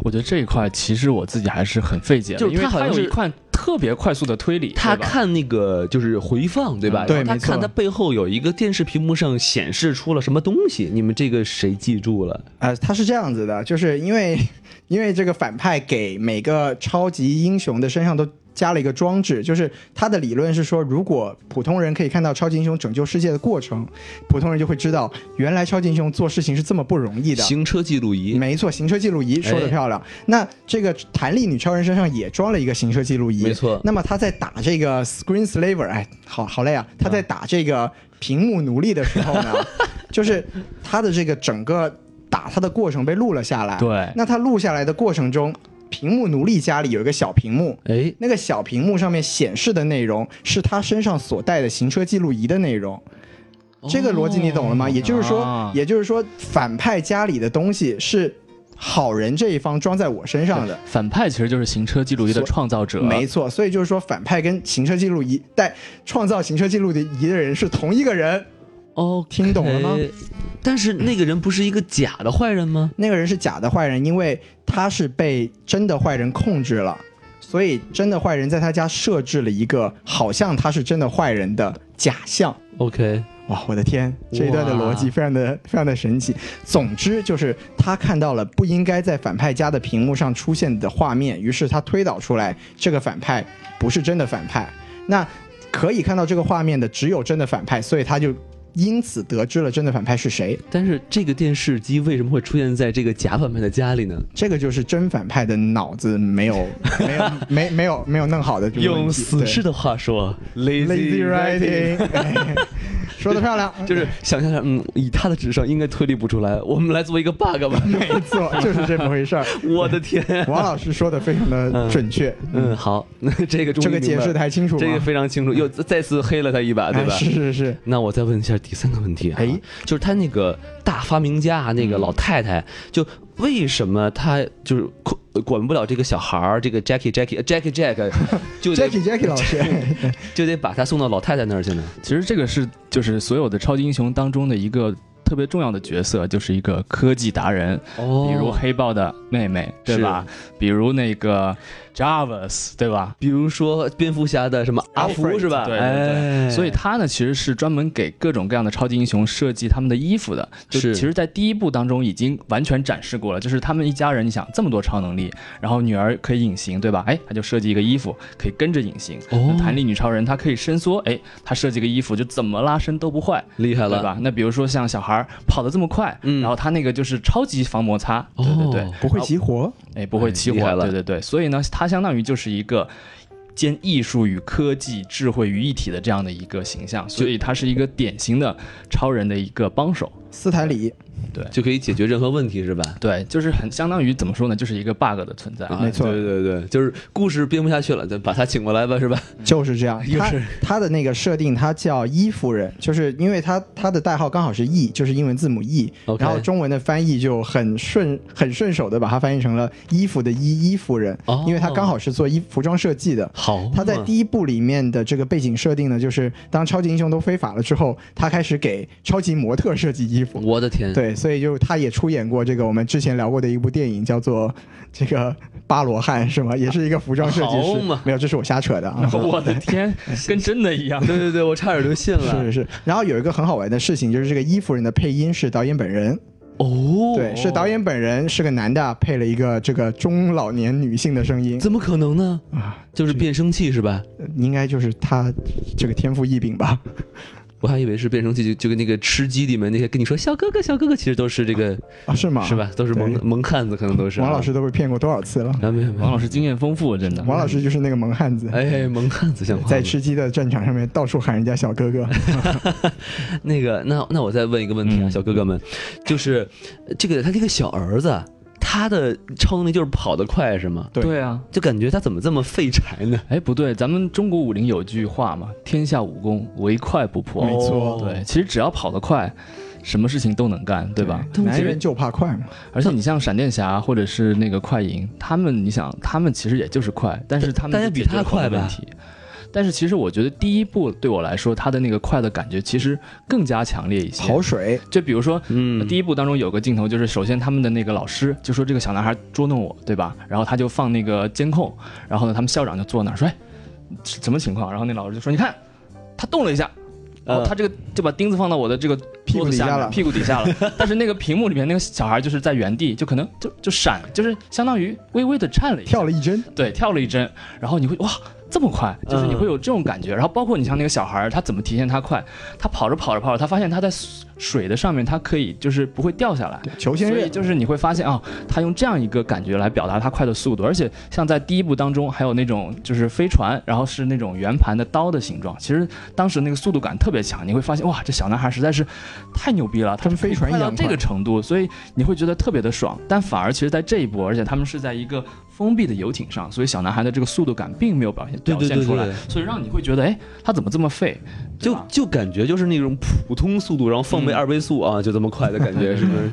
S4: 我觉得这一块其实我自己还是很费解的，
S2: 就是
S4: 因为
S2: 它好
S4: 它
S2: 像
S4: 有一
S2: 是
S4: 块特别快速的推理，
S2: 她
S4: 对吧
S2: 看那个就是回放，对吧？
S3: 嗯对
S2: 她
S3: 没错
S2: 看她背后有一个电视屏幕上显示出了什么东西，你们这个谁记住了？
S3: 呃，他是这样子的，就是因为因为这个反派给每个超级英雄的身上都加了一个装置，就是他的理论是说，如果普通人可以看到超级英雄拯救世界的过程，普通人就会知道原来超级英雄做事情是这么不容易的。
S2: 行车记录仪。
S3: 没错，行车记录仪说的
S2: 哎
S3: 漂亮。那这个弹力女超人身上也装了一个行车记录仪，
S2: 没错
S3: 那么她在打这个 Screen Slaver，哎，好好累啊！她在打这个屏幕奴隶的时候呢，
S4: 嗯
S3: 就是她的这个整个打她的过程被录了下来。
S4: 对
S3: 那她录下来的过程中，屏幕奴隶家里有一个小屏幕。
S2: 哎，
S3: 那个小屏幕上面显示的内容是她身上所带的行车记录仪的内容，这个逻辑你懂了吗？也就是说
S4: 啊，
S3: 也就是说，反派家里的东西是好人这一方装在我身上的，
S4: 反派其实就是行车记录仪的创造者，
S3: 没错。所以就是说，反派跟行车记录仪带创造行车记录仪的人是同一个人。
S2: 哦，
S3: 听懂 了吗？
S2: 但是那个人不是一个假的坏人吗？
S3: 那个人是假的坏人，因为他是被真的坏人控制了，所以真的坏人在他家设置了一个好像他是真的坏人的假象。
S2: OK，
S3: 哇，我的天，这一段的逻辑非常的非常的神奇。总之就是他看到了不应该在反派家的屏幕上出现的画面，于是他推导出来这个反派不是真的反派。那可以看到这个画面的只有真的反派，所以他就因此得知了真的反派是谁。
S2: 但是这个电视机为什么会出现在这个假反派的家里呢？
S3: 这个就是真反派的脑子 没有没有没没有没有弄好的这个问题。
S2: 用死
S3: 对
S2: 士的话说
S3: lazy writing，哎 说的漂亮，
S2: 就是想象一下，嗯，以他的智商应该推理不出来，我们来做一个 bug 吧。
S3: 没错，就是这么回事儿。
S2: 我的天，
S3: 王老师说的非常的准确，
S2: 嗯，好，那这个终于
S3: 这个解
S2: 明白
S3: 释
S2: 了
S3: 的还清楚吗？
S2: 这个非常清楚，又再次黑了他一把，对吧？
S3: 哎是是是，
S2: 那我再问一下第三个问题、啊，
S3: 哎，嗯
S2: 就是他那个大发明家啊那个老太太，就为什么他就是控管不了这个小孩儿，这个 Jackie Jackie Jackie Jack，就得
S3: Jackie Jackie 老师，
S2: 就得把他送到老太太那儿去呢？
S4: 其实这个是就是所有的超级英雄当中的一个特别重要的角色，就是一个科技达人，
S2: 哦
S4: 比如黑豹的妹妹，对吧？比如那个 Jarvis，对吧？
S2: 比如说蝙蝠侠的什么阿福
S3: 哎 Alfred，
S2: 是吧？
S4: 对对对
S2: 哎
S4: 所以他呢，其实是专门给各种各样的超级英雄设计他们的衣服的。就是其实，在第一部当中已经完全展示过了，就是他们一家人，你想这么多超能力，然后女儿可以隐形，对吧？哎，他就设计一个衣服可以跟着隐形。
S2: 哦
S4: 那弹力女超人她可以伸缩，哎，她设计个衣服就怎么拉伸都不坏，
S2: 厉害
S4: 对
S2: 了，
S4: 吧？那比如说像小孩儿跑得这么快，
S2: 嗯
S4: 然后他那个就是超级防摩擦，对对对
S2: 哦，
S3: 不会齐活，
S4: 哎，不会起
S2: 厉害
S4: 火，
S2: 了
S4: 对对对，所以呢，它相当于就是一个兼艺术与科技、智慧于一体的这样的一个形象，所以它是一个典型的超人的一个帮手。
S3: 斯坦李，
S2: 就可以解决任何问题是吧？
S4: 对，就是很相当于怎么说呢，就是一个 bug 的存在。
S2: 啊，
S3: 没错
S2: 对对对，就是故事编不下去了，咱把他请过来吧，是 吧？
S3: 就是这样。
S2: 嗯又
S3: 他
S2: 是
S3: 他的那个设定，他叫伊夫人，就是因为他他的代号刚好是 E，就是英文字母 E，
S2: OK
S3: 然后中文的翻译就很顺很顺手的把它翻译成了衣服的衣衣夫人
S2: 哦，
S3: 因为他刚好是做衣服装设计的。
S2: 好，
S3: 他在第一部里面的这个背景设定呢，就是当超级英雄都非法了之后，他开始给超级模特设计衣服。
S2: 我的天，
S3: 对，所以就是他也出演过这个我们之前聊过的一部电影，叫做这个巴罗汉是吗？也是一个服装设计师
S2: 好嘛，
S3: 没有，这是我瞎扯的啊。
S4: 我的天，跟真的一样。
S2: 对对对，我差点就信了。
S3: 是是是，然后有一个很好玩的事情，就是这个伊夫人的配音是导演本人，
S2: 哦，
S3: 对，是导演本人是个男的，配了一个这个中老年女性的声音，
S2: 怎么可能呢？
S3: 啊，
S2: 就是变声器是吧？
S3: 应该就是他这个天赋异禀吧？
S2: 我还以为是变声器，就就跟那个吃鸡里面那些跟你说小哥哥小哥哥，其实都是这个
S3: 啊，是吗？
S2: 是？吧？都是
S3: 对
S2: 萌萌汉子，可能都是啊
S3: 王老师都被骗过多少次了？
S2: 啊，没有没
S4: 王
S2: 有，
S4: 老师经验丰富，啊真的。
S3: 王老师就是那个萌汉子，
S2: 哎，萌汉子像话吗
S3: 在吃鸡的战场上面到处喊人家小哥哥。
S2: 那个，那那我再问一个问题啊，
S4: 嗯
S2: 小哥哥们，就是呃这个他这个小儿子，他的超能力就是跑得快是吗？
S3: 对
S4: 对啊，
S2: 就感觉他怎么这么废柴呢？
S4: 哎，不对，咱们中国武林有句话嘛，“天下武功，唯快不破”。
S3: 没错
S4: 对，，其实只要跑得快，什么事情都能干，对吧？
S3: 男人就怕快嘛，
S4: 而且你像闪电侠或者是那个快银，他们你想，他们其实也就是快，但是他们
S2: 大家
S4: 就
S2: 比
S4: 解决
S2: 他
S4: 了很多
S2: 快吧
S4: 问题。但是其实我觉得第一部对我来说，他的那个快的感觉其实更加强烈一些。
S3: 跑水，
S4: 就比如说，
S2: 嗯，
S4: 呃第一部当中有个镜头，就是首先他们的那个老师就说这个小男孩捉弄我，对吧？然后他就放那个监控，然后呢，他们校长就坐那儿说，哎，是什么情况？然后那老师就说，你看，他动了一下。然后
S2: 呃
S4: 他这个就把钉子放到我的这个
S3: 嗯屁
S4: 屁
S3: 股
S4: 股
S3: 底
S4: 下
S3: 下
S4: 面
S3: 了。
S4: 屁股底下了。但是那个屏幕里面那个小孩就是在原地，就可能就就闪，就是相当于微微的颤了一下，
S3: 跳了一嗯针，
S4: 对，跳了一帧，然后你会哇。这么快，就是你会有这种感觉。然后包括你像那个小孩儿，他怎么体现他快？他跑着跑着跑着，他发现他在水的上面，他可以就是不会掉下来。
S3: 球仙
S4: 所
S3: 月
S4: 以就是你会发现啊、他用这样一个感觉来表达他快的速度，而且像在第一部当中，还有那种就是飞船，然后是那种圆盘的刀的形状，其实当时那个速度感特别强，你会发现哇，这小男孩实在是太牛逼了，他
S3: 跟飞船一样
S4: 快到这
S3: 快
S4: 个程度，所以你会觉得特别的爽。但反而其实在这一步，而且他们是在一个封闭的游艇上，所以小男孩的这个速度感并没有表现
S2: 对
S4: 表
S2: 对对
S4: 现出
S2: 对
S4: 来
S2: 对，，
S4: 所以让你会觉得哎，他怎么这么废？对
S2: 就
S4: 吧
S2: 就感觉就是那种普通速度，然后放倍
S4: 嗯
S2: 二倍速啊，就这么快的感觉，是不是？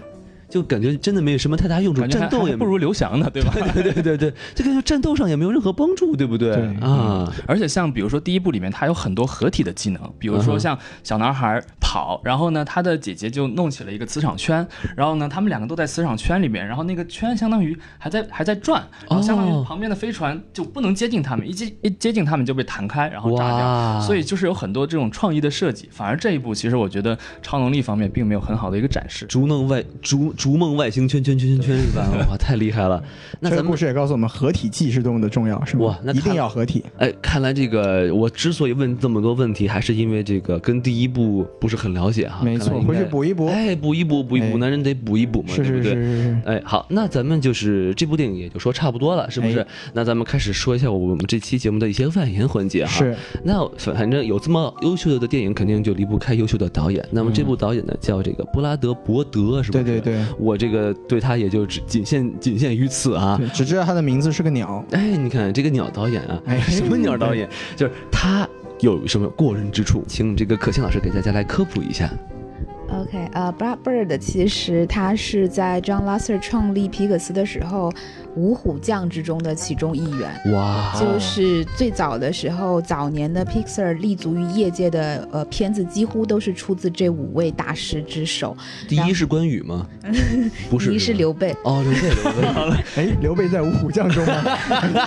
S2: 就感觉真的没有什么太大用处，
S4: 感觉
S2: 战
S4: 还
S2: 斗也
S4: 还不如刘翔呢，对吧？
S2: 对对对对，就感觉战斗上也没有任何帮助，对不对？
S3: 对
S2: 啊，
S4: 而且像比如说第一部里面，他有很多合体的技能，比如
S2: 嗯哼
S4: 说像小男孩跑，然后呢，他的姐姐就弄起了一个磁场圈，然后呢，他们两个都在磁场圈里面，然后那个圈相当于还在还在转，然后相当
S2: 哦
S4: 于旁边的飞船就不能接近他们，一接一接近他们就被弹开，然后炸掉。
S2: 哇，
S4: 所以就是有很多这种创意的设计，反而这一部其实我觉得超能力方面并没有很好的一个展示。
S2: 逐梦外逐逐梦外星圈圈圈圈圈是吧？哇，太厉害了！那
S3: 这
S2: 咱
S3: 个故
S2: 们
S3: 事也告诉我们，合体技是多么的重要，是吧？
S2: 哇那
S3: 一定
S2: 看
S3: 要合体。
S2: 哎，看来这个我之所以问这么多问题，还是因为这个跟第一部不是很了解哈。
S3: 没错
S2: 看来应该
S3: 回去补一补
S2: 哎，补一补，补一补，
S3: 哎
S2: 男人得补一补嘛，
S3: 是
S2: 对不
S3: 是是
S2: 对？
S3: 是是。
S2: 哎，好，那咱们就是这部电影也就说差不多了，是不是？
S3: 哎
S2: 那咱们开始说一下我们这期节目的一些外延环节哈。
S3: 是，
S2: 那反反正有这么优秀的电影，肯定就离不开优秀的导演。那么这部导演呢，叫这个布拉德伯德，是不
S3: 对
S2: 是？
S3: 对。对，
S2: 我这个对他也就只仅限仅限于此啊。
S3: 对只知道他的名字是 个鸟。
S2: 哎，你看这个鸟导演啊，
S3: 哎
S2: 什么鸟导演？就是他有什么过人之处？哎请这个可心老师给大家来科普一下。
S1: OK，呃、b r a d Bird 其实他是在 John Lasseter 创立皮克斯的时候，五虎将之中的其中一员。
S2: 哇，
S1: 就是最早的时候，早年的 Pixar 立足于业界的呃片子，几乎都是出自这五位大师之手。
S2: 第
S1: 然
S2: 一
S1: 后
S2: 是关羽 吗？不是，
S1: 第一是
S2: 吧
S1: 刘备，
S2: 哦，刘备，刘 备。
S3: 哎，刘备在五虎将中 吗？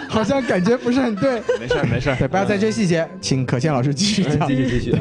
S3: 好像感觉不是很对。
S2: 没事儿没事儿
S3: 对，不要在这些细节，请可倩老师继续讲。
S2: 嗯继续继续。啊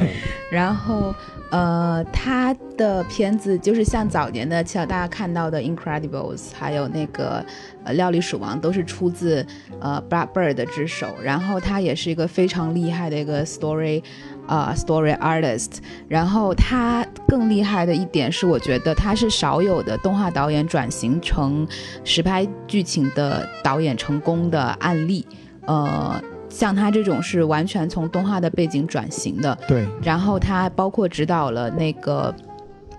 S1: 然后呃他的片子就是像早年的像大家看到的《Incredibles》，还有那个呃《料理鼠王》，都是出自呃 Brad Bird 之手。然后他也是一个非常厉害的一个 story。呃、s t o r y artist，然后他更厉害的一点是，我觉得他是少有的动画导演转型成实拍剧情的导演成功的案例。呃，像他这种是完全从动画的背景转型的，
S3: 对，
S1: 然后他包括指导了那个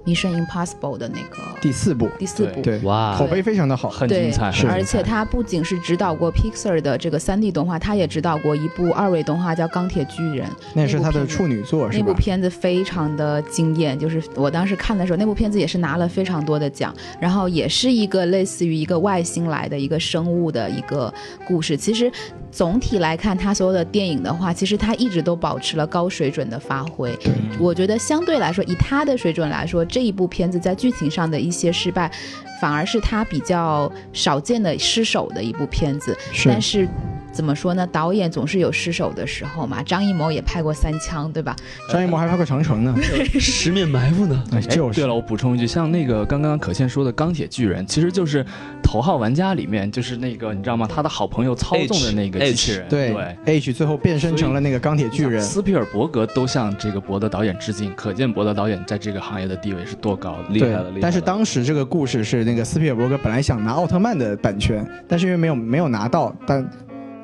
S1: 《Mission Impossible》的那个
S3: 第四部，
S1: 第四部，
S3: 对，
S2: 哇
S3: 口碑非常的好。
S4: 很
S1: 对
S4: 精彩，很精彩
S1: 而且他不仅是指导过 Pixar 的这个 3D 动画，他也指导过一部二维动画叫《钢铁巨人》，
S3: 那是
S1: 那
S3: 他的
S1: 部片子
S3: 处女作，是
S1: 那部
S3: 吧？
S1: 片子非常的惊艳，就是我当时看的时候，那部片子也是拿了非常多的奖，然后也是一个类似于一个外星来的一个生物的一个故事。其实总体来看，它所有的电影的话，其实它一直都保持了高水准的发挥。我觉得相对来说，以它的水准来说，这一部片子在剧情上的一些失败，反而是它比较少见的失手的一部片子。
S3: 是
S1: 但是怎么说呢？导演总是有失手的时候嘛。张艺谋也拍过《三枪》，对吧？
S3: 张艺谋还拍过《长城》呢。
S2: 十面埋伏呢？
S3: 哎，
S4: 哎
S3: 就是
S4: 对了，我补充一句，像那个刚刚可倩说的《钢铁巨人》，其实就是《头号玩家》里面就是那个你知道吗？他的好朋友操纵的那个
S2: H，
S4: 机器人，
S3: 对 H 最后变身成了那个钢铁巨人。
S4: 斯皮尔伯格都向这个伯德导演致敬，可见伯德导演在这个行业的地位是多高的。
S2: 厉害
S3: 对
S2: 了，厉害了。
S3: 但是当时这个故事是那个斯皮尔伯格本来想拿奥特曼的版权，但是因为没有没有拿到，但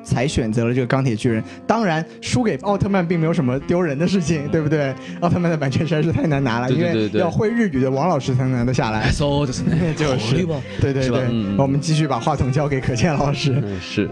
S3: 才选择了这个钢铁巨人。当然，输给奥特曼并没有什么丢人的事情，对 不对？奥特曼的版权实在是太难拿了，
S2: 对对对
S3: 因为
S2: 对
S3: 要会日语的王老师才能拿得下来。
S2: so 就是
S4: 嗯
S3: 就是对对
S2: 是吧
S3: 对，
S2: 嗯嗯
S3: 我们继续把话筒交给可倩老师。
S2: 嗯是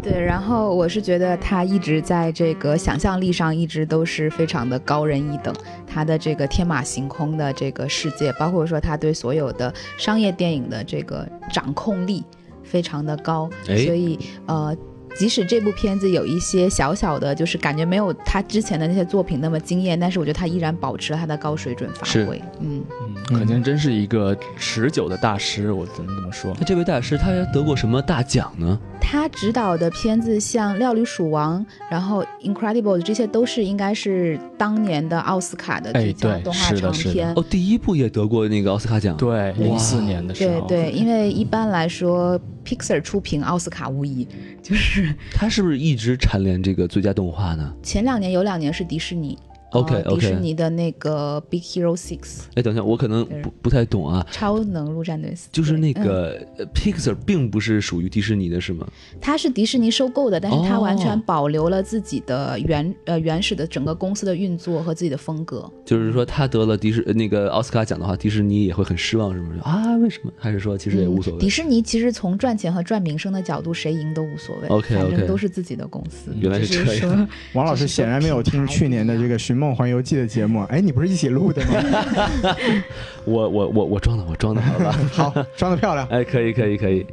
S1: 对，然后我是觉得他一直在这个想象力上一直都是非常的高人一等，他的这个天马行空的这个世界，包括说他对所有的商业电影的这个掌控力非常的高，
S2: 哎
S1: 所以呃。即使这部片子有一些小小的，就是感觉没有他之前的那些作品那么惊艳，但是我觉得他依然保持了他的高水准发
S2: 是
S1: 挥。嗯，
S4: 嗯，可见真是一个持久的大师，我只能这么说
S2: 那。这位大师他得过什么大奖呢？
S1: 他执导的片子像《料理鼠王》，然后《Incredible》s 这些都是应该是当年的奥斯卡的最佳
S4: 哎对
S1: 动画
S4: 是的
S1: 长
S4: 是的
S1: 片。
S2: 哦，第一部也得过那个奥斯卡奖。，
S4: 对，
S2: 哇
S4: 零四年的时
S1: 对
S4: 候，
S1: 对，因为一般来说，Pixar 出品奥斯卡无疑，就是
S2: 他是不是一直蝉联这个最佳动画呢
S1: 前两年有两年是迪士尼呃
S2: ？OK
S1: 迪士
S2: OK。
S1: 尼的那个《Big Hero Six》
S2: 哎，等一下，我可能不不太懂啊，
S1: 超能陆战队四，
S2: 就是那
S1: 对嗯
S2: 个呃 Pixar 并不是属于迪士尼的是吗？
S1: 它是迪士尼收购的，但是它完全
S2: 哦
S1: 保留了自己的原呃原始的整个公司的运作和自己的风格。
S2: 就是说他得了迪士呃那个奥斯卡奖的话，迪士尼也会很失望，是不是？啊，为什么？还是说其实也无
S1: 嗯
S2: 所谓
S1: 迪？士尼其实从赚钱和赚名声的角度，谁赢都无所谓
S2: OK，OK
S1: 反正都是自己的公司。
S2: 原来是
S1: 只
S2: 这
S1: 是
S2: 样
S1: 说，
S3: 王老师显然没有听去年的这个《寻梦环游记》的节目。哎，你不是一起录的吗？
S2: 我我我我装的，我装的好吧？
S3: 好，装的漂亮。
S2: 哎，可以可以可以。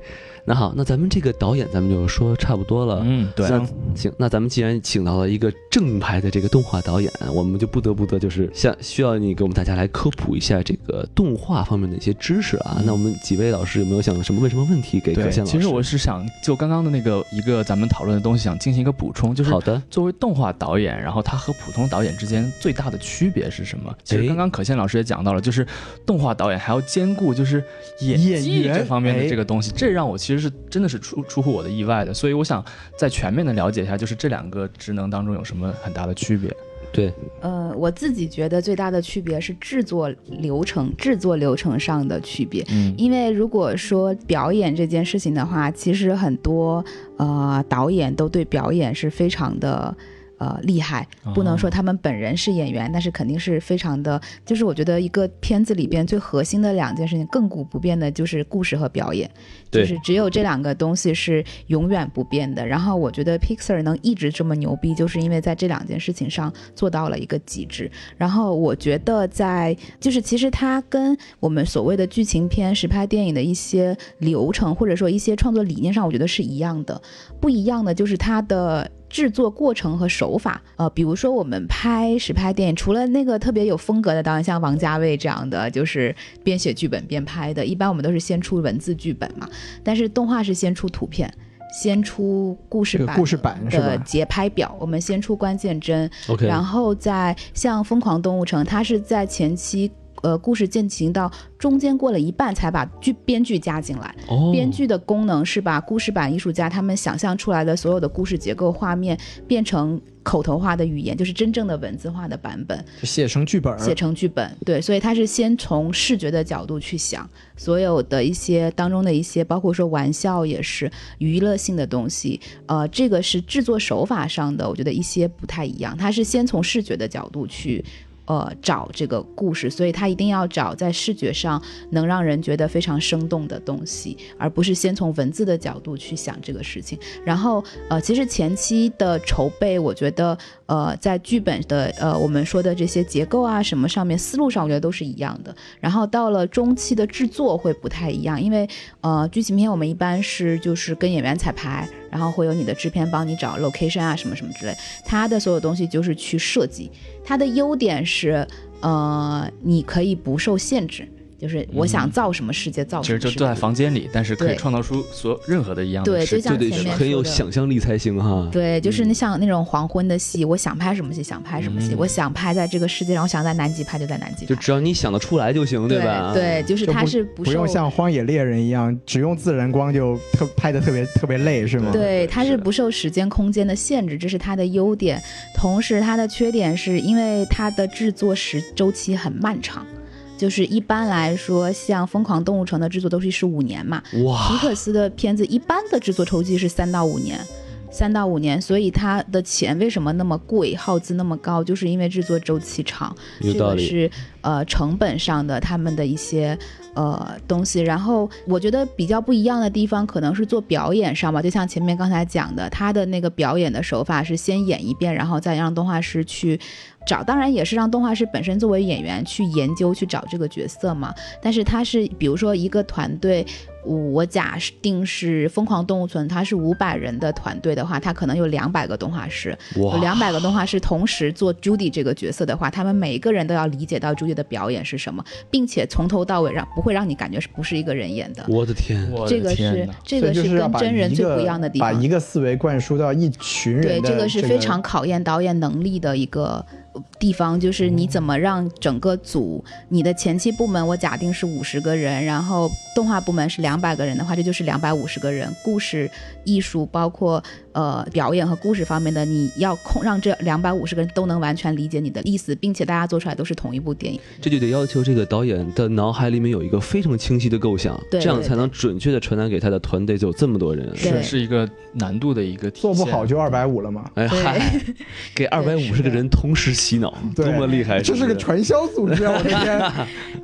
S2: 那好，那咱们这个导演咱们就说差不多了。
S4: 嗯，对，
S2: 那行，那咱们既然请到了一个正牌的这个动画导演，我们就不得不得就是像需要你给我们大家来科普一下这个动画方面的一些知识啊。那我们几位老师有没有想什么问什么问题给可
S4: 对，
S2: 羡老师？
S4: 其实我是想就刚刚的那个一个咱们讨论的东西，想进行一个补充，就是
S2: 好的，
S4: 作为动画导演，然后他和普通导演之间最大的区别是什么？其
S2: 哎
S4: 实刚刚可羡老师也讲到了，就是动画导演还要兼顾就是演
S3: 演
S4: 技
S3: 员
S4: 这方面
S3: 哎
S4: 的这个东西，这让我其实是真的是出出乎我的意外的，所以我想再全面的了解一下，就是这两个职能当中有什么很大的区别？
S2: 对，
S1: 呃，我自己觉得最大的区别是制作流程、制作流程上的区别。
S4: 嗯
S1: 因为如果说表演这件事情的话，其实很多呃导演都对表演是非常的呃厉害，不能说他们本人是演员，但是肯定是非常的，就是我觉得一个片子里边最核心的两件事情，亘古不变的就是故事和表演，
S2: 对
S1: 就是只有这两个东西是永远不变的。然后我觉得 Pixar 能一直这么牛逼，就是因为在这两件事情上做到了一个极致。然后我觉得在就是其实它跟我们所谓的剧情片、实拍电影的一些流程或者说一些创作理念上，我觉得是一样的。不一样的就是它的。制作过程和手法，呃，比如说我们拍实拍电影，除了那个特别有风格的导演，像王家卫这样的，就是边写剧本边拍的，一般我们都是先出文字剧本嘛，但是动画是先出图片，先出故事
S3: 这个
S1: 版，
S3: 故事版是
S1: 的
S3: 吧？
S1: 节拍表，我们先出关键帧，
S2: OK，
S1: 然后在像《疯狂动物城》，它是在前期。呃，故事进行到中间过了一半，才把剧编剧加进来。
S2: 哦，
S1: 编剧的功能是把故事版艺术家他们想象出来的所有的故事结构、画面变成口头化的语言，就是真正的文字化的版本。
S3: 就写成剧本儿，
S1: 呃写成剧本，对，所以他是先从视觉的角度去想所有的一些当中的一些，包括说玩笑也是娱乐性的东西，呃，这个是制作手法上的，我觉得一些不太一样，他是先从视觉的角度去。呃，找这个故事，所以他一定要找在视觉上能让人觉得非常生动的东西，而不是先从文字的角度去想这个事情。然后呃，其实前期的筹备，我觉得呃，在剧本的呃我们说的这些结构啊什么上面，思路上我觉得都是一样的。然后到了中期的制作会不太一样，因为呃剧情片我们一般是就是跟演员彩排，然后会有你的制片帮你找 location 啊什么什么之类，它的所有东西就是去设计。它的优点是呃你可以不受限制。就是我想造什么世界，造
S4: 其
S1: 什
S4: 实
S1: 么世界。
S4: 就坐在房间里，但是可以
S1: 对
S4: 创造出所有任何的一样的
S1: 对
S4: 事
S1: 就
S4: 情
S1: 像
S2: 这得
S1: 前面
S2: 很有
S1: 说的
S2: 想象力才行哈。
S1: 对，就是你像那种黄昏的戏，我想拍什么戏想拍什么戏，
S4: 嗯
S1: 我想拍在这个世界上，我想在南极拍就在南极拍，
S2: 就只要你想得出来就行，
S1: 对
S2: 吧？啊
S1: 对，就是
S3: 就
S1: 它
S3: 不
S1: 是不
S3: 不用
S1: 受
S3: 像《荒野猎人》一样，只用自然光就特拍的特别特别累，是吗？
S1: 对，
S4: 对
S1: 它
S4: 是
S1: 是
S4: 的
S1: 不受时间空间的限制，这是它的优点。同时，它的缺点是因为它的制作时周期很漫长，就是一般来说，像《疯狂动物城》的制作周期是五年嘛，
S2: 哇，
S1: 皮克斯的片子一般的制作周期是三到五年，三到五年，所以它的钱为什么那么贵，耗资那么高，就是因为制作周期长，
S2: 有
S1: 这
S2: 道
S1: 个
S2: 理
S1: 是呃成本上的他们的一些呃东西。然后我觉得比较不一样的地方可能是做表演上吧，就像前面刚才讲的，他的那个表演的手法是先演一遍，然后再让动画师去。找当然也是让动画师本身作为演员去研究去找这个角色嘛，但是他是比如说一个团队，我假定是《疯狂动物城》，它是五百人的团队的话，它可能有两百个动画师，有
S2: 哇，
S1: 两百个动画师同时做 Judy 这个角色的话，他们每一个人都要理解到 Judy 的表演是什么，并且从头到尾让不会让你感觉是不是一个人演的。
S2: 我的天，
S4: 我
S1: 这
S4: 的
S1: 个
S4: 天
S1: 是
S4: 哪
S1: 这
S3: 所以
S1: 个
S3: 就是要
S1: 跟
S3: 把
S1: 真人
S3: 一
S1: 最
S3: 个
S1: 不一样的地
S3: 把
S1: 方
S3: 一。个思维灌输到一群
S1: 对，
S3: 人的
S1: 这个是非常
S3: 个
S1: 考验导演能力的一个呃地方，就是你怎么让整个组，你的前期部门我假定是五十个人，然后动画部门是两百个人的话，这就是两百五十个人。故事、艺术，包括呃表演和故事方面的，你要控让这两百五十个人都能完全理解你的意思，并且大家做出来都是同一部电影。
S2: 这就得要求这个导演的脑海里面有一个非常清晰的构想，
S1: 对
S2: 这样
S1: 对
S2: 才能准确的传达给他的团队，就有这么多人。
S1: 对
S4: 是是一个难度的一个体
S3: 做不
S4: 现
S3: 好就二百五了嘛。
S2: 哎
S1: 对
S2: 嗨，给二百五十个人同时洗脑，
S3: 对
S2: 多么厉害！
S3: 这是
S2: 不
S3: 个传销组织啊！我 的天，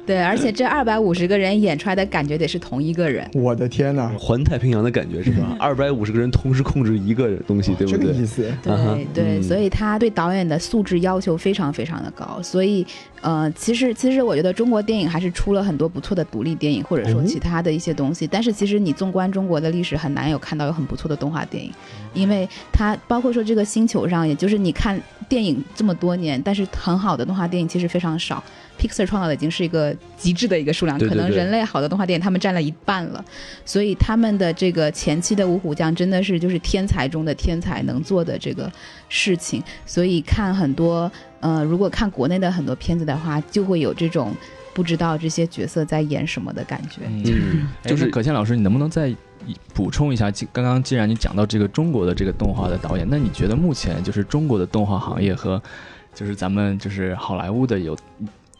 S5: 对，而且这二百五十个人演出来的感觉得是同一个人。
S3: 我的天
S1: 啊
S3: 呐，
S2: 环太平洋的感觉是吧？二百五十个人同时控制一个东西，对不
S3: 这个
S2: 对
S3: 意？思。
S5: 对、
S2: 啊哈
S5: 对，
S2: 嗯
S5: 所以他对导演的素质要求非常非常的高，所以呃，其实其实我觉得中国电影还是出了很多不错的独立电影，或者
S2: 哦
S5: 说其他的一些东西。但是其实你纵观中国的历史，很难有看到有很不错的动画电影，
S2: 嗯
S5: 因为它包括说这个星球上，也就是你看电影这么多年，但是很好的动画电影其实非常少。Pixar 创造的已经是一个极致的一个数量，
S2: 对对
S5: 可能
S2: 对
S5: 人类好的动画电影他们占了一半了。所以他们的这个前期的五虎将真的是就是天才中的天才能做的这个事情，所以看很多呃，如果看国内的很多片子的话，就会有这种不知道这些角色在演什么的感觉。
S2: 嗯，
S4: 就
S2: 就是是
S4: 哎可倩老师，你能不能再补充一下？既刚刚既然你讲到这个中国的这个动画的导演，那你觉得目前就是中国的动画行业和就是咱们就是好莱坞的有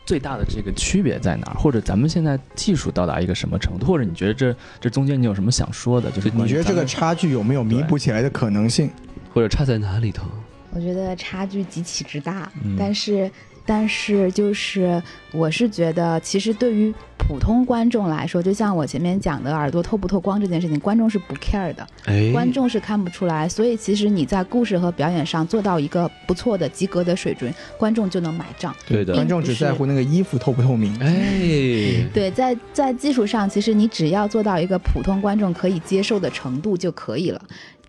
S4: 最大的这个区别在哪儿？或者咱们现在技术到达一个什么程度？或者你觉得这这中间你有什么想说的？就是
S3: 你
S4: 关于
S3: 觉得这
S4: 咱
S3: 个
S4: 们
S3: 差距有没有弥补起来的可能性？
S2: 或者差在哪里头？
S1: 我觉得差距极其之大，
S4: 嗯
S1: 但是但是就是我是觉得，其实对于普通观众来说，就像我前面讲的，耳朵透不透光这件事情，观众是不 care 的，
S2: 哎，
S1: 观众是看不出来。所以其实你在故事和表演上做到一个不错的及格的水准，观众就能买账。
S2: 对的
S3: 观，众只在乎那个衣服透不透明。
S2: 哎，
S1: 对，在在技术上，其实你只要做到一个普通观众可以接受的程度就可以了。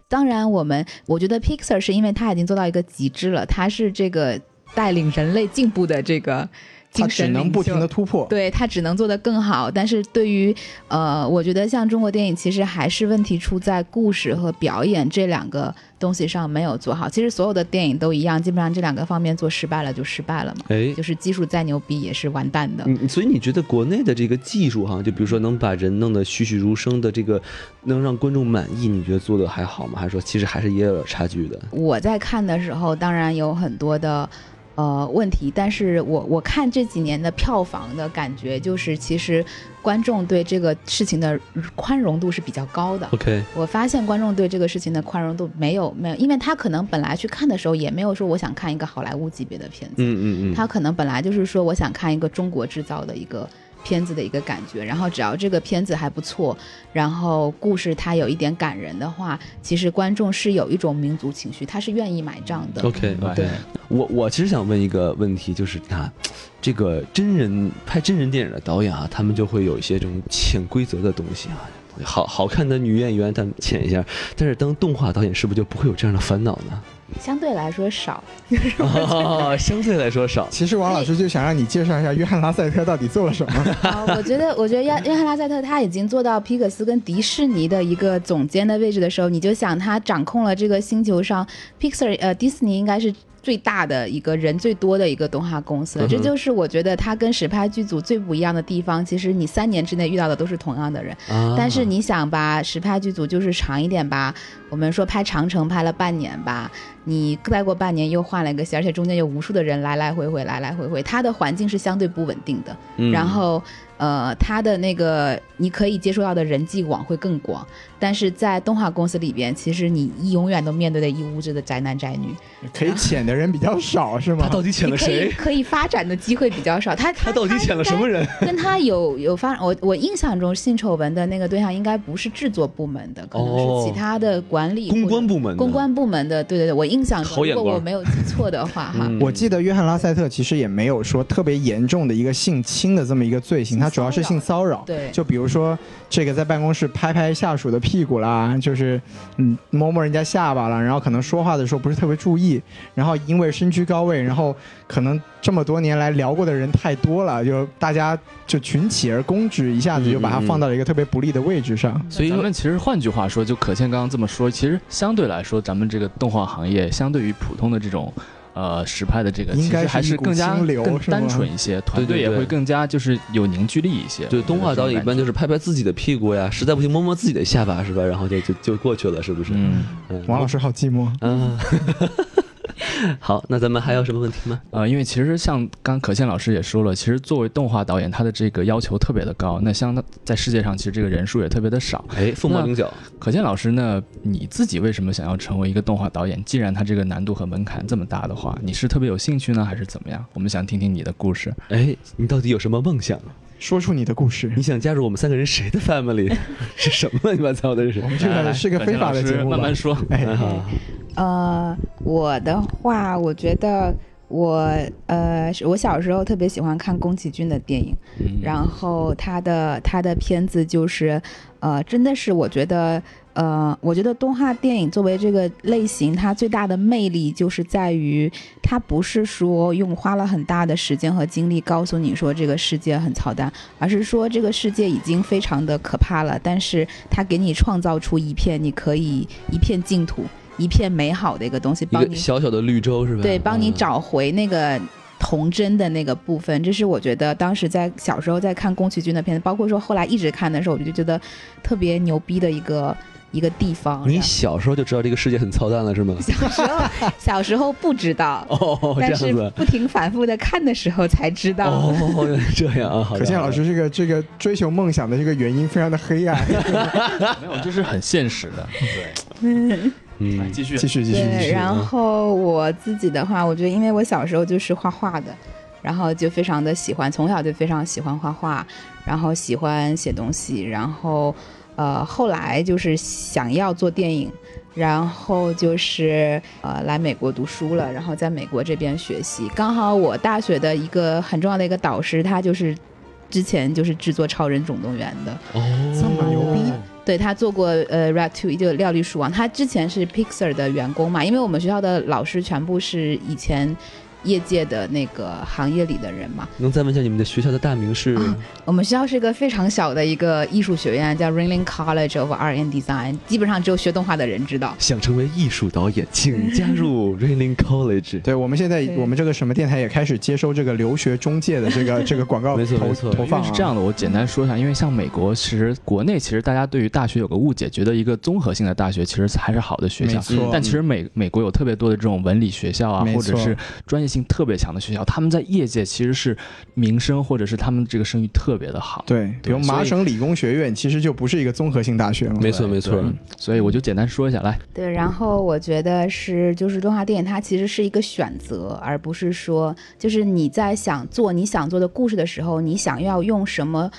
S1: 当然，我们我觉得 Pixar 是因为它已经做到一个极致了，它是这个带领人类进步的这个
S3: 它
S1: 精
S3: 只
S1: 神
S3: 能
S1: 领
S3: 不停
S1: 袖
S3: 的突破。
S1: 对它只能做得更好。但是对于呃，我觉得像中国电影，其实还是问题出在故事和表演这两个东西上没有做好。其实所有的电影都一样，基本上这两个方面做失败了就失败了嘛，
S2: 哎，
S1: 就是技术再牛逼也是完蛋的。
S2: 嗯，所以你觉得国内的这个技术哈，就比如说能把人弄得栩栩如生的这个，能让观众满意，你觉得做的还好吗？还是说其实还是也有点差距的？
S1: 我在看的时候，当然有很多的呃问题，但是我我看这几年的票房的感觉，就是其实观众对这个事情的宽容度是比较高的。
S2: OK，
S1: 我发现观众对这个事情的宽容度没有没有，因为他可能本来去看的时候也没有说我想看一个好莱坞级别的片子，
S2: 嗯嗯嗯，
S1: 他可能本来就是说我想看一个中国制造的一个片子的一个感觉，然后只要这个片子还不错，然后故事它有一点感人的话，其实观众是有一种民族情绪，他是愿意买账的。
S2: OK，
S4: 明白
S2: 对我我其实想问一个问题，就是你看，这个真人拍真人电影的导演啊，他们就会有一些这种潜规则的东西啊。好好看的女演员，咱们潜一下。但是当动画导演，是不是就不会有这样的烦恼 呢？
S1: 相对来说少，
S2: 哦，相对来说少。
S3: 其实王老师就想让你介绍一下约翰拉塞特到底做了什 么。
S1: 啊，我觉得，我觉得约约翰拉塞特他已经做到皮克斯跟迪士尼的一个总监的位置的时候，你就想他掌控了这个星球上 Pixar 呃迪士尼应该是。最大的一个人最多的一个动画公司了，
S2: 嗯哼
S1: 这就是我觉得它跟实拍剧组最不一样的地方。其实你三年之内遇到的都是同样的人，
S2: 啊
S1: 但是你想吧，实拍剧组就是长一点吧。我们说拍长城拍了半年吧，你再过半年又换了一个戏，而且中间有无数的人来来回回，来来回回，它的环境是相对不稳定的。
S2: 嗯
S1: 然后，呃，它的那个你可以接触到的人际网会更广，但是在动画公司里边，其实你永远都面对着一屋子的宅男宅女，
S3: 可以潜的人比较少是
S2: 他
S3: 吗？
S2: 到底潜
S1: 你
S2: 了
S1: 可以
S2: 谁？
S1: 可以发展的机会比较少。他
S2: 他到底潜了什么人？
S1: 跟他有有发，我我印象中性丑闻的那个对象应该不是制作部门的，可能是其他的管理、
S2: 公关部门的，嗯
S1: 公关部门的。对对对，我印象
S2: 好
S1: 中，
S2: 眼
S1: 如
S2: 光
S1: 果我没有记错的话，哈。
S2: 嗯
S3: 我记得约翰拉塞特其实也没有说特别严重的一个性侵的这么一个罪行，他主要是性骚扰。
S1: 对
S3: 就比如说这个在办公室拍拍下属的屁股啦，就是嗯摸摸人家下巴啦，然后可能说话的时候不是特别注意，然后因为身居高位，然后可能这么多年来聊过的人太多了，就大家就群起而攻之，一下子就把他放到了一个特别不利的位置上。
S2: 嗯
S4: 所以咱们其实换句话说，就可倩刚刚这么说，其实相对来说，咱们这个动画行业相对于普通的这种。呃，实拍的这个
S3: 应
S4: 其
S3: 该
S4: 实
S3: 是
S4: 还
S3: 一
S4: 是
S3: 股
S4: 更加
S3: 清流
S4: 更
S3: 是吗
S4: 单纯一些，团队
S2: 对
S4: 也
S2: 对
S4: 会更加就是有凝聚力一些。
S2: 对，
S4: 我觉得
S2: 动画
S4: 这种
S2: 导演一
S4: 感
S2: 般
S4: 觉
S2: 就是拍拍自己的屁股呀，实在不行摸摸自己的下巴
S3: 嗯
S2: 是吧？然后就就就过去了，是不是？
S4: 嗯，
S2: 嗯
S3: 王老师好寂寞，
S2: 啊， 好，那咱们还有什么问题吗？
S4: 呃，因为其实像刚可宪老师也说了，其实作为动画导演，他的这个要求特别的高。那相当在世界上，其实这个人数也特别的少。
S2: 哎，凤毛麟角。
S4: 可宪老师呢，你自己为什么想要成为一个动画导演？既然他这个难度和门槛这么大的话，你是特别有兴趣呢，还是怎么样？我们想听听你的故 事。
S2: 哎，你到底有什么梦想？
S3: 说出你的故事。
S2: 你想加入我们三个人谁的 family？是 什么乱七八糟的？这是
S3: 我 们这个是个非法的节目吧，
S4: 慢慢说。
S3: 哎，
S2: 啊，
S1: 呃，我的话，我觉得我呃，是我小时候特别喜欢看宫崎骏的电影，
S4: 嗯
S2: 嗯
S1: 然后他的他的片子就是，呃，真的是我觉得，呃，我觉得动画电影作为这个类型，它最大的魅力就是在于，它不是说用花了很大的时间和精力告诉你说这个世界很操蛋，而是说这个世界已经非常的可怕了，但是它给你创造出一片你可以一片净土。一片美好的一个东西，
S2: 一
S1: 帮
S2: 个
S1: 你
S2: 小小的绿洲是吧？
S1: 对，帮你
S2: 嗯
S1: 找回那个童真的那个部分。这是我觉得当时在小时候在看宫崎骏的片子，包括说后来一直看的时候，我就觉得特别牛逼的一个一个地方。
S2: 你小时候就知道这个世界很操蛋了是吗？
S1: 小时候小时候不知道，
S2: 哦，这
S1: 但
S2: 样
S1: 是
S2: 子。
S1: 不停反复的看的时候才知道。
S2: 哦，原来这样啊！好的
S3: 可见老，师这个这个追求梦想的这个原因非常的黑暗。
S4: 没
S3: 啊
S4: 有，这是很现实的。
S2: 嗯
S4: 来，继续
S3: 继续继续继
S1: 对，
S3: 续，啊
S1: 然后我自己的话，我觉得因为我小时候就是画画的，然后就非常的喜欢，从小就非常喜欢画画，然后喜欢写东西，然后呃后来就是想要做电影，然后就是呃来美国读书了，然后在美国这边学习，刚好我大学的一个很重要的一个导师，他就是之前就是制作《超人总动员》的，
S2: 哦，
S3: 这么牛逼，
S1: 对他做过呃《Ratatouille》就《料理鼠王》，他之前是 Pixar 的员工嘛，因为我们学校的老师全部是以前业界的那个行业里的人嘛。
S2: 能再问一下你们的学校的大名是？
S1: 啊我们学校是一个非常小的一个艺术学院，叫 Ringling College of Art and Design，基本上只有学动画的人知道。
S2: 想成为艺术导演，请加入 Railing College。
S3: 对我们现在
S1: 对
S3: 我们这个什么电台也开始接收这个留学中介的这 个这个广告
S2: 没错
S3: 投
S2: 没错
S3: 投
S4: 因
S3: 放
S4: 为
S3: 啊
S4: 是这，样的，我简单说一下，因为像美国，其实国内其实大家对于大学有个误解，觉得一个综合性的大学其实还是好的学
S3: 没
S4: 校，
S3: 错。
S4: 但其实美美国有特别多的这种文理学校啊，
S3: 没
S4: 或
S3: 错
S4: 者是专业性特别强的学校，他们在业界其实是名声或者是他们这个声誉特别的好。
S3: 对，比如
S4: 所以
S3: 麻省理工学院其实就不是一个综合性大学嘛。
S2: 没错没错
S4: 对，嗯所以我就简单说一下，来，
S1: 对，然后我觉得是，就是动画电影它其实是一个选择，而不是说，就是你在想做你想做的故事的时候，你想要用什么，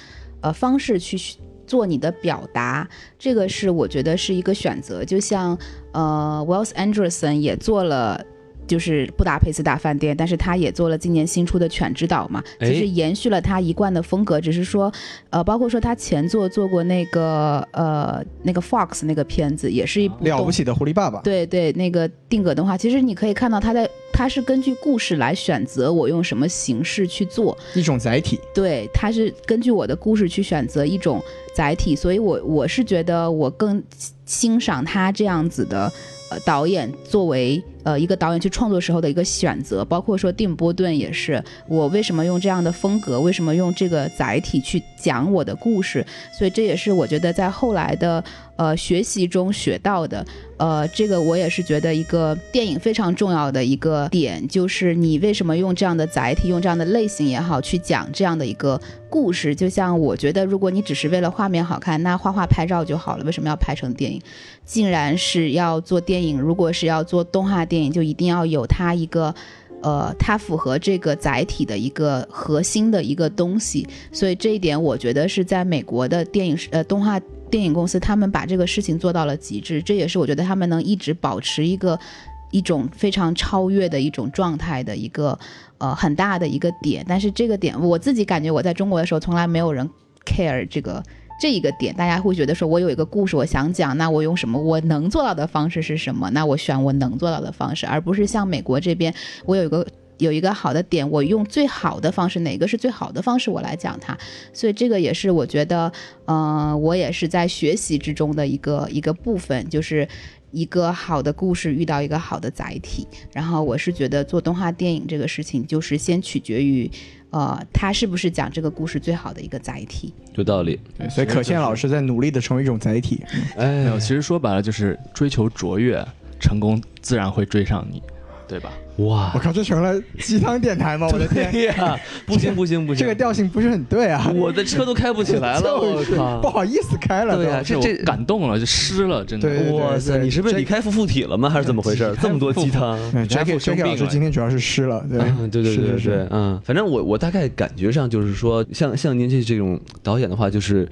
S1: 呃方式去选做你的表达，这个是我觉得是一个选择。就像呃，Wells Anderson 也做了。就是布达佩斯大饭店，但是他也做了今年新出的《犬之岛》嘛，
S2: 哎
S1: 其实延续了他一贯的风格，只是说呃，包括说他前作做过那个呃那个 Fox 那个片子，也是一部
S3: 了
S1: 动
S3: 不起的狐狸爸爸，
S1: 对对，那个定格动画，其实你可以看到它在，它是根据故事来选择我用什么形式去做，
S3: 一种载体。
S1: 对，它是根据我的故事去选择一种载体，所以我我是觉得我更欣赏他这样子的。呃，导演作为呃一个导演去创作时候的一个选择，包括说蒂姆·波顿也是，我为什么用这样的风格，为什么用这个载体去讲我的故事，所以这也是我觉得在后来的呃学习中学到的。呃，这个我也是觉得一个电影非常重要的一个点，就是你为什么用这样的载体、用这样的类型也好，去讲这样的一个故事。就像我觉得，如果你只是为了画面好看，那画画拍照就好了，为什么要拍成电影？竟然是要做电影，如果是要做动画电影，就一定要有它一个。呃，它符合这个载体的一个核心的一个东西，所以这一点我觉得是在美国的电影呃动画电影公司，他们把这个事情做到了极致，这也是我觉得他们能一直保持一个一种非常超越的一种状态的一个呃很大的一个点。但是这个点，我自己感觉我在中国的时候，从来没有人 care 这个。这一个点，大家会觉得说，我有一个故事，我想讲，那我用什么我能做到的方式是什么？那我选我能做到的方式，而不是像美国这边，我有一个有一个好的点，我用最好的方式，哪个是最好的方式，我来讲它。所以这个也是我觉得，呃，我也是在学习之中的一个一个部分，就是一个好的故事遇到一个好的载体。然后我是觉得做动画电影这个事情，就是先取决于，呃，它是不是讲这个故事最好的一个载体。
S2: 有道理。
S3: 对，所以可宪老师在努力的成为一种载体。
S4: 没
S2: 哎
S4: 有，，其实说白了就是追求卓越，成功自然会追上你。对吧？
S2: 哇
S3: 我，靠，这成了鸡汤电台吗？我的天，
S2: 对呀，不行不行不行，
S3: 啊这个调性不是很对啊！
S2: 我的车都开不起来了，
S3: 就
S2: 我
S3: 是不
S2: 靠！
S3: 好意思开了都。
S2: 对呀这
S4: 这
S2: 这
S4: 我感动了，就湿了，真
S3: 对
S4: 的。
S2: 哇塞，你是被李开复附体了吗？还是怎么回事？这么多鸡汤。
S3: 嗯
S4: 这还
S3: ，J.K.
S4: 不生
S3: J.K. 老
S4: 病
S3: 师
S4: 了
S3: 今天主要是湿了，对
S2: 嗯，对对
S3: 是
S2: 对对
S3: 是
S2: 对
S3: 是，，
S2: 嗯，反正我我大概感觉上就是说，像像您这这种导演的话，就是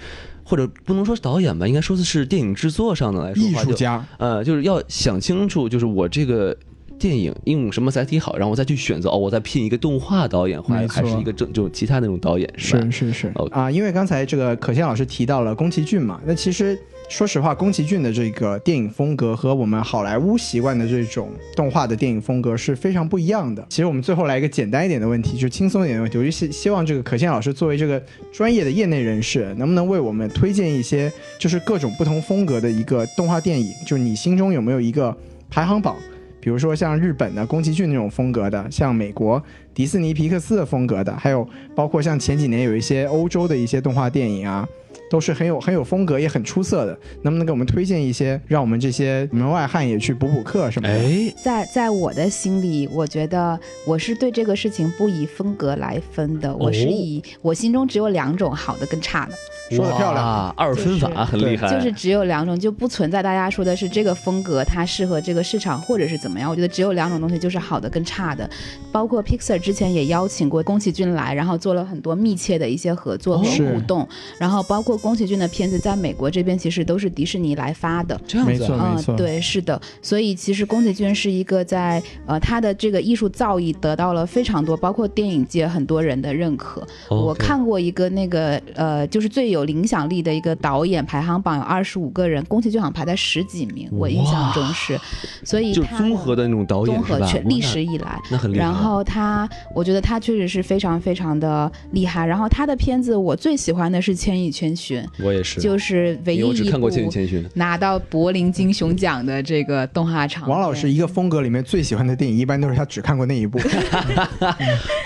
S2: 或者不能说是导演吧，应该说的是电影制作上的来说的
S3: 艺
S2: 话，就
S3: 术家，
S2: 呃，就是要想清楚，就是我这个电影用什么载体好，然后我再去选择哦，我再聘一个动画导演，或
S3: 没
S2: 者
S3: 错
S2: 还是一个正就其他那种导演，吧？
S3: 是是是
S2: OK
S3: 啊，因为刚才这个可倩老师提到了宫崎骏嘛，那其实说实话，宫崎骏的这个电影风格和我们好莱坞习惯的这种动画的电影风格是非常不一样的。其实我们最后来一个简单一点的问题，就轻松一点的问题，我就希希望这个可倩老师作为这个专业的业内人士，能不能为我们推荐一些就是各种不同风格的一个动画电影？就是你心中有没有一个排行榜？比如说像日本的宫崎骏那种风格的，像美国迪士尼皮克斯的风格的，还有包括像前几年有一些欧洲的一些动画电影啊，都是很有很有风格，也很出色的。能不能给我们推荐一些，让我们这些门外汉也去补补课什么的？
S2: 哎，
S1: 在在我的心里，我觉得我是对这个事情不以风格来分的，我是
S2: 哦
S1: 以、我心中只有两种好的跟差的，
S3: 说得漂亮
S2: 哇，二分法很厉害，
S1: 就是只有两种，就不存在大家说的是这个风格它适合这个市场或者是怎么样。我觉得只有两种东西，就是好的跟差的。包括 Pixar 之前也邀请过宫崎骏来，然后做了很多密切的一些合作和
S3: 是
S1: 互动。然后包括宫崎骏的片子在美国这边其实都是迪士尼来发的，
S2: 这样子啊
S3: 没错
S1: 嗯，对，是的，所以其实宫崎骏是一个在呃他的这个艺术造诣得到了非常多，包括电影界很多人的认可。我
S2: OK
S1: 看过一个那个呃，就是最有影响力的一个导演排行榜有二十五个人，宫崎骏好像排在十几名，我印象中是，所以
S2: 就是
S1: 他
S2: 综合的那种导演
S1: 综合
S2: 是吧
S1: 全
S2: 哇
S1: 历史以来。
S2: 那那很厉害。啊
S1: 然后他，我觉得他确实是非常非常的厉害。然后他的片子，我最喜欢的是《千与千寻》，
S2: 我也是，
S1: 就是唯一
S2: 因为我只
S1: 一
S2: 看过《千与
S1: 部
S2: 千寻》。
S1: 拿到柏林金熊奖的这个动画长片。
S3: 王老师一个风格里面最喜欢的电影，一般都是他只看过那 一部。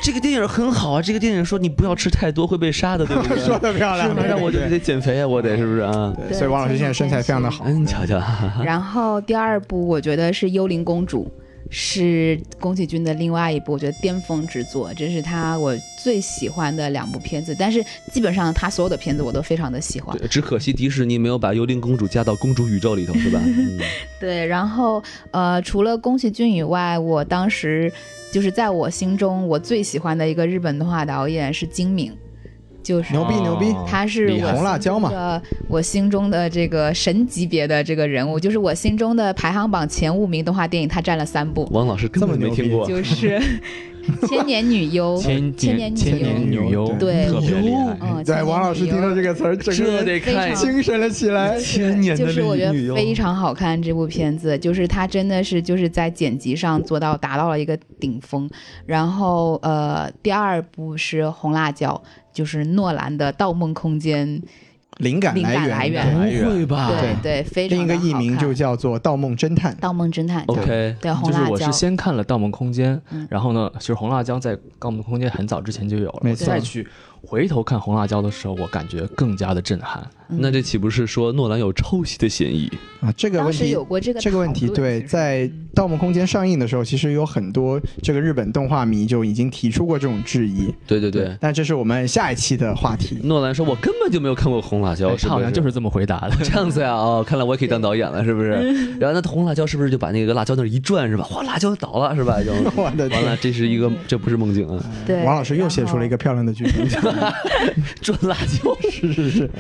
S2: 这个电影很好啊，这个电影说你不要吃太多会被杀的，对 不对？
S3: 说的漂亮，
S2: 是吧让我就得减肥啊，我得是不是 啊？
S3: 对
S1: 对
S3: 所以王老师现在身材非常的好。
S2: 嗯，你瞧瞧，
S3: 啊
S1: 然后第二部我觉得是《幽灵公主》，是宫崎骏的另外一部，我觉得巅峰之作，这是他我最喜欢的两部片子。但是基本上他所有的片子我都非常的喜欢。
S2: 对只可惜迪士尼没有把幽灵公主加到公主宇宙里头， 是吧？嗯
S1: 对，然后呃，除了宫崎骏以外，我当时就是在我心中我最喜欢的一个日本动画导演是金敏，就是
S3: 牛逼牛逼
S4: 哦
S1: 他是
S4: 厉
S1: 我
S4: 害
S3: 红辣椒嘛
S1: 心中的我心中的这个神级别的这个人物，就是我心中的排行榜前五名动画电影，他占了三部，
S2: 王老师根本没听过，
S1: 就是 《千年女
S3: 哦
S1: 优》
S4: 千
S1: 千年
S4: 年
S1: 女
S4: 千
S1: 优
S4: 年女优，
S1: 对
S2: 哎
S4: 特别厉害。
S1: 嗯，
S3: 对，王老师听到这
S1: 个。
S3: 个词儿，整个人
S2: 得看一下
S1: 非常
S3: 精神了起来。
S2: 千年
S1: 就
S2: 的
S1: 是我觉
S2: 女
S1: 得
S2: 优，
S1: 非常好看这部片子，就是它真的是就是在剪辑上做到达到了一个顶峰。然后呃，第二部是《红辣椒》，就是诺兰的《盗梦空间》，
S3: 灵感
S1: 灵感来
S3: 源，
S1: 源
S2: 不
S4: 来源
S2: 会吧
S1: 对对，非常
S3: 另一个
S1: 的
S3: 艺
S1: 好
S3: 名
S1: 看
S3: 就叫做《盗梦侦探》。
S1: 盗梦侦探对
S2: ？OK，
S1: 对红
S4: 就是
S1: 辣
S4: 我
S1: 椒
S4: 是先看了《盗梦空间》
S1: 嗯
S4: 然后呢，其实《红辣椒》在《盗梦空间》很早之前就有了，
S3: 没
S4: 我
S3: 错
S4: 再去回头看《红辣椒》的时候，我感觉更加的震撼。
S1: 嗯
S2: 那这岂不是说诺兰有抄袭的嫌疑？
S3: 啊，这个
S1: 当
S3: 问
S1: 时
S3: 题
S1: 有过这个
S3: 这个问题，
S1: 讨论嗯
S3: 对，
S1: 其实
S3: 在《盗梦空间》上映的时候，其实有很多这个日本动画迷就已经提出过这种质疑。
S2: 对对，
S3: 但这是我们下一期的话题。
S2: 诺兰说：“我根本就没有看过《红辣椒
S4: 哎》，
S2: 是
S4: 他好像就是是这么回答 的。
S2: 这样子呀？哦，看来我也可以当导演了，是不是？
S1: 嗯
S2: 然后那红辣椒是不是就把那个辣椒那儿一 转，是吧？哗，辣椒倒了，是吧？就
S3: 我的
S2: 完了，
S3: 天，
S2: 这是一个，这不是梦境啊，
S1: 对
S3: 王老师又写出了一个漂亮的剧 本。
S2: 转辣椒是是是，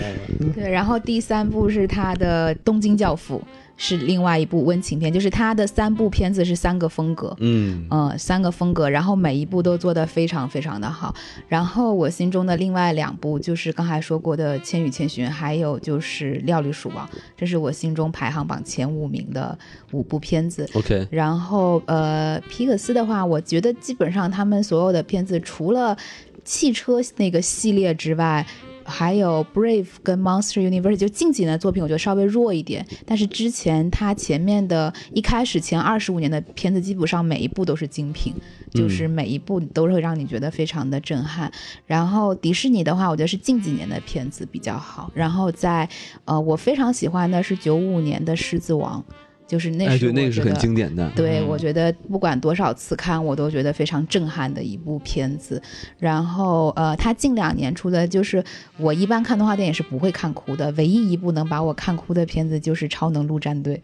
S1: 对，然后第三部是他的《东京教父》，是另外一部温情片，就是他的三部片子是三个风格。
S2: 嗯，
S1: 嗯，三个风格，然后每一部都做得非常非常的好。然后我心中的另外两部就是刚才说过的《千与千寻》，还有就是《料理鼠王》，这是我心中排行榜前五名的五部片子。
S2: OK，
S1: 然后呃，皮克斯的话，我觉得基本上他们所有的片子，除了汽车那个系列之外。还有 Brave 跟 Monster University，就近几年的作品，我觉得稍微弱一点。但是之前他前面的一开始前二十五年的片子，基本上每一部都是精品，
S2: 嗯
S1: 就是每一部都会让你觉得非常的震撼。然后迪士尼的话，我觉得是近几年的片子比较好。然后在呃，我非常喜欢的是九五年的《狮子王》，就是那
S2: 哎，
S1: 是
S2: 对，
S1: 我
S2: 那个是
S1: 觉
S2: 很
S1: 得
S2: 经典的。
S1: 对，
S4: 嗯
S1: 我觉得不管多少次看，我都觉得非常震撼的一部片子。然后，呃，他近两年出的，就是我一般看动画电影是不会看哭的，唯一一部能把我看哭的片子就是《超能陆战队》，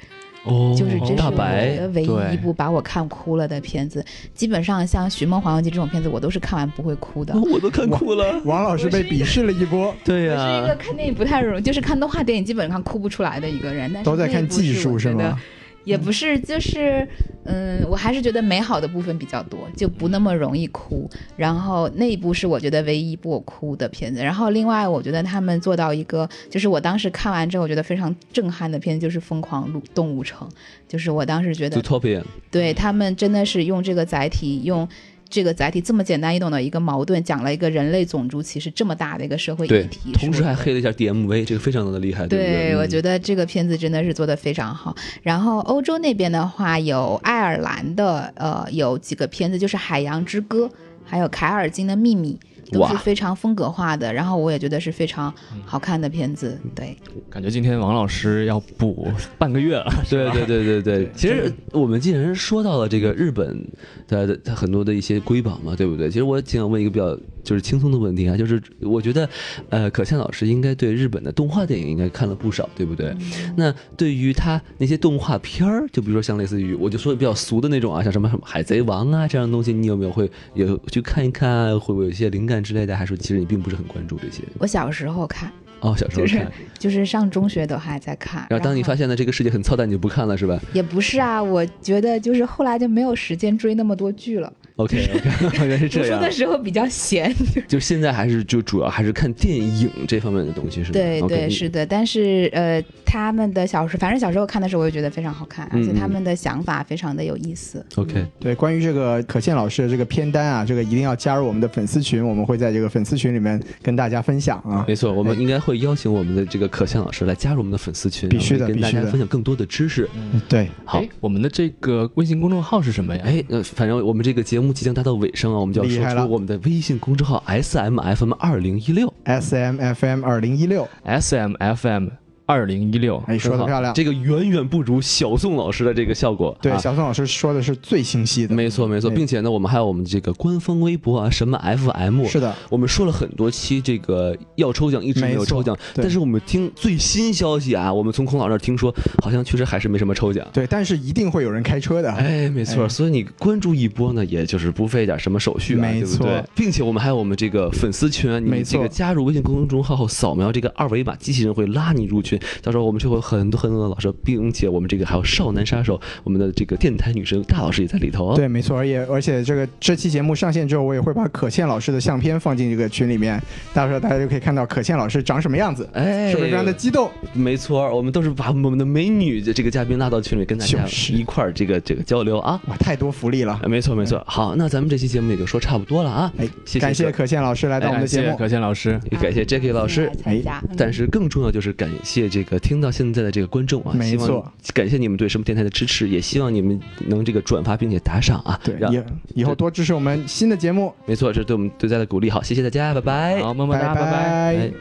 S2: 哦，
S1: 就是这是
S2: 大
S1: 我
S2: 白
S1: 的唯
S4: 对
S1: 一一部把我看哭了的片子。基本上像《寻梦环游记》这种片子，我都是看完不会哭的。
S2: 我都看哭了。
S3: 王老师被鄙视了一 波，
S2: 哦对啊
S1: 我
S2: 呀、
S1: 是一个看电影不太容易，就是看动画电影基本上哭不出来的一个人，但是
S3: 都在
S1: 那
S3: 看
S1: 一部
S3: 技
S1: 是
S3: 术
S1: 我
S3: 是
S1: 觉得
S3: 吗？
S1: 也不是，就是，嗯，我还是觉得美好的部分比较多，就不那么容易哭。然后那一部是我觉得唯一一部我哭的片子。然后另外，我觉得他们做到一个，就是我当时看完之后，我觉得非常震撼的片子，就是《疯狂动动物城》，就是我当时觉得
S2: Zootopia，
S1: 对他们真的是用这个载体，用这个载体这么简单易懂的一个矛盾，讲了一个人类种族歧视这么大的一个社会
S2: 对
S1: 议题，
S2: 同时还
S1: 黑。
S2: 黑了一下 DMV，这个非常的厉害，不对？嗯
S1: 我觉
S2: 得
S1: 得这个片子真的是做得非常好。然后欧洲那边的话，有爱尔兰的，呃，有几个片子，就是《海洋之歌》，还有《凯尔金的秘密》，都
S2: 哇嗯
S1: 是非常风格化的。然后我也觉得是非常好看的片子。对，
S4: 感觉今天王老师要补半个月了。
S2: 对对对对对，其实我们既然说到了这个日本的它很多的一些瑰宝嘛，对不对？其实我挺想问一个比较就是轻松的问题啊，就是我觉得，呃，可倩老师应该对日本的动画电影应该看了不少，对不对？那对于他那些动画片儿，就比如说像类似于我就说比较俗的那种啊，像什么什么海贼王啊这样的东西，你有没有会有去看一看啊，会不会有一些灵感之类的？还是其实你并不是很关注这些？
S1: 我小时候看，
S2: 哦，小时候
S1: 就是
S2: 看。
S1: 就是上中学都还在看。
S2: 然后当你发
S1: 现
S2: 现了这个世界很操蛋，你就不看了是吧
S1: 也不是啊，我觉得就是后来就没有时间追那么多剧了。
S2: ？OK OK，原来是
S1: 读
S2: 这
S1: 书
S2: 样
S1: 的。时候比较闲，
S2: 就现在还是就主要还是看电影这方面的东西是吧？
S1: 对
S2: OK，嗯
S1: 对
S2: 你
S1: 是的，但是呃，他们的小说，反正小时候看的时候，我就觉得非常好看，而且他
S2: 嗯嗯
S1: 们的想法非常的有意思。
S2: OK，
S3: 对，关于这个可倩老师的这个片单啊，这个一定要加入我们的粉丝群，我们会在这个粉丝群里面跟大家分享啊。
S2: 没错，我们应该会邀请我们的这个可倩老师来加入我们的粉丝群，
S3: 必须的
S2: 然后跟大
S3: 必须
S2: 家
S3: 的嗯
S2: 分享更多的知识。
S3: 对，
S2: 好
S4: 哎，我们的这个微信公众号是什么呀？
S2: 哎，呃，反正我们这个节目即将达到尾声啊，我们就要
S3: 厉
S2: 说
S3: 害了
S2: 出我们的微信公众号 S M F M 二零一六，
S3: S M F M 二零一六，
S4: S M F M 二零一六，
S3: 哎，说的
S2: 很好
S3: 漂亮。
S2: 这个远远不如小宋老师的这个效果。
S3: 对，
S2: 啊
S3: 小宋老师说的是最清晰的，
S2: 没错没错，
S3: 对
S2: 并且呢，我们还有我们这个官方微博啊，什么 FM，
S3: 是的，
S2: 我们说了很多期这个要抽奖，一直没有抽奖
S3: 没，对
S2: 但是我们听最新消息啊，我们从孔老师那儿听说，好像确实还是没什么抽奖。
S3: 对，但是一定会有人开车的。
S2: 哎，没错，
S3: 哎
S2: 所以你关注一波呢，也就是不费点什么手续啊，对
S3: 没
S2: 不
S3: 错
S2: 对？并且我们还有我们这个粉丝群啊，
S3: 没
S2: 你这
S3: 错
S2: 个加入微信公众号后扫描这个二维码，机器人会拉你入群。到时候我们就会有很多很多的老师，并且我们这个还有少男杀手，我们的这个电台女神大老师也在里头哦。
S3: 对，没错，而且而且这个这期节目上线之后，我也会把可倩老师的相片放进这个群里面，到时候大家就可以看到可倩老师长什么样子，
S2: 哎，
S3: 是不是非常的激动？
S2: 没错，我们都是把我们的美女的这个嘉宾拉到群里，跟大家
S3: 就是
S2: 一块儿这个这个交流啊。
S3: 哇，太多福利了！
S2: 啊没错没错，好，那咱们这期节目也就说差不多了啊。
S3: 哎，
S2: 谢谢哎
S3: 感谢可倩老师来到我们的节
S4: 哎感谢
S3: 目，
S4: 可倩老师。
S2: 也感谢 Jackie 老师哎
S1: 来，参加。嗯
S2: 但是更重要就是感谢这个听到现在的这个观众啊，
S3: 没
S2: 希望
S3: 错
S2: 感谢你们对什么电台的支持，也希望你们能这个转发并且打赏啊。
S3: 对，
S2: 让
S3: 以以后多支持我们新的节目，
S2: 没错，这是对我们对大家的鼓励。好，谢谢大家，拜拜。
S4: 好，么么
S3: 拜
S4: 哒，拜拜。
S2: 哎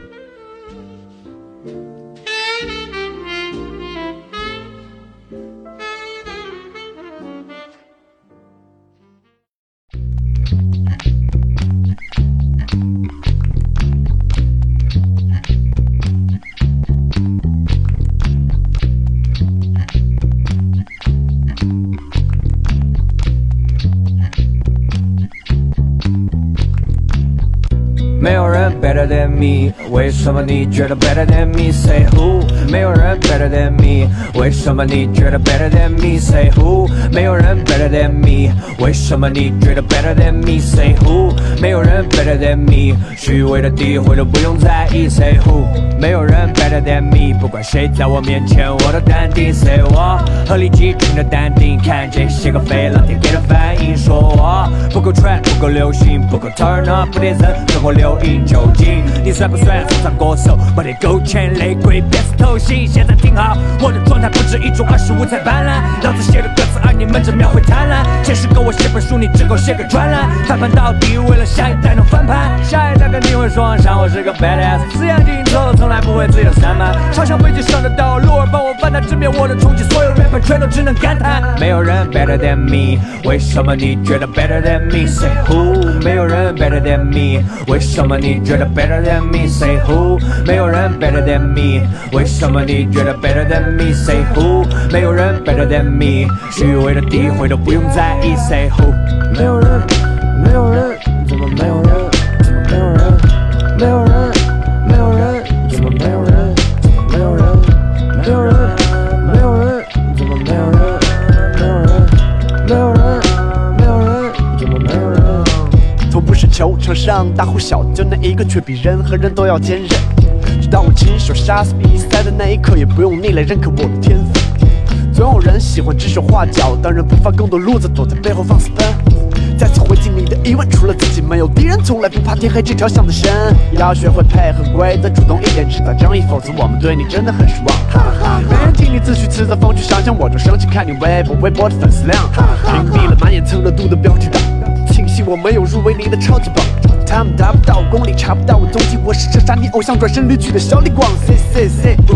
S6: 没有人 better than me，为什么你觉得 better than me？Say who？没有人 better than me，为什么你觉得 better than me？Say who？没有人 better than me，为什么你觉得 better than me？Say who？没有人 better than me，虚伪的诋毁都不用在意。Say who？没有人 better than me，不管谁在我面前，我都淡定。Say 我鹤立鸡群的淡定，看这些个飞了天给的反应，说我不够 trap，不够流行，不够 turn up，不得人。生活留影酒精。你算不算说唱歌手？没得勾芡雷鬼，别是偷袭。现啊在听好，我的状态不止一种，二十五才斑斓。老子写的歌词，而你们正描绘贪婪。前现实跟我写本书，你只够写个专栏。翻盘到底，为了下一代能翻盘。下一代肯定会说上我是个 badass，四样紧凑，从来不会自由散漫。嘲笑被剧上的道路，而帮我翻到直面我的冲击，所有 rapper 全都只能感叹。没有人 better than me，为什么你觉得 better than me？Say who？没有人 better than me，为什么你觉得 better than me？Say who？没有人 better than me，为什么你觉得 better than me？Say who？没有人 better than me，虚伪的诋毁都不用在意。Say who？没有人，没有人，怎么没有人？怎么没有人？没有人，没有人，怎么没有人？怎么没有人？没有人，没有人，怎么没有人？没有人，没有人，没有人，怎么没有人？
S7: 从不是球场上大呼小叫那一个，却比人和人都要坚韧。直到我亲手杀死比赛的那一刻，也不用逆来认可我的天分。总有人喜欢指手画脚，当然不乏更多路子躲在背后放肆奔。再次回敬你的疑问，除了自己没有敌人，从来不怕天黑这条巷子深。要学会配合规则，主动一点，制造张力，否则我们对你真的很失望。哈哈，没人听你自诩辞的风趣想象，我就生气看你微博微博的粉丝量，屏蔽了满眼蹭热度的标题党。庆幸我没有入围你的超级榜。他们达不到我功力，查不到我踪迹。我是射杀你偶像转身离去的小李广。C C C，呜，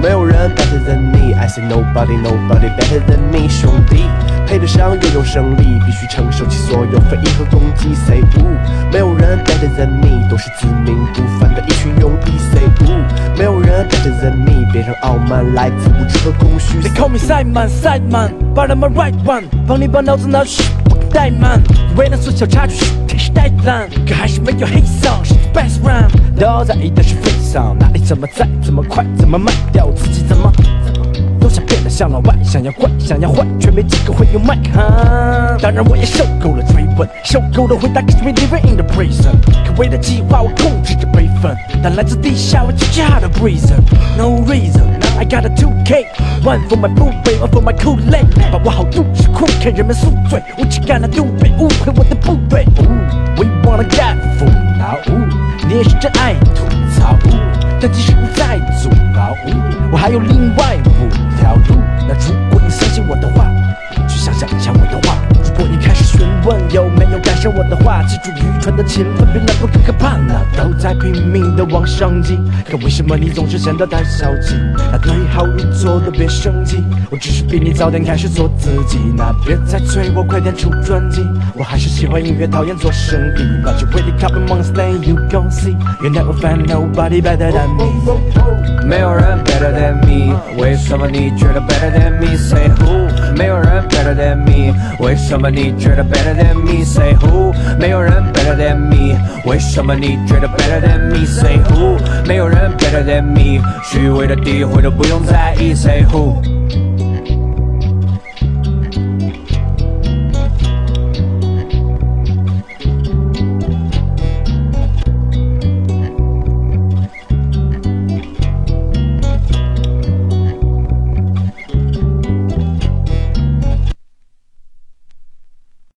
S7: 没有人 better than me。I say nobody nobody better than me。兄弟，配得上拥有胜利，必须承受起所有非议和攻击。Say 呜，没有人 better than me，都是自命不凡的一群庸医。Say 呜，没有人 better than me，别让傲慢来自无知和空虚。
S6: They call me Sideman Sideman，But I'm a right one，帮你把脑子拿去怠慢，为难缩小差距是天时怠懒，可还是没有黑嗓，是 the best rhyme，都在意的是 free sound，哪里怎么在，怎么快，怎么卖掉自己，怎么都想变得像老外，想要怪，想要坏，却没几个会用麦克。当然我也受够了追问，受够了回答，Cause we living in the prison。可为了计划，我控制着悲愤，但来自地下我极下的 reason。No reason, now I got a two K, one for my blue bay, one for my cool lay。把握好度，是酷看人们宿醉，无耻感的杜被误会我的部队。Ooh, we wanna get full now，ooh，你也是真爱吐槽。ooh 但即使不再阻挠，我还有另外五条路。那如果你相信我的话，去想想一下我的话。如果你开始询问有没有感受我的话，记住愚蠢的勤奋比懒惰更可怕呢。都在拼命的往上挤，可为什么你总是显得太消极？那对号入座的别生气，我只是比你早点开始做自己。那别再催我快点出专辑，我还是喜欢音乐，讨厌做生意。But you really got me months, then you gon' see, you never find nobody better than me.
S7: 没有人 better than me，为什么你觉得 better than me？Say who？没有人 better than me，为什么你觉得 better than me？Say who？没有人 better than me，为什么你觉得 better than me？Say who？没有人 better than E. me，虚伪的诋毁都不用在意。Say who？